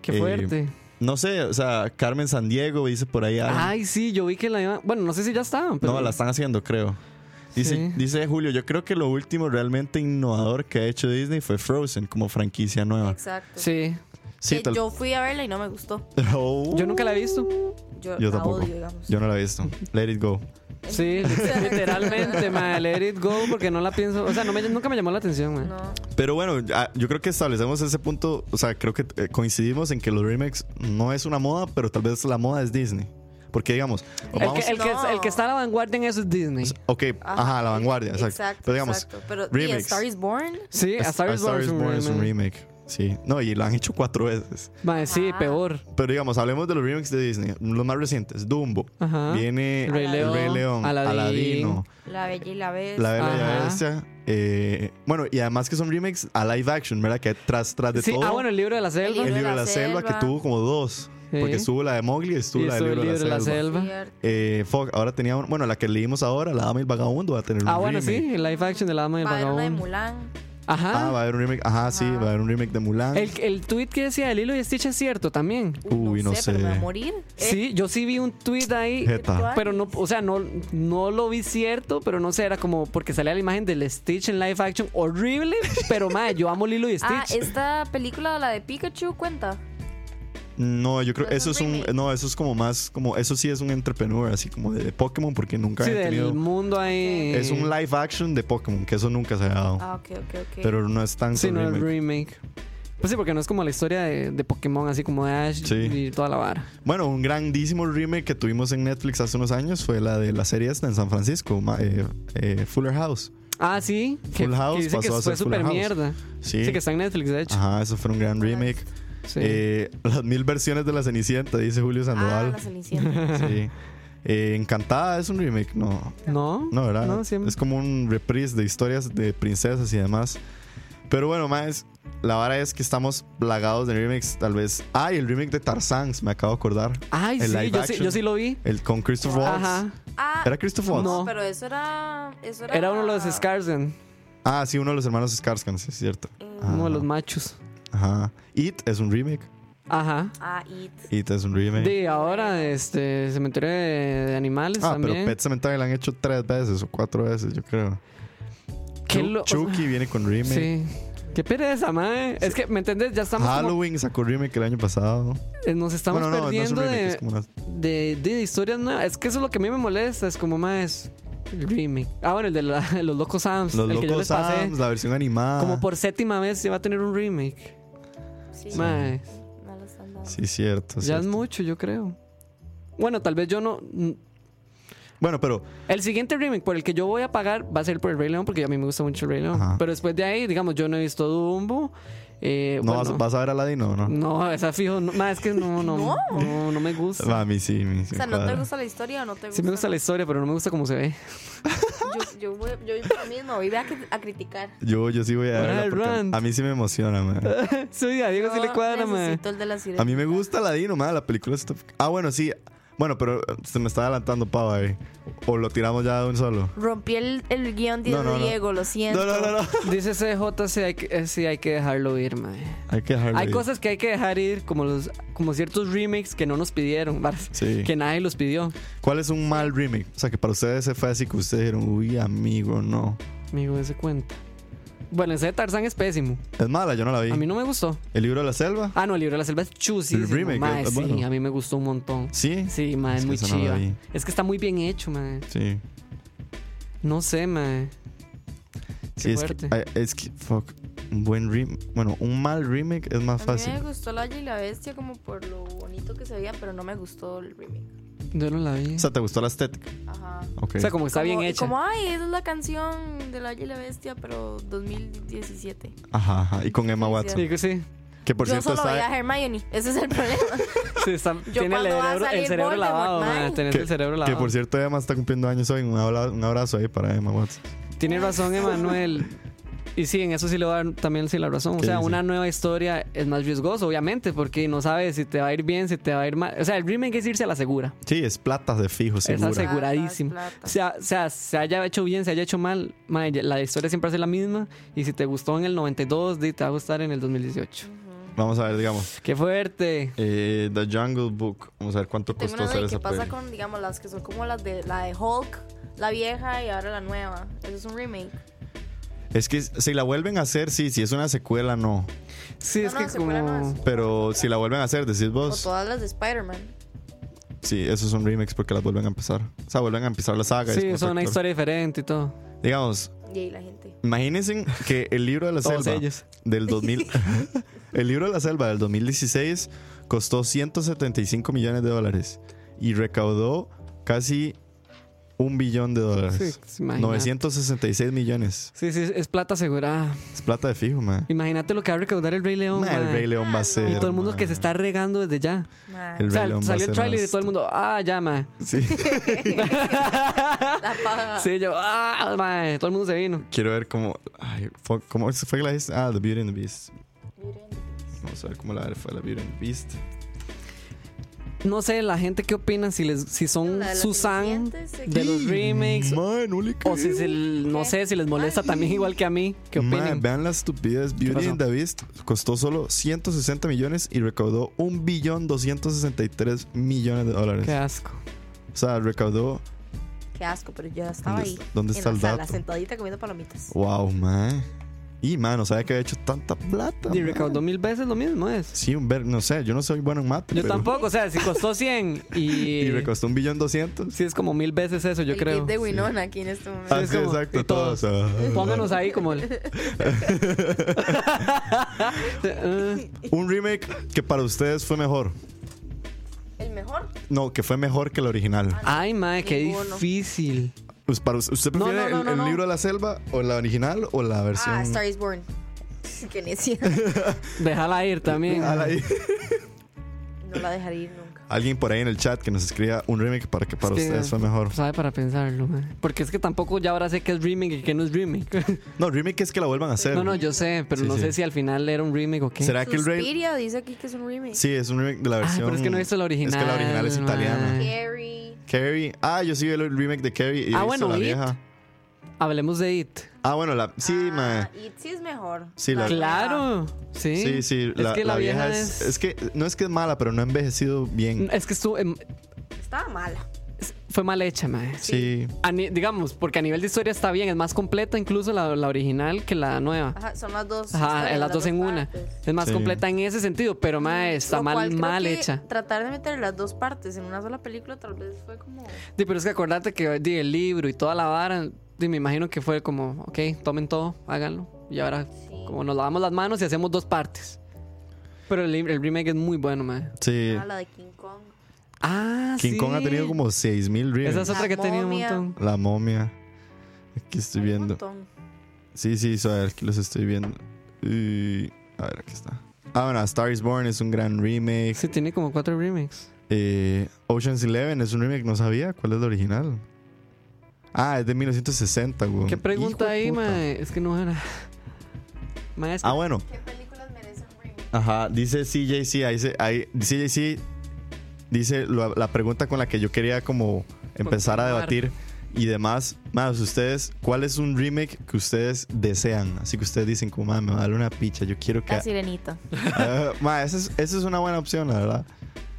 S4: Qué
S3: Eh,
S4: fuerte.
S3: No sé, o sea, Carmen San Diego dice por ahí. algo.
S4: Ay, sí, yo vi que la iban. Bueno, no sé si ya estaban, pero.
S3: ah. no, la están haciendo, creo. Dice,
S4: Sí.
S3: dice Julio, yo creo que lo último realmente innovador que ha hecho Disney fue Frozen como franquicia nueva.
S5: Exacto.
S4: Sí.
S3: Ah. Sí,
S5: Que
S3: tal-
S5: yo fui a verla y no me gustó.
S3: Oh.
S4: Yo nunca la he visto.
S5: Yo,
S3: Yo
S5: la
S3: tampoco.
S5: odio, digamos.
S3: Yo no la he visto. Let it go.
S4: Sí, literalmente, ma, let it go, porque no la pienso. O sea, no me- nunca me llamó la atención, ma.
S5: No.
S3: Pero bueno, ah, yo creo que establecemos ese punto. O sea, creo que eh, coincidimos en que los remakes no es una moda, pero tal vez la moda es Disney. Porque digamos,
S4: El, que,
S3: vamos.
S4: el, Ah, que,
S5: No.
S4: el que está a la vanguardia en eso es Disney.
S3: Ok, ajá, la vanguardia, exacto. pero digamos,
S5: exacto. Pero, ¿y
S3: remakes.
S5: Star is Born?
S4: Sí, a Star is Born es un remake.
S3: Sí, no, y lo han hecho cuatro veces.
S4: Ma, sí,
S3: Ah.
S5: Ajá.
S4: peor.
S3: Pero digamos, hablemos de los remakes de Disney, los más recientes. Dumbo,
S4: Ajá.
S3: viene
S4: Rey
S3: El
S4: León,
S3: Rey León,
S4: Aladín.
S3: Aladino,
S5: La Bella y la Bestia.
S3: La Bella y la
S4: Ajá.
S3: Bestia. eh, bueno, y además que son remakes a live action, ¿verdad? Que tras, tras de
S4: Sí,
S3: todo,
S4: ah, bueno, el libro de la selva.
S5: libro
S3: el
S5: de
S3: libro de
S5: la
S3: la selva,
S5: selva.
S3: que tuvo como dos.
S4: Sí.
S3: Porque estuvo la de Mowgli y estuvo
S4: Y
S3: la del
S4: estuvo
S3: libro, de la selva.
S5: Cierto.
S3: Eh, fuck, ahora tenía un- bueno, la que leímos ahora, La Dama y el Vagabundo, va a tener
S4: Ah,
S3: un
S4: bueno,
S3: remake.
S4: sí, el live action de la dama y el
S5: Va a haber una de
S4: vagabundo.
S5: Mulan.
S3: Ah, va
S4: Ajá.
S3: a haber un remake. Ajá, sí, va a haber un remake de Mulan.
S4: El, el tweet que decía de Lilo y Stitch es cierto también.
S5: Eh.
S3: Uy, no
S5: pero
S3: sé.
S5: me voy a morir. Eh,
S4: Sí, yo sí vi un tweet ahí.
S3: Jeta.
S4: Pero no, o sea, no, no lo vi cierto, pero no sé, era como porque salía la imagen del Stitch en live action, horrible, pero madre, yo amo Lilo y Stitch.
S5: Ah, esta película, la de Pikachu, cuenta.
S3: No, yo creo
S5: No es
S3: eso
S5: un
S3: es un
S5: remake.
S3: no, eso es como más como eso sí es un entrepreneur así como de Pokémon porque nunca
S4: sí,
S3: había
S4: del eh.
S3: tenido
S4: mundo ahí.
S3: es un live action de Pokémon que eso nunca se ha dado,
S5: Ah, ok, ok, ok.
S3: pero no es tan
S4: Sí, no el
S3: remake.
S4: remake. Pues sí, porque no es como la historia de, de Pokémon, así como de Ash
S3: Sí.
S4: y toda la vara.
S3: Bueno, un grandísimo remake que tuvimos en Netflix hace unos años fue la de la serie esta en San Francisco, ma- eh, eh, Fuller House.
S4: Ah, sí. Que,
S3: Full House
S4: que dice que
S3: pasó a
S4: fue
S3: ser Full
S4: súper
S3: House.
S4: mierda.
S3: Sí.
S4: Sí, que está en Netflix, de hecho.
S3: Ajá, eso fue un gran remake.
S4: Sí.
S3: Eh, las mil versiones de la Cenicienta, dice Julio
S5: ah,
S3: Sandoval.
S5: la Cenicienta.
S3: Sí. Eh, Encantada es un remake, no.
S4: no.
S3: No, ¿verdad?
S4: No, siempre.
S3: Es como un reprise de historias de princesas y demás. Pero bueno, más la vara es que estamos plagados de remakes, tal vez. Ah, y el remake de Tarzán, me acabo de acordar.
S4: Ay,
S3: El
S4: sí
S3: live
S4: yo, sí,
S3: action.
S4: yo sí lo vi.
S3: El con Christopher Waltz.
S4: Ajá.
S5: Ah,
S3: ¿Era Christopher Waltz?
S4: No.
S5: pero eso era, eso era.
S4: Era uno de los Scarzen,
S3: Ah, sí, uno de los hermanos Skarsgård, sí, es cierto.
S4: uno de los
S3: Ajá.
S4: machos.
S3: Ajá. It es un remake.
S4: Ajá.
S5: Ah, It.
S3: It es un remake.
S4: De ahora, este, cementerio de, de animales
S3: ah,
S4: también.
S3: pero Pet Cemetery la han hecho tres veces o cuatro veces, yo creo.
S4: Qué
S3: Chu-
S4: lo-
S3: Chucky viene con remake.
S4: Sí. Qué pereza, mae. Es que, ¿me entendés? Ya estamos como-
S3: Halloween sacó remake el año pasado.
S4: eh, nos estamos
S3: bueno, no,
S4: perdiendo
S3: no es un remake, es
S4: de, pues,
S3: como una-
S4: de, de historias nuevas. Es que eso es lo que a mí me molesta. Es como, mae, es el remake. Ah, bueno, el de la- los Locos Sams.
S3: Los
S4: el que yo
S3: Locos
S4: les pasé.
S3: Adams, ah. la versión animada.
S4: Como por séptima vez se va a tener un remake.
S5: Sí,
S4: Mae,
S5: no los han dado.
S3: Sí, cierto.
S4: ya es
S3: cierto.
S4: mucho, yo creo. Bueno, tal vez yo no.
S3: Bueno, pero
S4: El siguiente remake por el que yo voy a pagar va a ser por el Rey León, porque a mí me gusta mucho el Rey León.
S3: Ajá.
S4: Pero después de ahí, digamos, yo no he visto Dumbo. Eh,
S3: ¿no
S4: bueno,
S3: vas, vas a ver Aladdin o no?
S4: No, esa fijo. No, ma, es que no, no, no, no, me gusta.
S3: Ah, A mí sí, a mí sí
S5: O sea,
S3: me
S5: ¿no te
S3: cuadra.
S5: gusta la historia o no te gusta?
S4: Sí me gusta la historia, pero no me gusta cómo se ve.
S5: Yo, yo, voy, yo voy por lo mismo, voy a, cri- a criticar.
S3: Yo, yo sí voy a
S4: Ahora
S3: verla
S4: el
S3: porque
S4: rant.
S3: a mí sí me emociona, man.
S4: Sí, a Diego sí le
S5: Yo
S4: cuadra, ma.
S5: necesito el de la
S3: A
S5: sirena.
S3: mí me gusta Aladino, man, la película está... Ah, bueno, sí. Bueno, pero eh, se me está adelantando Pava ahí. O lo tiramos ya de un solo.
S5: Rompí el, el guión de
S3: No, no, no.
S5: Diego, lo
S3: No,
S5: siento.
S3: no, no, no.
S4: Dice CJ si hay que, eh, sí hay que dejarlo ir, ma.
S3: Hay que dejarlo
S4: Hay
S3: ir.
S4: cosas que hay que dejar ir, como los como ciertos remakes que no nos pidieron, varas,
S3: Sí.
S4: que nadie los pidió.
S3: ¿Cuál es un mal remake? O sea, que para ustedes se fue así que ustedes dijeron, uy, amigo, no.
S4: Amigo, ese cuenta. Bueno, ese de Tarzán es pésimo.
S3: Es mala, yo no la vi.
S4: A mí no me gustó.
S3: ¿El libro de la selva?
S4: Ah, no, el libro de la selva es chusísimo.
S3: El remake,
S4: ma,
S3: es-
S4: sí,
S3: bueno.
S4: a mí me gustó un montón.
S3: Sí.
S4: Sí, ma, es,
S3: Es que
S4: muy
S3: esa no la
S4: chiva.
S3: vi.
S4: es que está muy bien hecho, ma.
S3: Sí.
S4: No sé, ma.
S3: Sí,
S4: Qué
S3: es que,
S4: fuerte.
S3: ay, es que, fuck, un buen remake. Bueno, un mal remake es más
S5: A mí me
S3: fácil.
S5: gustó La Bella y la Bestia como por lo bonito que se veía, pero no me gustó el remake.
S4: Yo no la vi.
S3: O sea, ¿te gustó la estética?
S5: Ajá.
S3: Ok.
S4: O sea, como que está
S5: Como-
S4: bien hecha.
S5: Como, ay, esa es la canción de La Bella y la Bestia, pero 2017.
S3: Ajá, ajá. Y con Emma Watson.
S4: Sí, que sí.
S3: Que por
S5: Yo
S3: cierto
S5: solo veía
S3: está...
S5: a Hermione, ese es el problema.
S4: Sí, está- tiene el
S5: cuando va a
S4: cerebro, el
S5: salir
S4: cerebro
S5: Voldemort,
S4: lavado,
S5: mae.
S4: mae, tenés
S3: Que,
S4: el cerebro
S3: que
S4: lavado.
S3: por cierto Emma está cumpliendo años hoy. Un abra- un abrazo ahí para Emma Watson.
S4: Tiene razón, Emanuel. Y sí, en eso sí le voy a dar también sí la razón. O
S3: ¿Qué
S4: sea,
S3: dice?
S4: una nueva historia es más riesgoso, obviamente, porque no sabes si te va a ir bien, si te va a ir mal. O sea, el remake es irse a la segura.
S3: Sí, es plata de fijo, seguro.
S4: Es aseguradísimo.
S5: Plata, plata.
S4: O sea, o sea, se haya hecho bien, se haya hecho mal, mae, la historia siempre es la misma. Y si te gustó en el 92, di, te va a gustar en el 2018.
S3: Vamos a ver, digamos.
S4: ¡Qué fuerte!
S3: eh, The Jungle Book. Vamos a ver cuánto
S5: Tengo
S3: costó
S5: una
S3: hacer
S5: duda, ¿y
S3: esa
S5: ¿qué pasa
S3: peli.
S5: con, digamos, las que son como las de, la de Hulk, la vieja y ahora la nueva? Eso es un remake.
S3: Es que si la vuelven a hacer, sí. Si es una secuela, no.
S4: Sí,
S5: No,
S4: es
S5: no,
S4: que
S5: secuela no
S4: como.
S5: es.
S3: Pero si la vuelven a hacer, decís
S5: O
S3: vos.
S5: todas las de Spider-Man.
S3: Sí, eso es un remix porque las vuelven a empezar. O sea, vuelven a empezar la saga. y
S4: Sí,
S3: con
S4: son una
S3: otro actor.
S4: historia diferente y todo.
S3: Digamos,
S5: Y ahí la gente.
S3: imagínense que el libro de la
S4: Todos
S3: selva
S4: ellos.
S3: del 2000. el libro de la selva del 2016 costó 175 millones de dólares y recaudó casi un billón de dólares.
S4: Sí, pues, imagínate.
S3: 966 millones.
S4: Sí, sí, es plata asegurada.
S3: Es plata de fijo, man.
S4: Imagínate lo que va a recaudar el Rey León.
S3: Nah, el
S4: mae.
S3: Rey León va a ser.
S4: Y todo el mundo
S3: man.
S4: que se está regando desde ya.
S5: Nah,
S3: El
S4: O
S3: Rey
S4: sea,
S3: León va a
S4: salió
S3: ser
S4: el trailer y
S3: más-
S4: todo el mundo, ah, ya, mae.
S3: Sí.
S5: La paga.
S4: Sí, yo, ah, mae. Todo el mundo se vino.
S3: Quiero ver cómo. Ay, fue- ¿Cómo se fue que la dijiste? Ah, The Beauty and the Beast. Vamos a ver cómo la fue la Beauty and the Beast.
S4: No sé, la gente qué opina si les si son
S5: La de los
S4: Susan
S5: ingredientes,
S4: de los remakes
S3: Man, no le
S4: o si se- no sé si les molesta también igual que a mí. ¿Qué
S3: Man,
S4: opinan?
S3: vean la estupidez. Beauty
S4: pasó?
S3: and the Beast costó solo 160 millones y recaudó 1.263 millones de dólares.
S4: Qué asco.
S3: O sea, recaudó.
S5: Qué asco, pero yo estaba
S3: ¿Dónde
S5: ahí.
S3: está- dónde
S5: en
S3: está
S5: la
S3: el
S5: sala,
S3: dato? Oh,
S5: sentadita comiendo palomitas.
S3: Wow, man. Y, man, no sabía que había hecho tanta plata.
S4: Y
S3: man.
S4: recaudó mil veces lo mismo es.
S3: Sí, un ver, no sé, yo no soy bueno en mate.
S4: Yo
S3: pero-
S4: tampoco, o sea, si costó 100
S3: Y
S4: y
S3: recostó un billón doscientos.
S4: sí es como mil veces eso, yo
S5: el
S4: creo.
S5: clip de Winona aquí en este momento.
S3: Ah,
S4: es
S3: sí,
S4: como- y
S3: exacto,
S4: todos.
S3: todos. ah.
S4: Pónganos ahí como el- Eh,
S3: Un remake que para ustedes fue mejor. Ah,
S5: El mejor.
S3: No, que fue mejor que el original.
S4: Ay, madre, qué
S5: Ninguno.
S4: difícil.
S3: Pues para us- ¿Usted
S4: No,
S3: prefiere
S4: no, no,
S3: el,
S4: no,
S3: el
S4: no.
S3: libro de la selva o la original o la versión?
S5: Ah, Star is Born. Qué necia.
S4: Déjala ir también.
S3: Ah, la-
S5: No la dejaré ir nunca.
S3: alguien por ahí en el chat que nos escriba un remake para que para
S4: Es que,
S3: ustedes fue mejor.
S4: Sabe para pensarlo, mae. Porque es que tampoco ya ahora sé qué es remake y qué no es remake.
S3: No, remake es que la vuelvan a hacer.
S4: No, no, yo sé, pero
S3: Sí,
S4: no
S3: sí.
S4: sé si al final era un remake o qué.
S3: ¿Será que el remake?
S5: Suspiria dice aquí que es un remake.
S3: Sí, es un remake de la
S4: Ah,
S3: versión.
S4: pero es que no he visto la original.
S3: Es que la original es
S4: mae.
S3: italiana.
S5: Carrie.
S3: Carrie. Ah, yo sí vi el remake de Carrie y he visto
S4: Ah, bueno,
S3: la
S4: It.
S3: vieja.
S4: Hablemos de It.
S3: Ah, bueno, la sí,
S5: Ah,
S3: mae.
S5: y sí es mejor.
S3: Sí, la-
S4: Claro. Sí.
S3: Sí, sí, la,
S4: es que la, vieja, es.
S3: es que no es que es mala, pero no ha envejecido bien.
S4: es que estuvo. em,
S5: Estaba mala.
S4: Fue mal hecha, mae.
S3: sí.
S4: A ni- digamos, porque a nivel de historia está bien, es más completa incluso la, la original que la nueva.
S5: Ajá, son las dos.
S4: Ajá,
S5: historias,
S4: las dos en una.
S5: partes.
S4: Es más
S3: Sí.
S4: completa en ese sentido, pero mae, está
S5: Lo cual
S4: mal,
S5: creo
S4: mal
S5: que
S4: hecha.
S5: Tratar de meter las dos partes en una sola película tal vez fue como.
S4: Sí, pero es que acordate que di, el libro y toda la vara, di, me imagino que fue como, ok, tomen todo, háganlo. Y ahora, como nos lavamos las manos y hacemos dos partes. Pero el, el remake es muy bueno, mae.
S3: Sí.
S5: Ah, la de King Kong.
S4: Ah,
S3: King
S4: sí.
S3: Kong ha tenido como 6000 remakes.
S4: Esa es otra
S5: La
S4: que ha tenido un
S5: momia.
S4: montón.
S3: La momia. Aquí estoy
S5: Un
S3: viendo.
S5: montón.
S3: Sí, sí, so, a ver, aquí los estoy viendo. Y- a ver, aquí está. Ah, bueno, Star is Born es un gran remake.
S4: Sí, tiene como cuatro remakes.
S3: Eh, Ocean's Eleven es un remake, no sabía cuál es el original. Ah, es de 1960, güey.
S4: ¿Qué pregunta ahí, mae? Es que no era. Mae, es que-
S3: Ah, bueno.
S5: ¿Qué películas merecen remake?
S3: Ajá, dice CJC, ahí, se- ahí- CJC dice lo- la pregunta con la que yo quería como empezar a
S4: Continuar.
S3: debatir y demás. Más, ustedes, ¿cuál es un remake que ustedes desean? Así que ustedes dicen, como, "Ma, me va a dar una picha, yo quiero que...
S5: La sirenita.
S3: Ah, ma, esa es, esa es una buena opción, la verdad.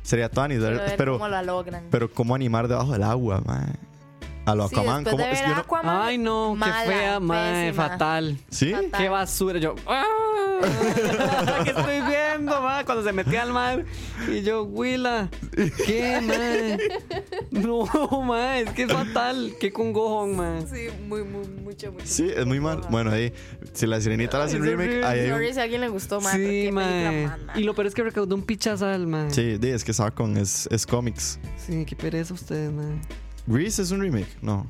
S3: Sería Tony,
S5: Quiero ver
S3: pero,
S5: cómo la logran.
S3: pero ¿cómo animar debajo del agua, ma? A lo
S5: Sí,
S3: Aquaman, ¿cómo?
S5: después de
S3: Es
S5: ver
S3: que yo no-
S5: Aquaman,
S4: Ay, no,
S5: mala,
S4: qué fea, mae,
S5: pésima.
S4: fatal.
S3: ¿Sí?
S5: Fatal.
S4: Qué basura. Yo, ¡ah! ¿Qué estoy viendo, ma? Cuando se metía al mar. Y yo, Willa, ¿qué, ma? No, ma, es que es fatal. Qué congojón, ma.
S5: Sí, muy, muy, mucho, mucho.
S3: Sí, es muy mal. Bueno, ahí, si la sirenita la hace un
S4: es
S3: remake,
S4: horrible.
S3: ahí hay un-
S5: Sorry si a alguien le gustó más.
S4: Sí, ma.
S5: man.
S4: Y lo peor es que recaudó un pichazal, ma. Sí.
S3: Sí, di, es que Sakon es, es cómics.
S4: qué pereza ustedes, ma.
S3: Grease es un remake. No,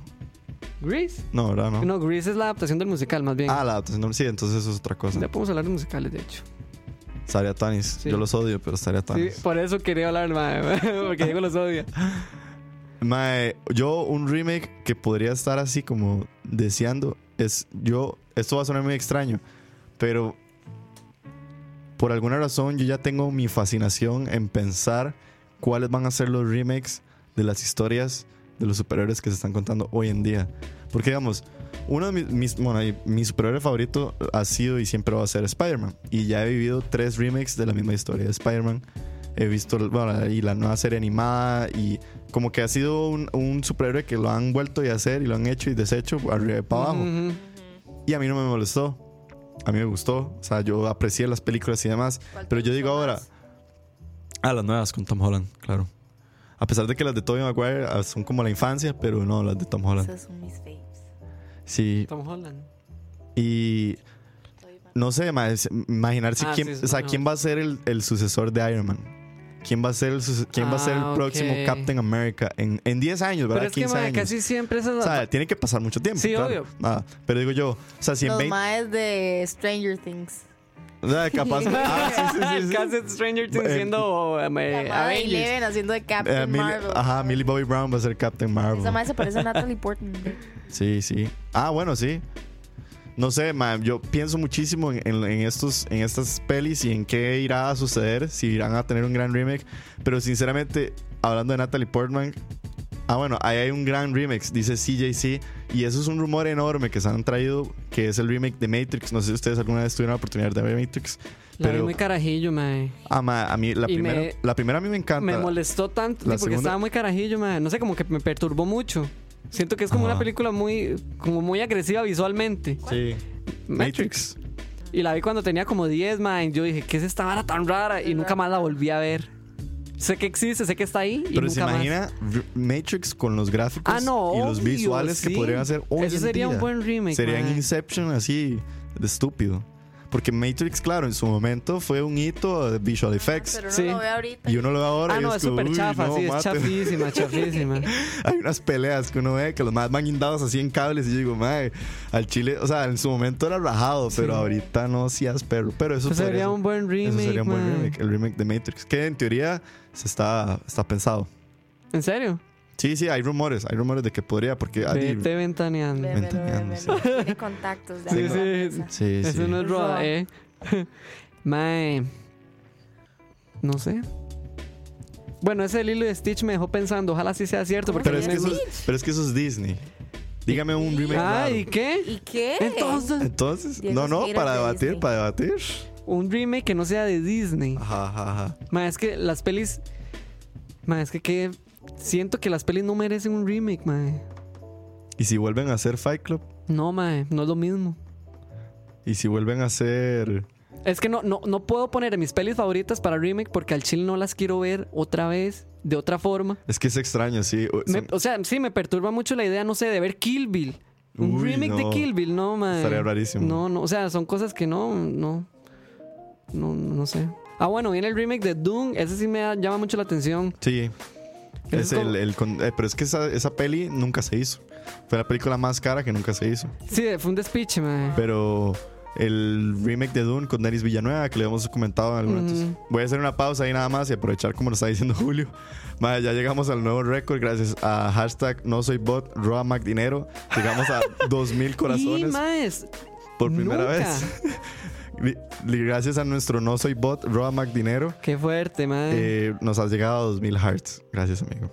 S4: Grease.
S3: no, ¿verdad? No.
S4: No, Grease es la adaptación del musical, más bien.
S3: Ah, la adaptación. no, Sí, entonces eso es otra cosa.
S4: Ya podemos hablar de musicales, de hecho.
S3: Estaría Tanis. Yo los odio, pero estaría
S4: Sí,
S3: Tanis.
S4: por eso quería hablar, ma. Porque Diego los odia.
S3: Mae, yo un remake que podría estar así como deseando es. Yo. Esto va a sonar muy extraño, pero. Por alguna razón, yo ya tengo mi fascinación en pensar cuáles van a ser los remakes de las historias de los superhéroes que se están contando hoy en día. Porque, digamos, uno de mis, mis- bueno, y mi superhéroe favorito ha sido y siempre va a ser Spider-Man. Y ya he vivido tres remakes de la misma historia de Spider-Man. He visto bueno, y la nueva serie animada y como que ha sido un, un superhéroe que lo han vuelto a hacer y lo han hecho y deshecho arriba y para abajo.
S4: Ujú.
S3: Y a mí no me molestó. A mí me gustó. O sea, yo aprecié las películas y demás.
S5: ¿Cuál te
S3: Pero yo
S5: gustó
S3: digo ahora.
S5: más?
S3: A Ah, las nuevas con Tom Holland, claro. A pesar de que las de Tobey Maguire ah, son como la infancia, pero no, las de Tom Holland.
S5: Esas son mis faves.
S3: Sí.
S4: Tom Holland.
S3: Y
S5: Estoy mal.
S3: no sé, ma- es- imaginarse
S4: Ah,
S3: quién,
S4: sí,
S3: o sea,
S4: no.
S3: quién va a ser el, el sucesor de Iron Man. ¿Quién va a ser el, suce- quién va a ser el
S4: Ah,
S3: próximo
S4: ok.
S3: Captain America en, en 10 años, ¿verdad?
S4: Pero es que,
S3: 15
S4: ma,
S3: años.
S4: casi siempre esas
S3: O sea, tiene que pasar mucho tiempo.
S4: Sí,
S3: claro.
S4: obvio.
S3: Ah, pero digo yo, o sea, si en
S5: Los
S3: 20.
S5: maes de Stranger
S4: Eh,
S5: Things.
S3: Ah, capaz. Ah, sí, sí, sí, sí.
S4: Casi Stranger Things
S3: Eh,
S4: siendo eh,
S5: La
S4: eh,
S5: mae de
S4: Avengers.
S5: Eleven haciendo de Captain
S3: Eh, Millie-
S5: Marvel.
S3: ajá, Millie Bobby Brown va a ser Captain Marvel.
S5: Esa mae se parece a Natalie Portman.
S3: Sí, sí. Ah, bueno, sí. No sé, ma, yo pienso muchísimo en, en- en estos, en estas pelis y en qué irá a suceder, si irán a tener un gran remake. Pero sinceramente, hablando de Natalie Portman, ah, bueno, ahí hay un gran remix, dice CJC, y eso es un rumor enorme que se han traído, que es el remake de Matrix. No sé si ustedes alguna vez tuvieron la oportunidad de ver Matrix,
S4: La vi
S3: pero
S4: muy carajillo, mae.
S3: ah, ma, a mí la
S4: Y
S3: primera,
S4: me-
S3: la primera a mí me encanta.
S4: Me molestó tanto sí,
S3: La
S4: porque
S3: segunda-
S4: estaba muy carajillo, mae. No sé, como que me perturbó mucho. Siento que es como
S3: Ajá.
S4: una película muy como muy agresiva visualmente.
S3: sí. Matrix.
S4: Y la vi cuando tenía como 10, mae. Yo dije, ¿qué es esta vara tan rara? Y nunca más la volví a ver. Sé que existe, sé que está ahí y
S3: Pero se
S4: nunca más.
S3: imagina R- Matrix con los gráficos
S4: Ah, no,
S3: y los
S4: obvio,
S3: visuales
S4: sí.
S3: que podrían hacer hoy
S4: Eso
S3: en
S4: sería un
S3: día.
S4: buen remake,
S3: Sería
S4: mae.
S3: un Inception así de estúpido. Porque Matrix, claro, en su momento fue un hito de visual effects.
S5: Ah, Pero no
S4: Sí.
S5: lo ve ahorita.
S3: Y uno lo ve ahora
S4: Ah,
S3: y
S4: no,
S3: es
S4: es
S3: como,
S4: súper
S3: "Uy,
S4: chafa,
S3: no,
S4: sí, es
S3: maten".
S4: chafísima, chafísima.
S3: Hay unas peleas que uno ve que los más van guindados así en cables y yo digo, madre, al chile, o sea, en su momento era rajado, pero ahorita no seas perro. Pero eso
S4: Eso sería
S3: podría-
S4: un buen remake,
S3: eso sería un buen
S4: mae.
S3: remake, el remake de Matrix, que en teoría se está, está pensado.
S4: ¿En serio?
S3: Sí, sí, hay rumores, hay rumores de que podría, porque Ali-
S4: Vete ventaneando.
S5: Ve, ve, ve, ve,
S3: Ventaneando,
S5: ve,
S3: sí.
S5: Tiene contactos. de
S4: Sí,
S5: alguna
S4: sí.
S5: cosa.
S3: Sí, sí.
S4: Eso no es roba,
S5: Roa.
S4: eh. Mae. No sé. Bueno, ese Lilo de Stitch me dejó pensando. Ojalá sí sea cierto. Porque
S3: Pero, es
S4: no
S3: que
S4: me
S3: eso
S4: gusta.
S3: es, pero es que eso es Disney. Dígame un remake.
S4: Ah,
S3: raro.
S4: ¿y qué?
S5: ¿Y qué?
S4: Entonces,
S3: Entonces,
S5: Diego
S3: no, no,
S5: Spira
S3: para
S5: de
S3: debatir,
S5: Disney.
S3: para debatir.
S4: un remake que no sea de Disney.
S3: Ajá, ajá, ajá.
S4: Mae, es que las pelis. Mae, es que qué. Siento que las pelis no merecen un remake, mae.
S3: Y si vuelven a hacer Fight Club,
S4: No, mae, no es lo mismo.
S3: y si vuelven a hacer.
S4: Es que no, no, no puedo poner mis pelis favoritas para remake porque al chile no las quiero ver otra vez, de otra forma.
S3: Es que es extraño, sí. o-
S4: Me-
S3: son-
S4: o sea, sí, me perturba mucho la idea, no sé, de ver Kill Bill. Un
S3: Uy,
S4: remake de
S3: no.
S4: Kill Bill, no, man.
S3: Estaría rarísimo.
S4: No, no, o sea, son cosas que no, no, no, no sé. Ah, bueno, viene el remake de Doom, ese sí me da- llama mucho la atención.
S3: Sí.
S4: Eso
S3: Es
S4: es como-
S3: el, el con- eh, pero es que esa, esa peli nunca se hizo. Fue la película más cara que nunca se hizo.
S4: Sí, fue un despiche, man.
S3: Pero el remake de Dune con Denis Villanueva, que le hemos comentado en algún
S4: Ujú.
S3: momento. Voy a hacer una pausa ahí nada más y aprovechar como lo está diciendo Julio. Mae, ya llegamos al nuevo récord gracias a hashtag no soy bot, Roa Mac Dinero. Llegamos a 2000
S4: Y,
S3: corazones
S4: más,
S3: por primera
S4: nunca.
S3: vez. Y gracias a nuestro no soy bot, Roa Mac Dinero.
S4: qué fuerte, man.
S3: eh, nos has llegado a 2000 hearts. Gracias, amigo.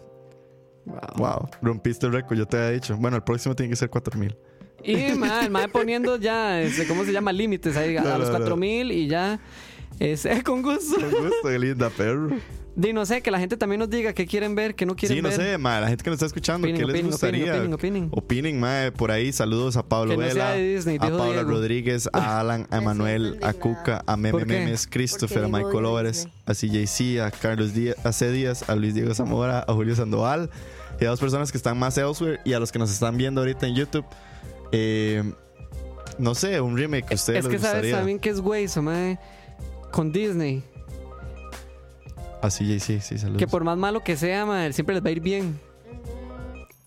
S4: Wow.
S3: Wow, rompiste el récord, yo te había dicho. Bueno, el próximo tiene que ser 4000.
S4: Y mal, mal poniendo ya, este, ¿cómo se llama? Límites ahí, a,
S3: No,
S4: a los
S3: no, no.
S4: 4000 y ya. Este, con gusto.
S3: Con gusto, qué linda, perro.
S4: Di, no sé, que la gente también nos diga qué quieren ver, qué no quieren
S3: Sí, no
S4: ver.
S3: sé, ma, la gente que nos está escuchando,
S4: Opinen,
S3: ¿qué les
S4: opinen,
S3: gustaría?
S4: opinen, opinen, opinen.
S3: ma, por ahí saludos a Pablo
S4: Que no sea
S3: Vela,
S4: de Disney,
S3: a
S4: dijo
S3: Paula
S4: Diego.
S3: Rodríguez, a Alan, a
S5: Me
S3: Manuel,
S5: siento
S3: a Cuca, a Meme
S4: ¿Por qué?
S3: Memes, Christopher, a
S5: Porque
S3: Michael
S5: digo
S3: Álvarez, a CJC, a Carlos Díaz, a C. Díaz, a Luis Diego Zamora, a Julio Sandoval, y a dos personas que están más elsewhere y a los que nos están viendo ahorita en YouTube. Eh, no sé, un remake que a ustedes
S4: Es
S3: les
S4: que sabes
S3: gustaría.
S4: también que es güey, eso, mae, con Disney.
S3: A CJC, sí, saludos.
S4: Que por más malo que sea, mae, siempre les va a ir bien.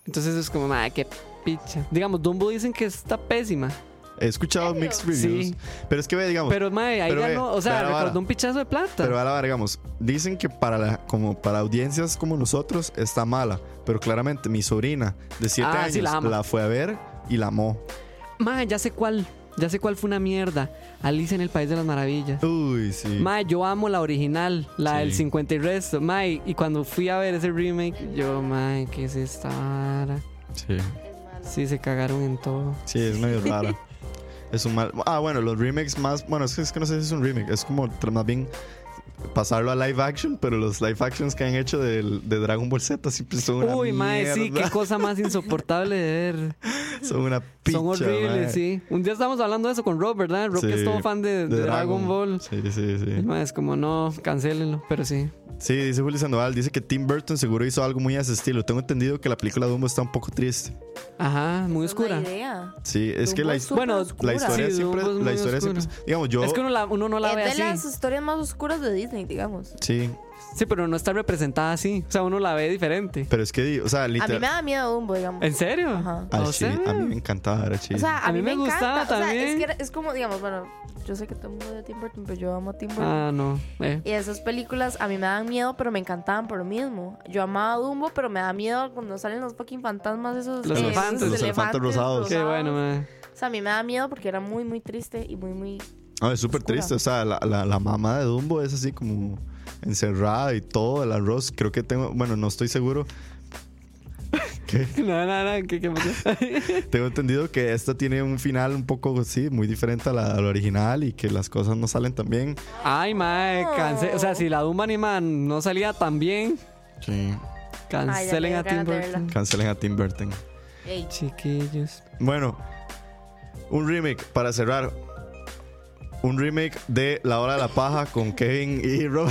S4: Entonces es como, madre, qué picha. Digamos, Dumbo dicen que está pésima.
S3: He escuchado mixed reviews,
S4: Sí.
S3: pero es que ve, digamos,
S4: Pero, madre, ahí
S3: Oh, Pero ve,
S4: ganó.
S3: ve
S4: O sea,
S3: la vara.
S4: recordó un pichazo de plata.
S3: Pero a la verga, digamos, dicen que para, la- como para audiencias como nosotros está mala, pero claramente mi sobrina de 7
S4: Ah,
S3: años
S4: sí, la ama.
S3: fue a ver y la amó.
S4: Mae, ya sé cuál. Ya sé cuál fue una mierda. Alicia en el País de las Maravillas.
S3: Uy, sí.
S4: Mae, yo amo la original, la
S3: Sí.
S4: del 50 y resto. Mae, y cuando fui a ver ese remake, yo, mae, ¿qué es esta vara?
S3: sí.
S4: Sí, se cagaron en todo.
S3: Sí, es medio rara. Es un mal. Ah, bueno, los remakes más. Bueno, es que, es que no sé si es un remake, es como tra- más bien pasarlo a live action, pero los live actions que han hecho del- de, Dragon Ball Z siempre son una.
S4: Uy, mae, sí, qué
S3: mierda.
S4: cosa más insoportable de ver.
S3: Son una picha,
S4: Son horribles,
S3: mae.
S4: sí. Un día estábamos hablando de eso con Rob, ¿verdad? Rob que es
S3: Sí,
S4: todo fan de, de Dragon Ball.
S3: Sí, sí, sí.
S4: Y, mae, es como, no, cancélenlo, pero sí.
S3: Sí, dice Julio Sandoval, dice que Tim Burton seguro hizo algo muy a ese estilo. Tengo entendido que la película Dumbo está un poco triste.
S4: Ajá, muy
S5: Esa es la
S4: oscura.
S5: idea.
S3: Sí, es que la,
S5: Dumbo
S3: his-
S5: súper
S4: Bueno,
S5: oscura.
S3: la historia
S4: Sí,
S3: siempre,
S4: Dumbo es muy
S3: la historia
S4: oscura.
S3: siempre, digamos yo,
S4: Es que uno, la- uno no la
S5: Es
S4: ve
S5: de
S4: así.
S5: las historias más oscuras de Disney, digamos.
S3: sí,
S4: Sí, pero no está representada así. O sea, uno la ve diferente.
S3: pero es que, di- o sea,
S5: A mí me
S3: literal,
S5: da miedo Dumbo, digamos.
S4: ¿En serio?
S5: Ajá.
S3: Ah,
S4: O
S3: sí,
S4: sea,
S3: a mí me encantaba, era chido.
S5: O sea, a, mí, me,
S4: gustaba
S5: encanta. O sea,
S4: también.
S5: es, que era- es como, digamos, bueno, yo sé que todo el mundo de Tim Burton, pero yo amo a Tim Burton.
S4: Ah, no. eh.
S5: Y esas películas a mí me dan miedo, pero me encantaban por lo mismo. Yo amaba a Dumbo, pero me da miedo cuando salen los fucking fantasmas esos.
S4: Los
S5: esos
S4: elefantes.
S3: Los elefantes rosados.
S4: Qué bueno, mae.
S5: O sea, a mí me da miedo porque era muy, muy triste y muy, muy...
S3: No, es súper
S5: oscura.
S3: triste, o sea, la, la, la mamá de Dumbo es así como encerrada y todo, el arroz, creo que tengo, bueno, no estoy seguro. ¿Qué?
S4: No, no, no, ¿qué, qué pasó?
S3: Tengo entendido que esta tiene un final un poco, sí, muy diferente a la, a la original y que las cosas no salen tan bien.
S4: Ay, mae, cance- O sea, si la Dumba Anima no salía tan bien,
S3: Sí.
S4: cancelen
S5: Ay, ya me
S4: a Tim
S5: dieron ganas de
S4: Burton.
S3: Cancelen a Tim Burton.
S5: Ey,
S4: Chiquillos.
S3: Bueno, un remake para cerrar. Un remake de La Hora de la Paja con Kevin y Rob.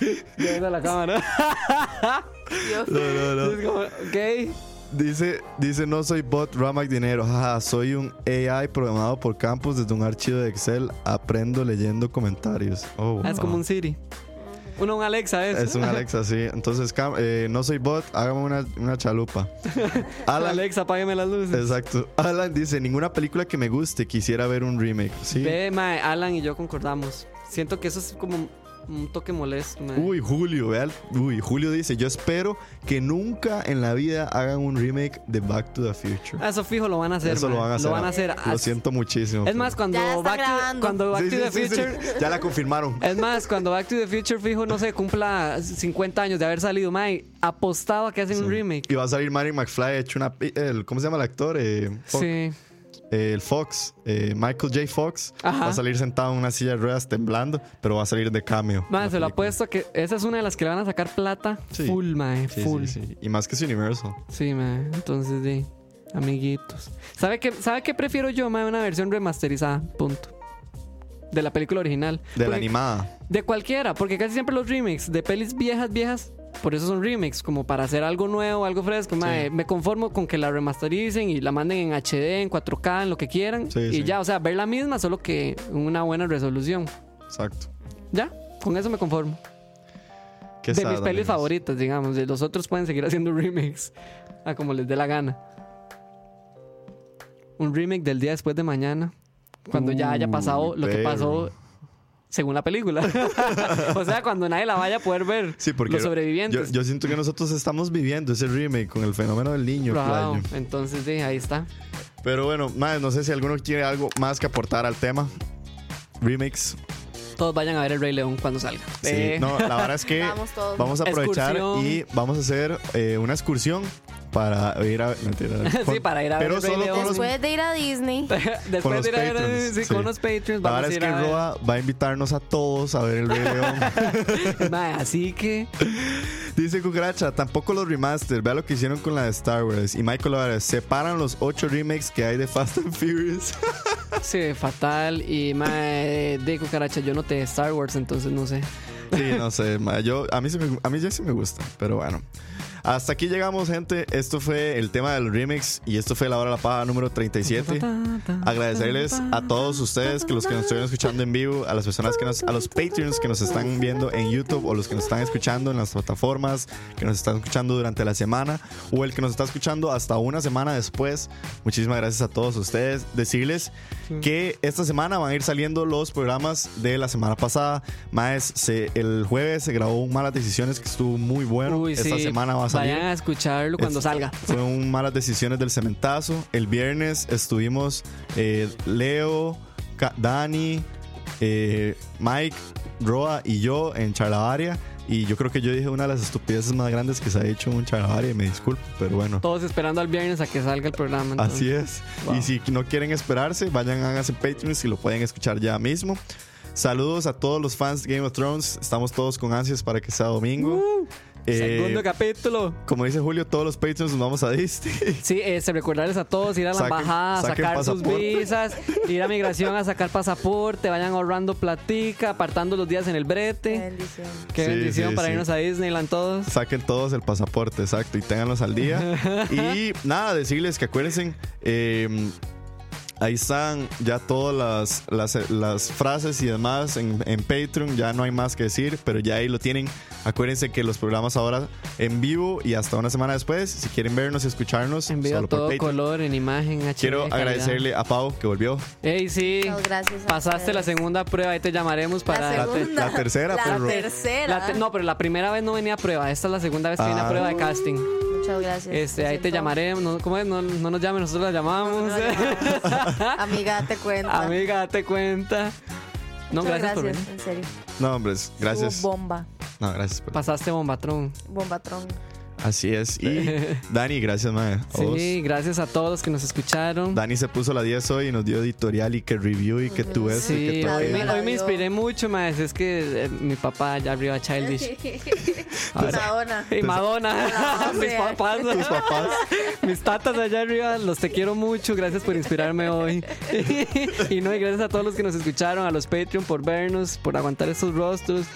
S4: Yo viendo la cámara.
S5: Dios.
S3: No, no, no.
S4: Es como, ok.
S3: Dice, dice, no soy bot Ramac Dinero, jaja, soy un AI programado por Campus desde un archivo de Excel, aprendo leyendo comentarios. Oh,
S4: Ah, es
S3: wow.
S4: como un Siri. Uno, un Alexa, es.
S3: Es un Alexa, sí. Entonces, Cam- eh, no soy bot, hágame una, una chalupa. Alan,
S4: Alexa, apágueme las luces.
S3: exacto. Alan dice, ninguna película que me guste, quisiera ver un remake. Sí.
S4: Ve, mae, Alan y yo concordamos. Siento que eso es como un toque molesto, mae.
S3: Uy, Julio, vea, uy, Julio dice, yo espero que nunca en la vida hagan un remake de Back to the Future.
S4: Ah, Eso fijo lo van a hacer.
S3: Eso lo
S4: mae.
S3: van a hacer.
S4: Lo van a hacer.
S3: Lo
S4: As-
S3: siento muchísimo.
S4: Es más, cuando
S5: Ya la están
S4: Back, to,
S5: grabando.
S4: cuando Back
S3: Sí,
S4: to
S3: sí,
S4: the
S3: sí, sí.
S4: Future.
S3: Ya la confirmaron.
S4: Es más, cuando Back to the Future, fijo, no se cumpla 50 años de haber salido, mae, apostaba que hacen un remake.
S3: Y va a salir Mary McFly hecho una... pi- el- ¿Cómo se llama el actor? Eh, Fox.
S4: Sí.
S3: Eh, el Fox. eh, Michael J. Fox.
S4: Ajá.
S3: Va a salir sentado en una silla de ruedas temblando, pero va a salir de cameo.
S4: Mae,
S3: La
S4: se lo
S3: película.
S4: apuesto que esa es una de las que le van a sacar plata
S3: Sí.
S4: full, mae,
S3: Sí,
S4: full.
S3: sí, sí. Y más que es Universal.
S4: Sí, mae. Entonces, sí. Amiguitos. ¿Sabe qué, ¿Sabe qué prefiero yo, mae? Una versión remasterizada. Punto. De la película original.
S3: De la
S4: Porque-
S3: animada.
S4: De cualquiera, porque casi siempre los remakes de pelis viejas, viejas, por eso son remakes, como para hacer algo nuevo, algo fresco. mae, me conformo con que la remastericen y la manden en HD, en 4K, en lo que quieran.
S3: Sí,
S4: y
S3: sí.
S4: ya, o sea, ver la misma, solo que en una buena resolución.
S3: Exacto.
S4: Ya, con eso me conformo.
S3: Qué
S4: de
S3: sad,
S4: mis pelis
S3: amigos.
S4: favoritas, digamos. De los otros pueden seguir haciendo remakes a como les dé la gana. Un remake del día después de mañana, cuando ya haya
S3: Uy,
S4: pasado lo que
S3: perro.
S4: pasó según la película. o sea, cuando nadie la vaya a poder ver.
S3: Sí, porque
S4: los sobrevivientes.
S3: Yo, yo siento que nosotros estamos viviendo ese remake con el fenómeno del niño.
S4: Bravo.
S3: playo.
S4: Entonces, sí, ahí está.
S3: Pero bueno, madre, no sé si alguno quiere algo más que aportar al tema. Remix.
S4: Todos vayan a ver el Rey León cuando salga.
S3: Sí.
S4: Eh,
S3: No, la verdad es que
S5: Vamos todos.
S3: vamos a aprovechar
S4: Excursión.
S3: y vamos a hacer eh, una excursión para ir a. mentira,
S4: Sí, para ir a ver
S3: Pero
S4: el Rey
S3: solo
S4: León.
S3: con los.
S5: Después de ir a Disney,
S4: Después
S3: Con los
S4: de ir a ver-
S3: Patreons,
S4: sí,
S3: sí.
S4: con los Patreons,
S3: La
S4: vamos
S3: verdad
S4: a
S3: es
S4: ir
S3: que
S4: a ver.
S3: Roa va a invitarnos a todos a ver el Rey León.
S4: Mae, Así que,
S3: Dice Cucaracha, tampoco los remasters. Vea lo que hicieron con la de Star Wars. Y Michael Varas, separan los ocho remakes que hay de Fast and Furious.
S4: sí, fatal. Y, mae, de cucaracha, yo noté Star Wars, entonces no sé.
S3: Sí, no sé, ma, yo, a, mí sí me, a mí ya sí me gusta, pero bueno. Hasta aquí llegamos, gente. Esto fue el tema del remix y esto fue la hora de la paja número 37. Agradecerles a todos ustedes que los que nos estuvieron escuchando en vivo, a las personas que nos, a los Patreons que nos están viendo en YouTube o los que nos están escuchando en las plataformas, que nos están escuchando durante la semana o el que nos está escuchando hasta una semana después. Muchísimas gracias a todos ustedes. Decirles que esta semana van a ir saliendo los programas de la semana pasada. Más se- el jueves se grabó un Malas Decisiones que estuvo muy bueno.
S4: Uy,
S3: esta
S4: sí,
S3: semana va a salir.
S4: Vayan a escucharlo cuando
S3: Es-
S4: salga.
S3: Fue un malas decisiones del cementazo. El viernes estuvimos eh, Leo, Ca- Dani, eh, Mike, Roa y yo en Charlavaria. Y yo creo que yo dije una de las estupideces más grandes que se ha hecho en un Charlavaria. Y me disculpo, pero bueno.
S4: Todos esperando al viernes a que salga el programa. entonces.
S3: Así es.
S4: Wow.
S3: Y si no quieren esperarse, vayan, háganse Patreon si lo pueden escuchar ya mismo. Saludos a todos los fans de Game of Thrones. Estamos todos con ansias para que sea domingo. Eh,
S4: Uh, Segundo capítulo.
S3: como dice Julio, todos los Patreons nos vamos a Disney.
S4: Sí, este, recordarles a todos ir a la
S3: Saquen-
S4: embajada, a
S3: saquen
S4: sacar sus
S3: pasaporte.
S4: visas, ir a migración a sacar pasaporte, vayan ahorrando platica, apartando los días en el
S5: qué
S4: brete.
S5: bendición.
S4: Qué
S3: Sí,
S4: bendición
S3: sí,
S4: para
S3: sí.
S4: irnos a Disneyland todos.
S3: Saquen todos el pasaporte, exacto, y ténganlos al día. Y nada, decirles que acuérdense, eh, ahí están ya todas las, las, las frases y demás en, en Patreon, ya no hay más que decir, pero ya ahí lo tienen. Acuérdense que los programas ahora en vivo y hasta una semana después, si quieren vernos y escucharnos,
S4: Envío
S3: solo
S4: a
S3: por
S4: todo
S3: Patreon.
S4: color, en imagen, HD,
S3: Quiero
S4: calidad.
S3: agradecerle a Pau que volvió.
S4: Ey, sí.
S5: Muchas gracias. a
S4: Pasaste la
S5: ustedes.
S4: segunda prueba, y te llamaremos para.
S5: La
S3: La te-
S5: segunda.
S3: la tercera,
S4: pues,
S5: La
S3: pero-
S5: tercera.
S4: La te- no, pero la primera vez no venía a prueba. Esta es la segunda vez que viene a
S3: Ah.
S4: prueba de casting.
S5: Muchas gracias.
S4: Este,
S5: Lo
S4: ahí te
S5: siento.
S4: llamaremos. No, ¿Cómo es? No, no nos llames, nosotros la llamamos.
S5: Nosotros la llamamos. Amiga, te cuento.
S4: Amiga, date cuenta. No,
S5: Muchas
S4: gracias, por
S5: gracias
S4: venir.
S5: en serio.
S3: No, hombres, gracias.
S5: Estuvo bomba,
S3: No, gracias. por-
S4: Pasaste bombatrón.
S5: bombatrón.
S3: Así es. Y Dani, gracias, mae. a vos.
S4: Sí, gracias a todos los que nos escucharon.
S3: Dani se puso la 10 hoy y nos dio editorial y que review y que tú ese, pues, que
S4: Sí,
S3: tú
S4: hoy
S3: aquel.
S4: me,
S5: Dani.
S4: hoy me inspiré mucho, más. Es que eh, mi papá ya arriba Childish.
S5: Maradona.
S4: Y Madonna,
S5: Ah, Entonces-
S4: mis papás,
S3: Tus papás.
S4: mis tatas allá arriba, los te quiero mucho, gracias por inspirarme hoy. y no, y gracias a todos los que nos escucharon, a los Patreon por vernos, por aguantar estos rostros,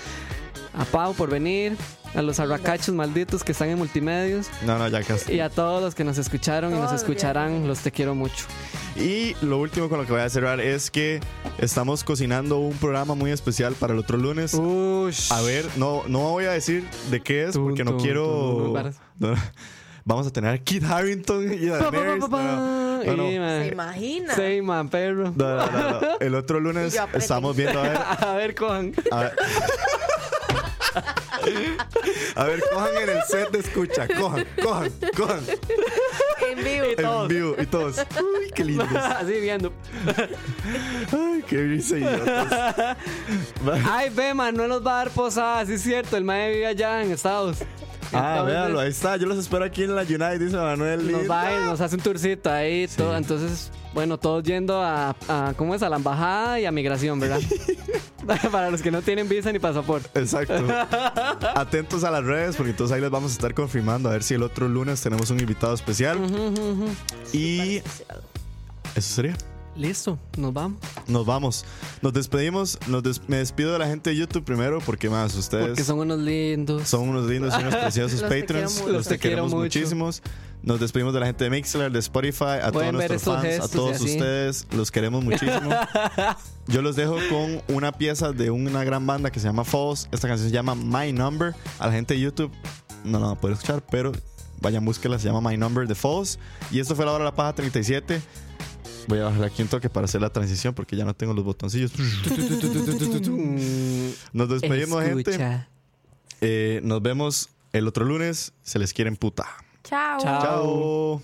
S4: a Pau por venir, a los arracachos malditos que están en multimedios
S3: No, no, ya casi.
S4: y a todos los que nos escucharon y nos
S5: Todos,
S4: escucharán, los te quiero mucho.
S3: Y lo último con lo que voy a cerrar es que estamos cocinando un programa muy especial para el otro lunes.
S4: Ush.
S3: A ver, no, no voy a decir de qué es
S4: Tun,
S3: porque no
S4: tun,
S3: quiero.
S4: tun, varas.
S3: No, no. Vamos a tener a Kit Harrington y a
S4: Pa, pa, pa,
S3: Daenerys.
S4: pa,
S3: No,
S4: pa.
S3: no. No, no.
S4: Y, man,
S5: ¿Se imagina?
S4: Sí, man, perro.
S3: No, no, no, no. El otro
S5: Y
S3: lunes
S5: yo apreté.
S3: estamos viendo a ver.
S4: A ver, cojan.
S3: A ver. A ver, cojan en el set de escucha. Cojan, cojan, cojan.
S5: En vivo.
S3: En vivo y todos. Uy, qué lindos.
S4: Así viendo.
S3: Ay, qué risa idiotas.
S4: Ay, ve, man, no nos va a dar posada, sí es cierto, el mae vive allá en Estados.
S3: Ah,
S4: Entonces,
S3: véanlo, ahí está. Yo los espero aquí en la United, dice Manuel.
S4: Nos
S3: Linda.
S4: va y nos hace un tourcito ahí, todo. Entonces, bueno, todos yendo a, a- ¿cómo es? A la embajada y a migración, ¿verdad? Para los que no tienen visa ni pasaporte.
S3: Exacto. Atentos a las redes porque entonces ahí les vamos a estar confirmando a ver si el otro lunes tenemos un invitado especial. Y eso sería.
S4: Listo, nos vamos.
S3: Nos vamos. Nos despedimos. Nos des- me despido de la gente de YouTube primero porque más ustedes
S4: Porque son unos lindos.
S3: son unos lindos y unos preciosos
S5: Los te
S3: patrons.
S5: quiero mucho.
S3: Los te queremos muchísimos. Nos despedimos de la gente de Mixler, de Spotify, a todos
S4: Pueden ver
S3: nuestros
S4: estos
S3: fans, a
S4: gestos y
S3: todos
S4: así.
S3: ustedes. Los queremos muchísimo. Yo los dejo con una pieza de una gran banda que se llama Falls. Esta canción se llama My Number. A la gente de YouTube no la van a poder escuchar, pero vayan, búsquela. Se llama My Number de Falls. Y esto fue la hora de la paja 37. Voy a bajar aquí un toque para hacer la transición porque ya no tengo los botoncillos. Nos despedimos, gente.
S4: Escucha.
S3: Eh, nos vemos el otro lunes. Se les quieren puta.
S5: Chao.
S4: Chao.
S3: Chao.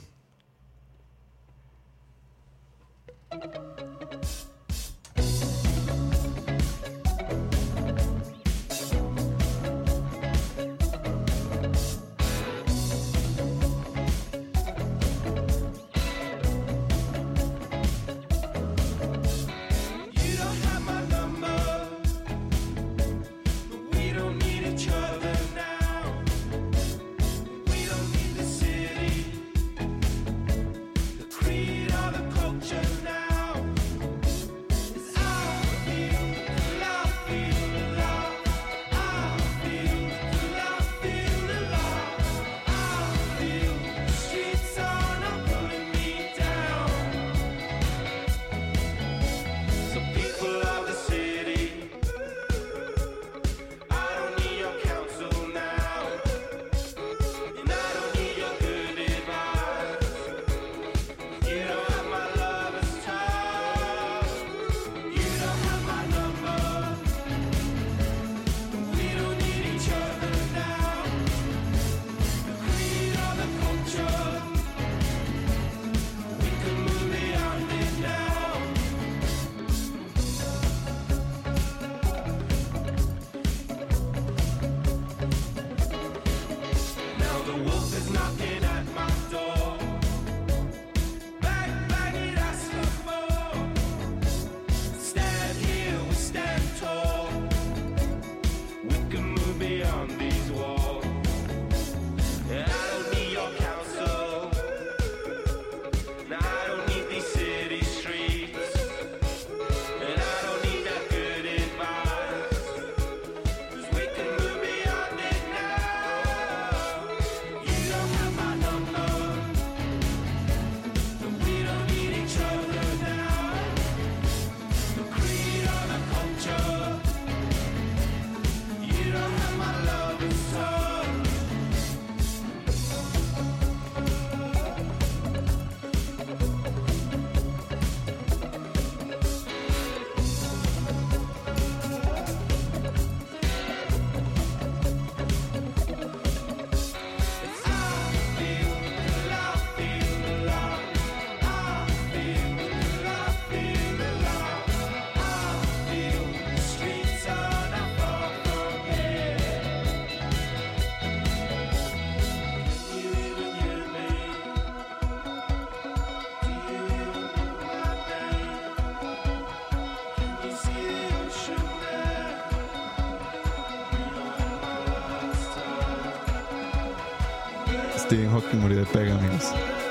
S3: Stephen Hawking murió de pega, amigos.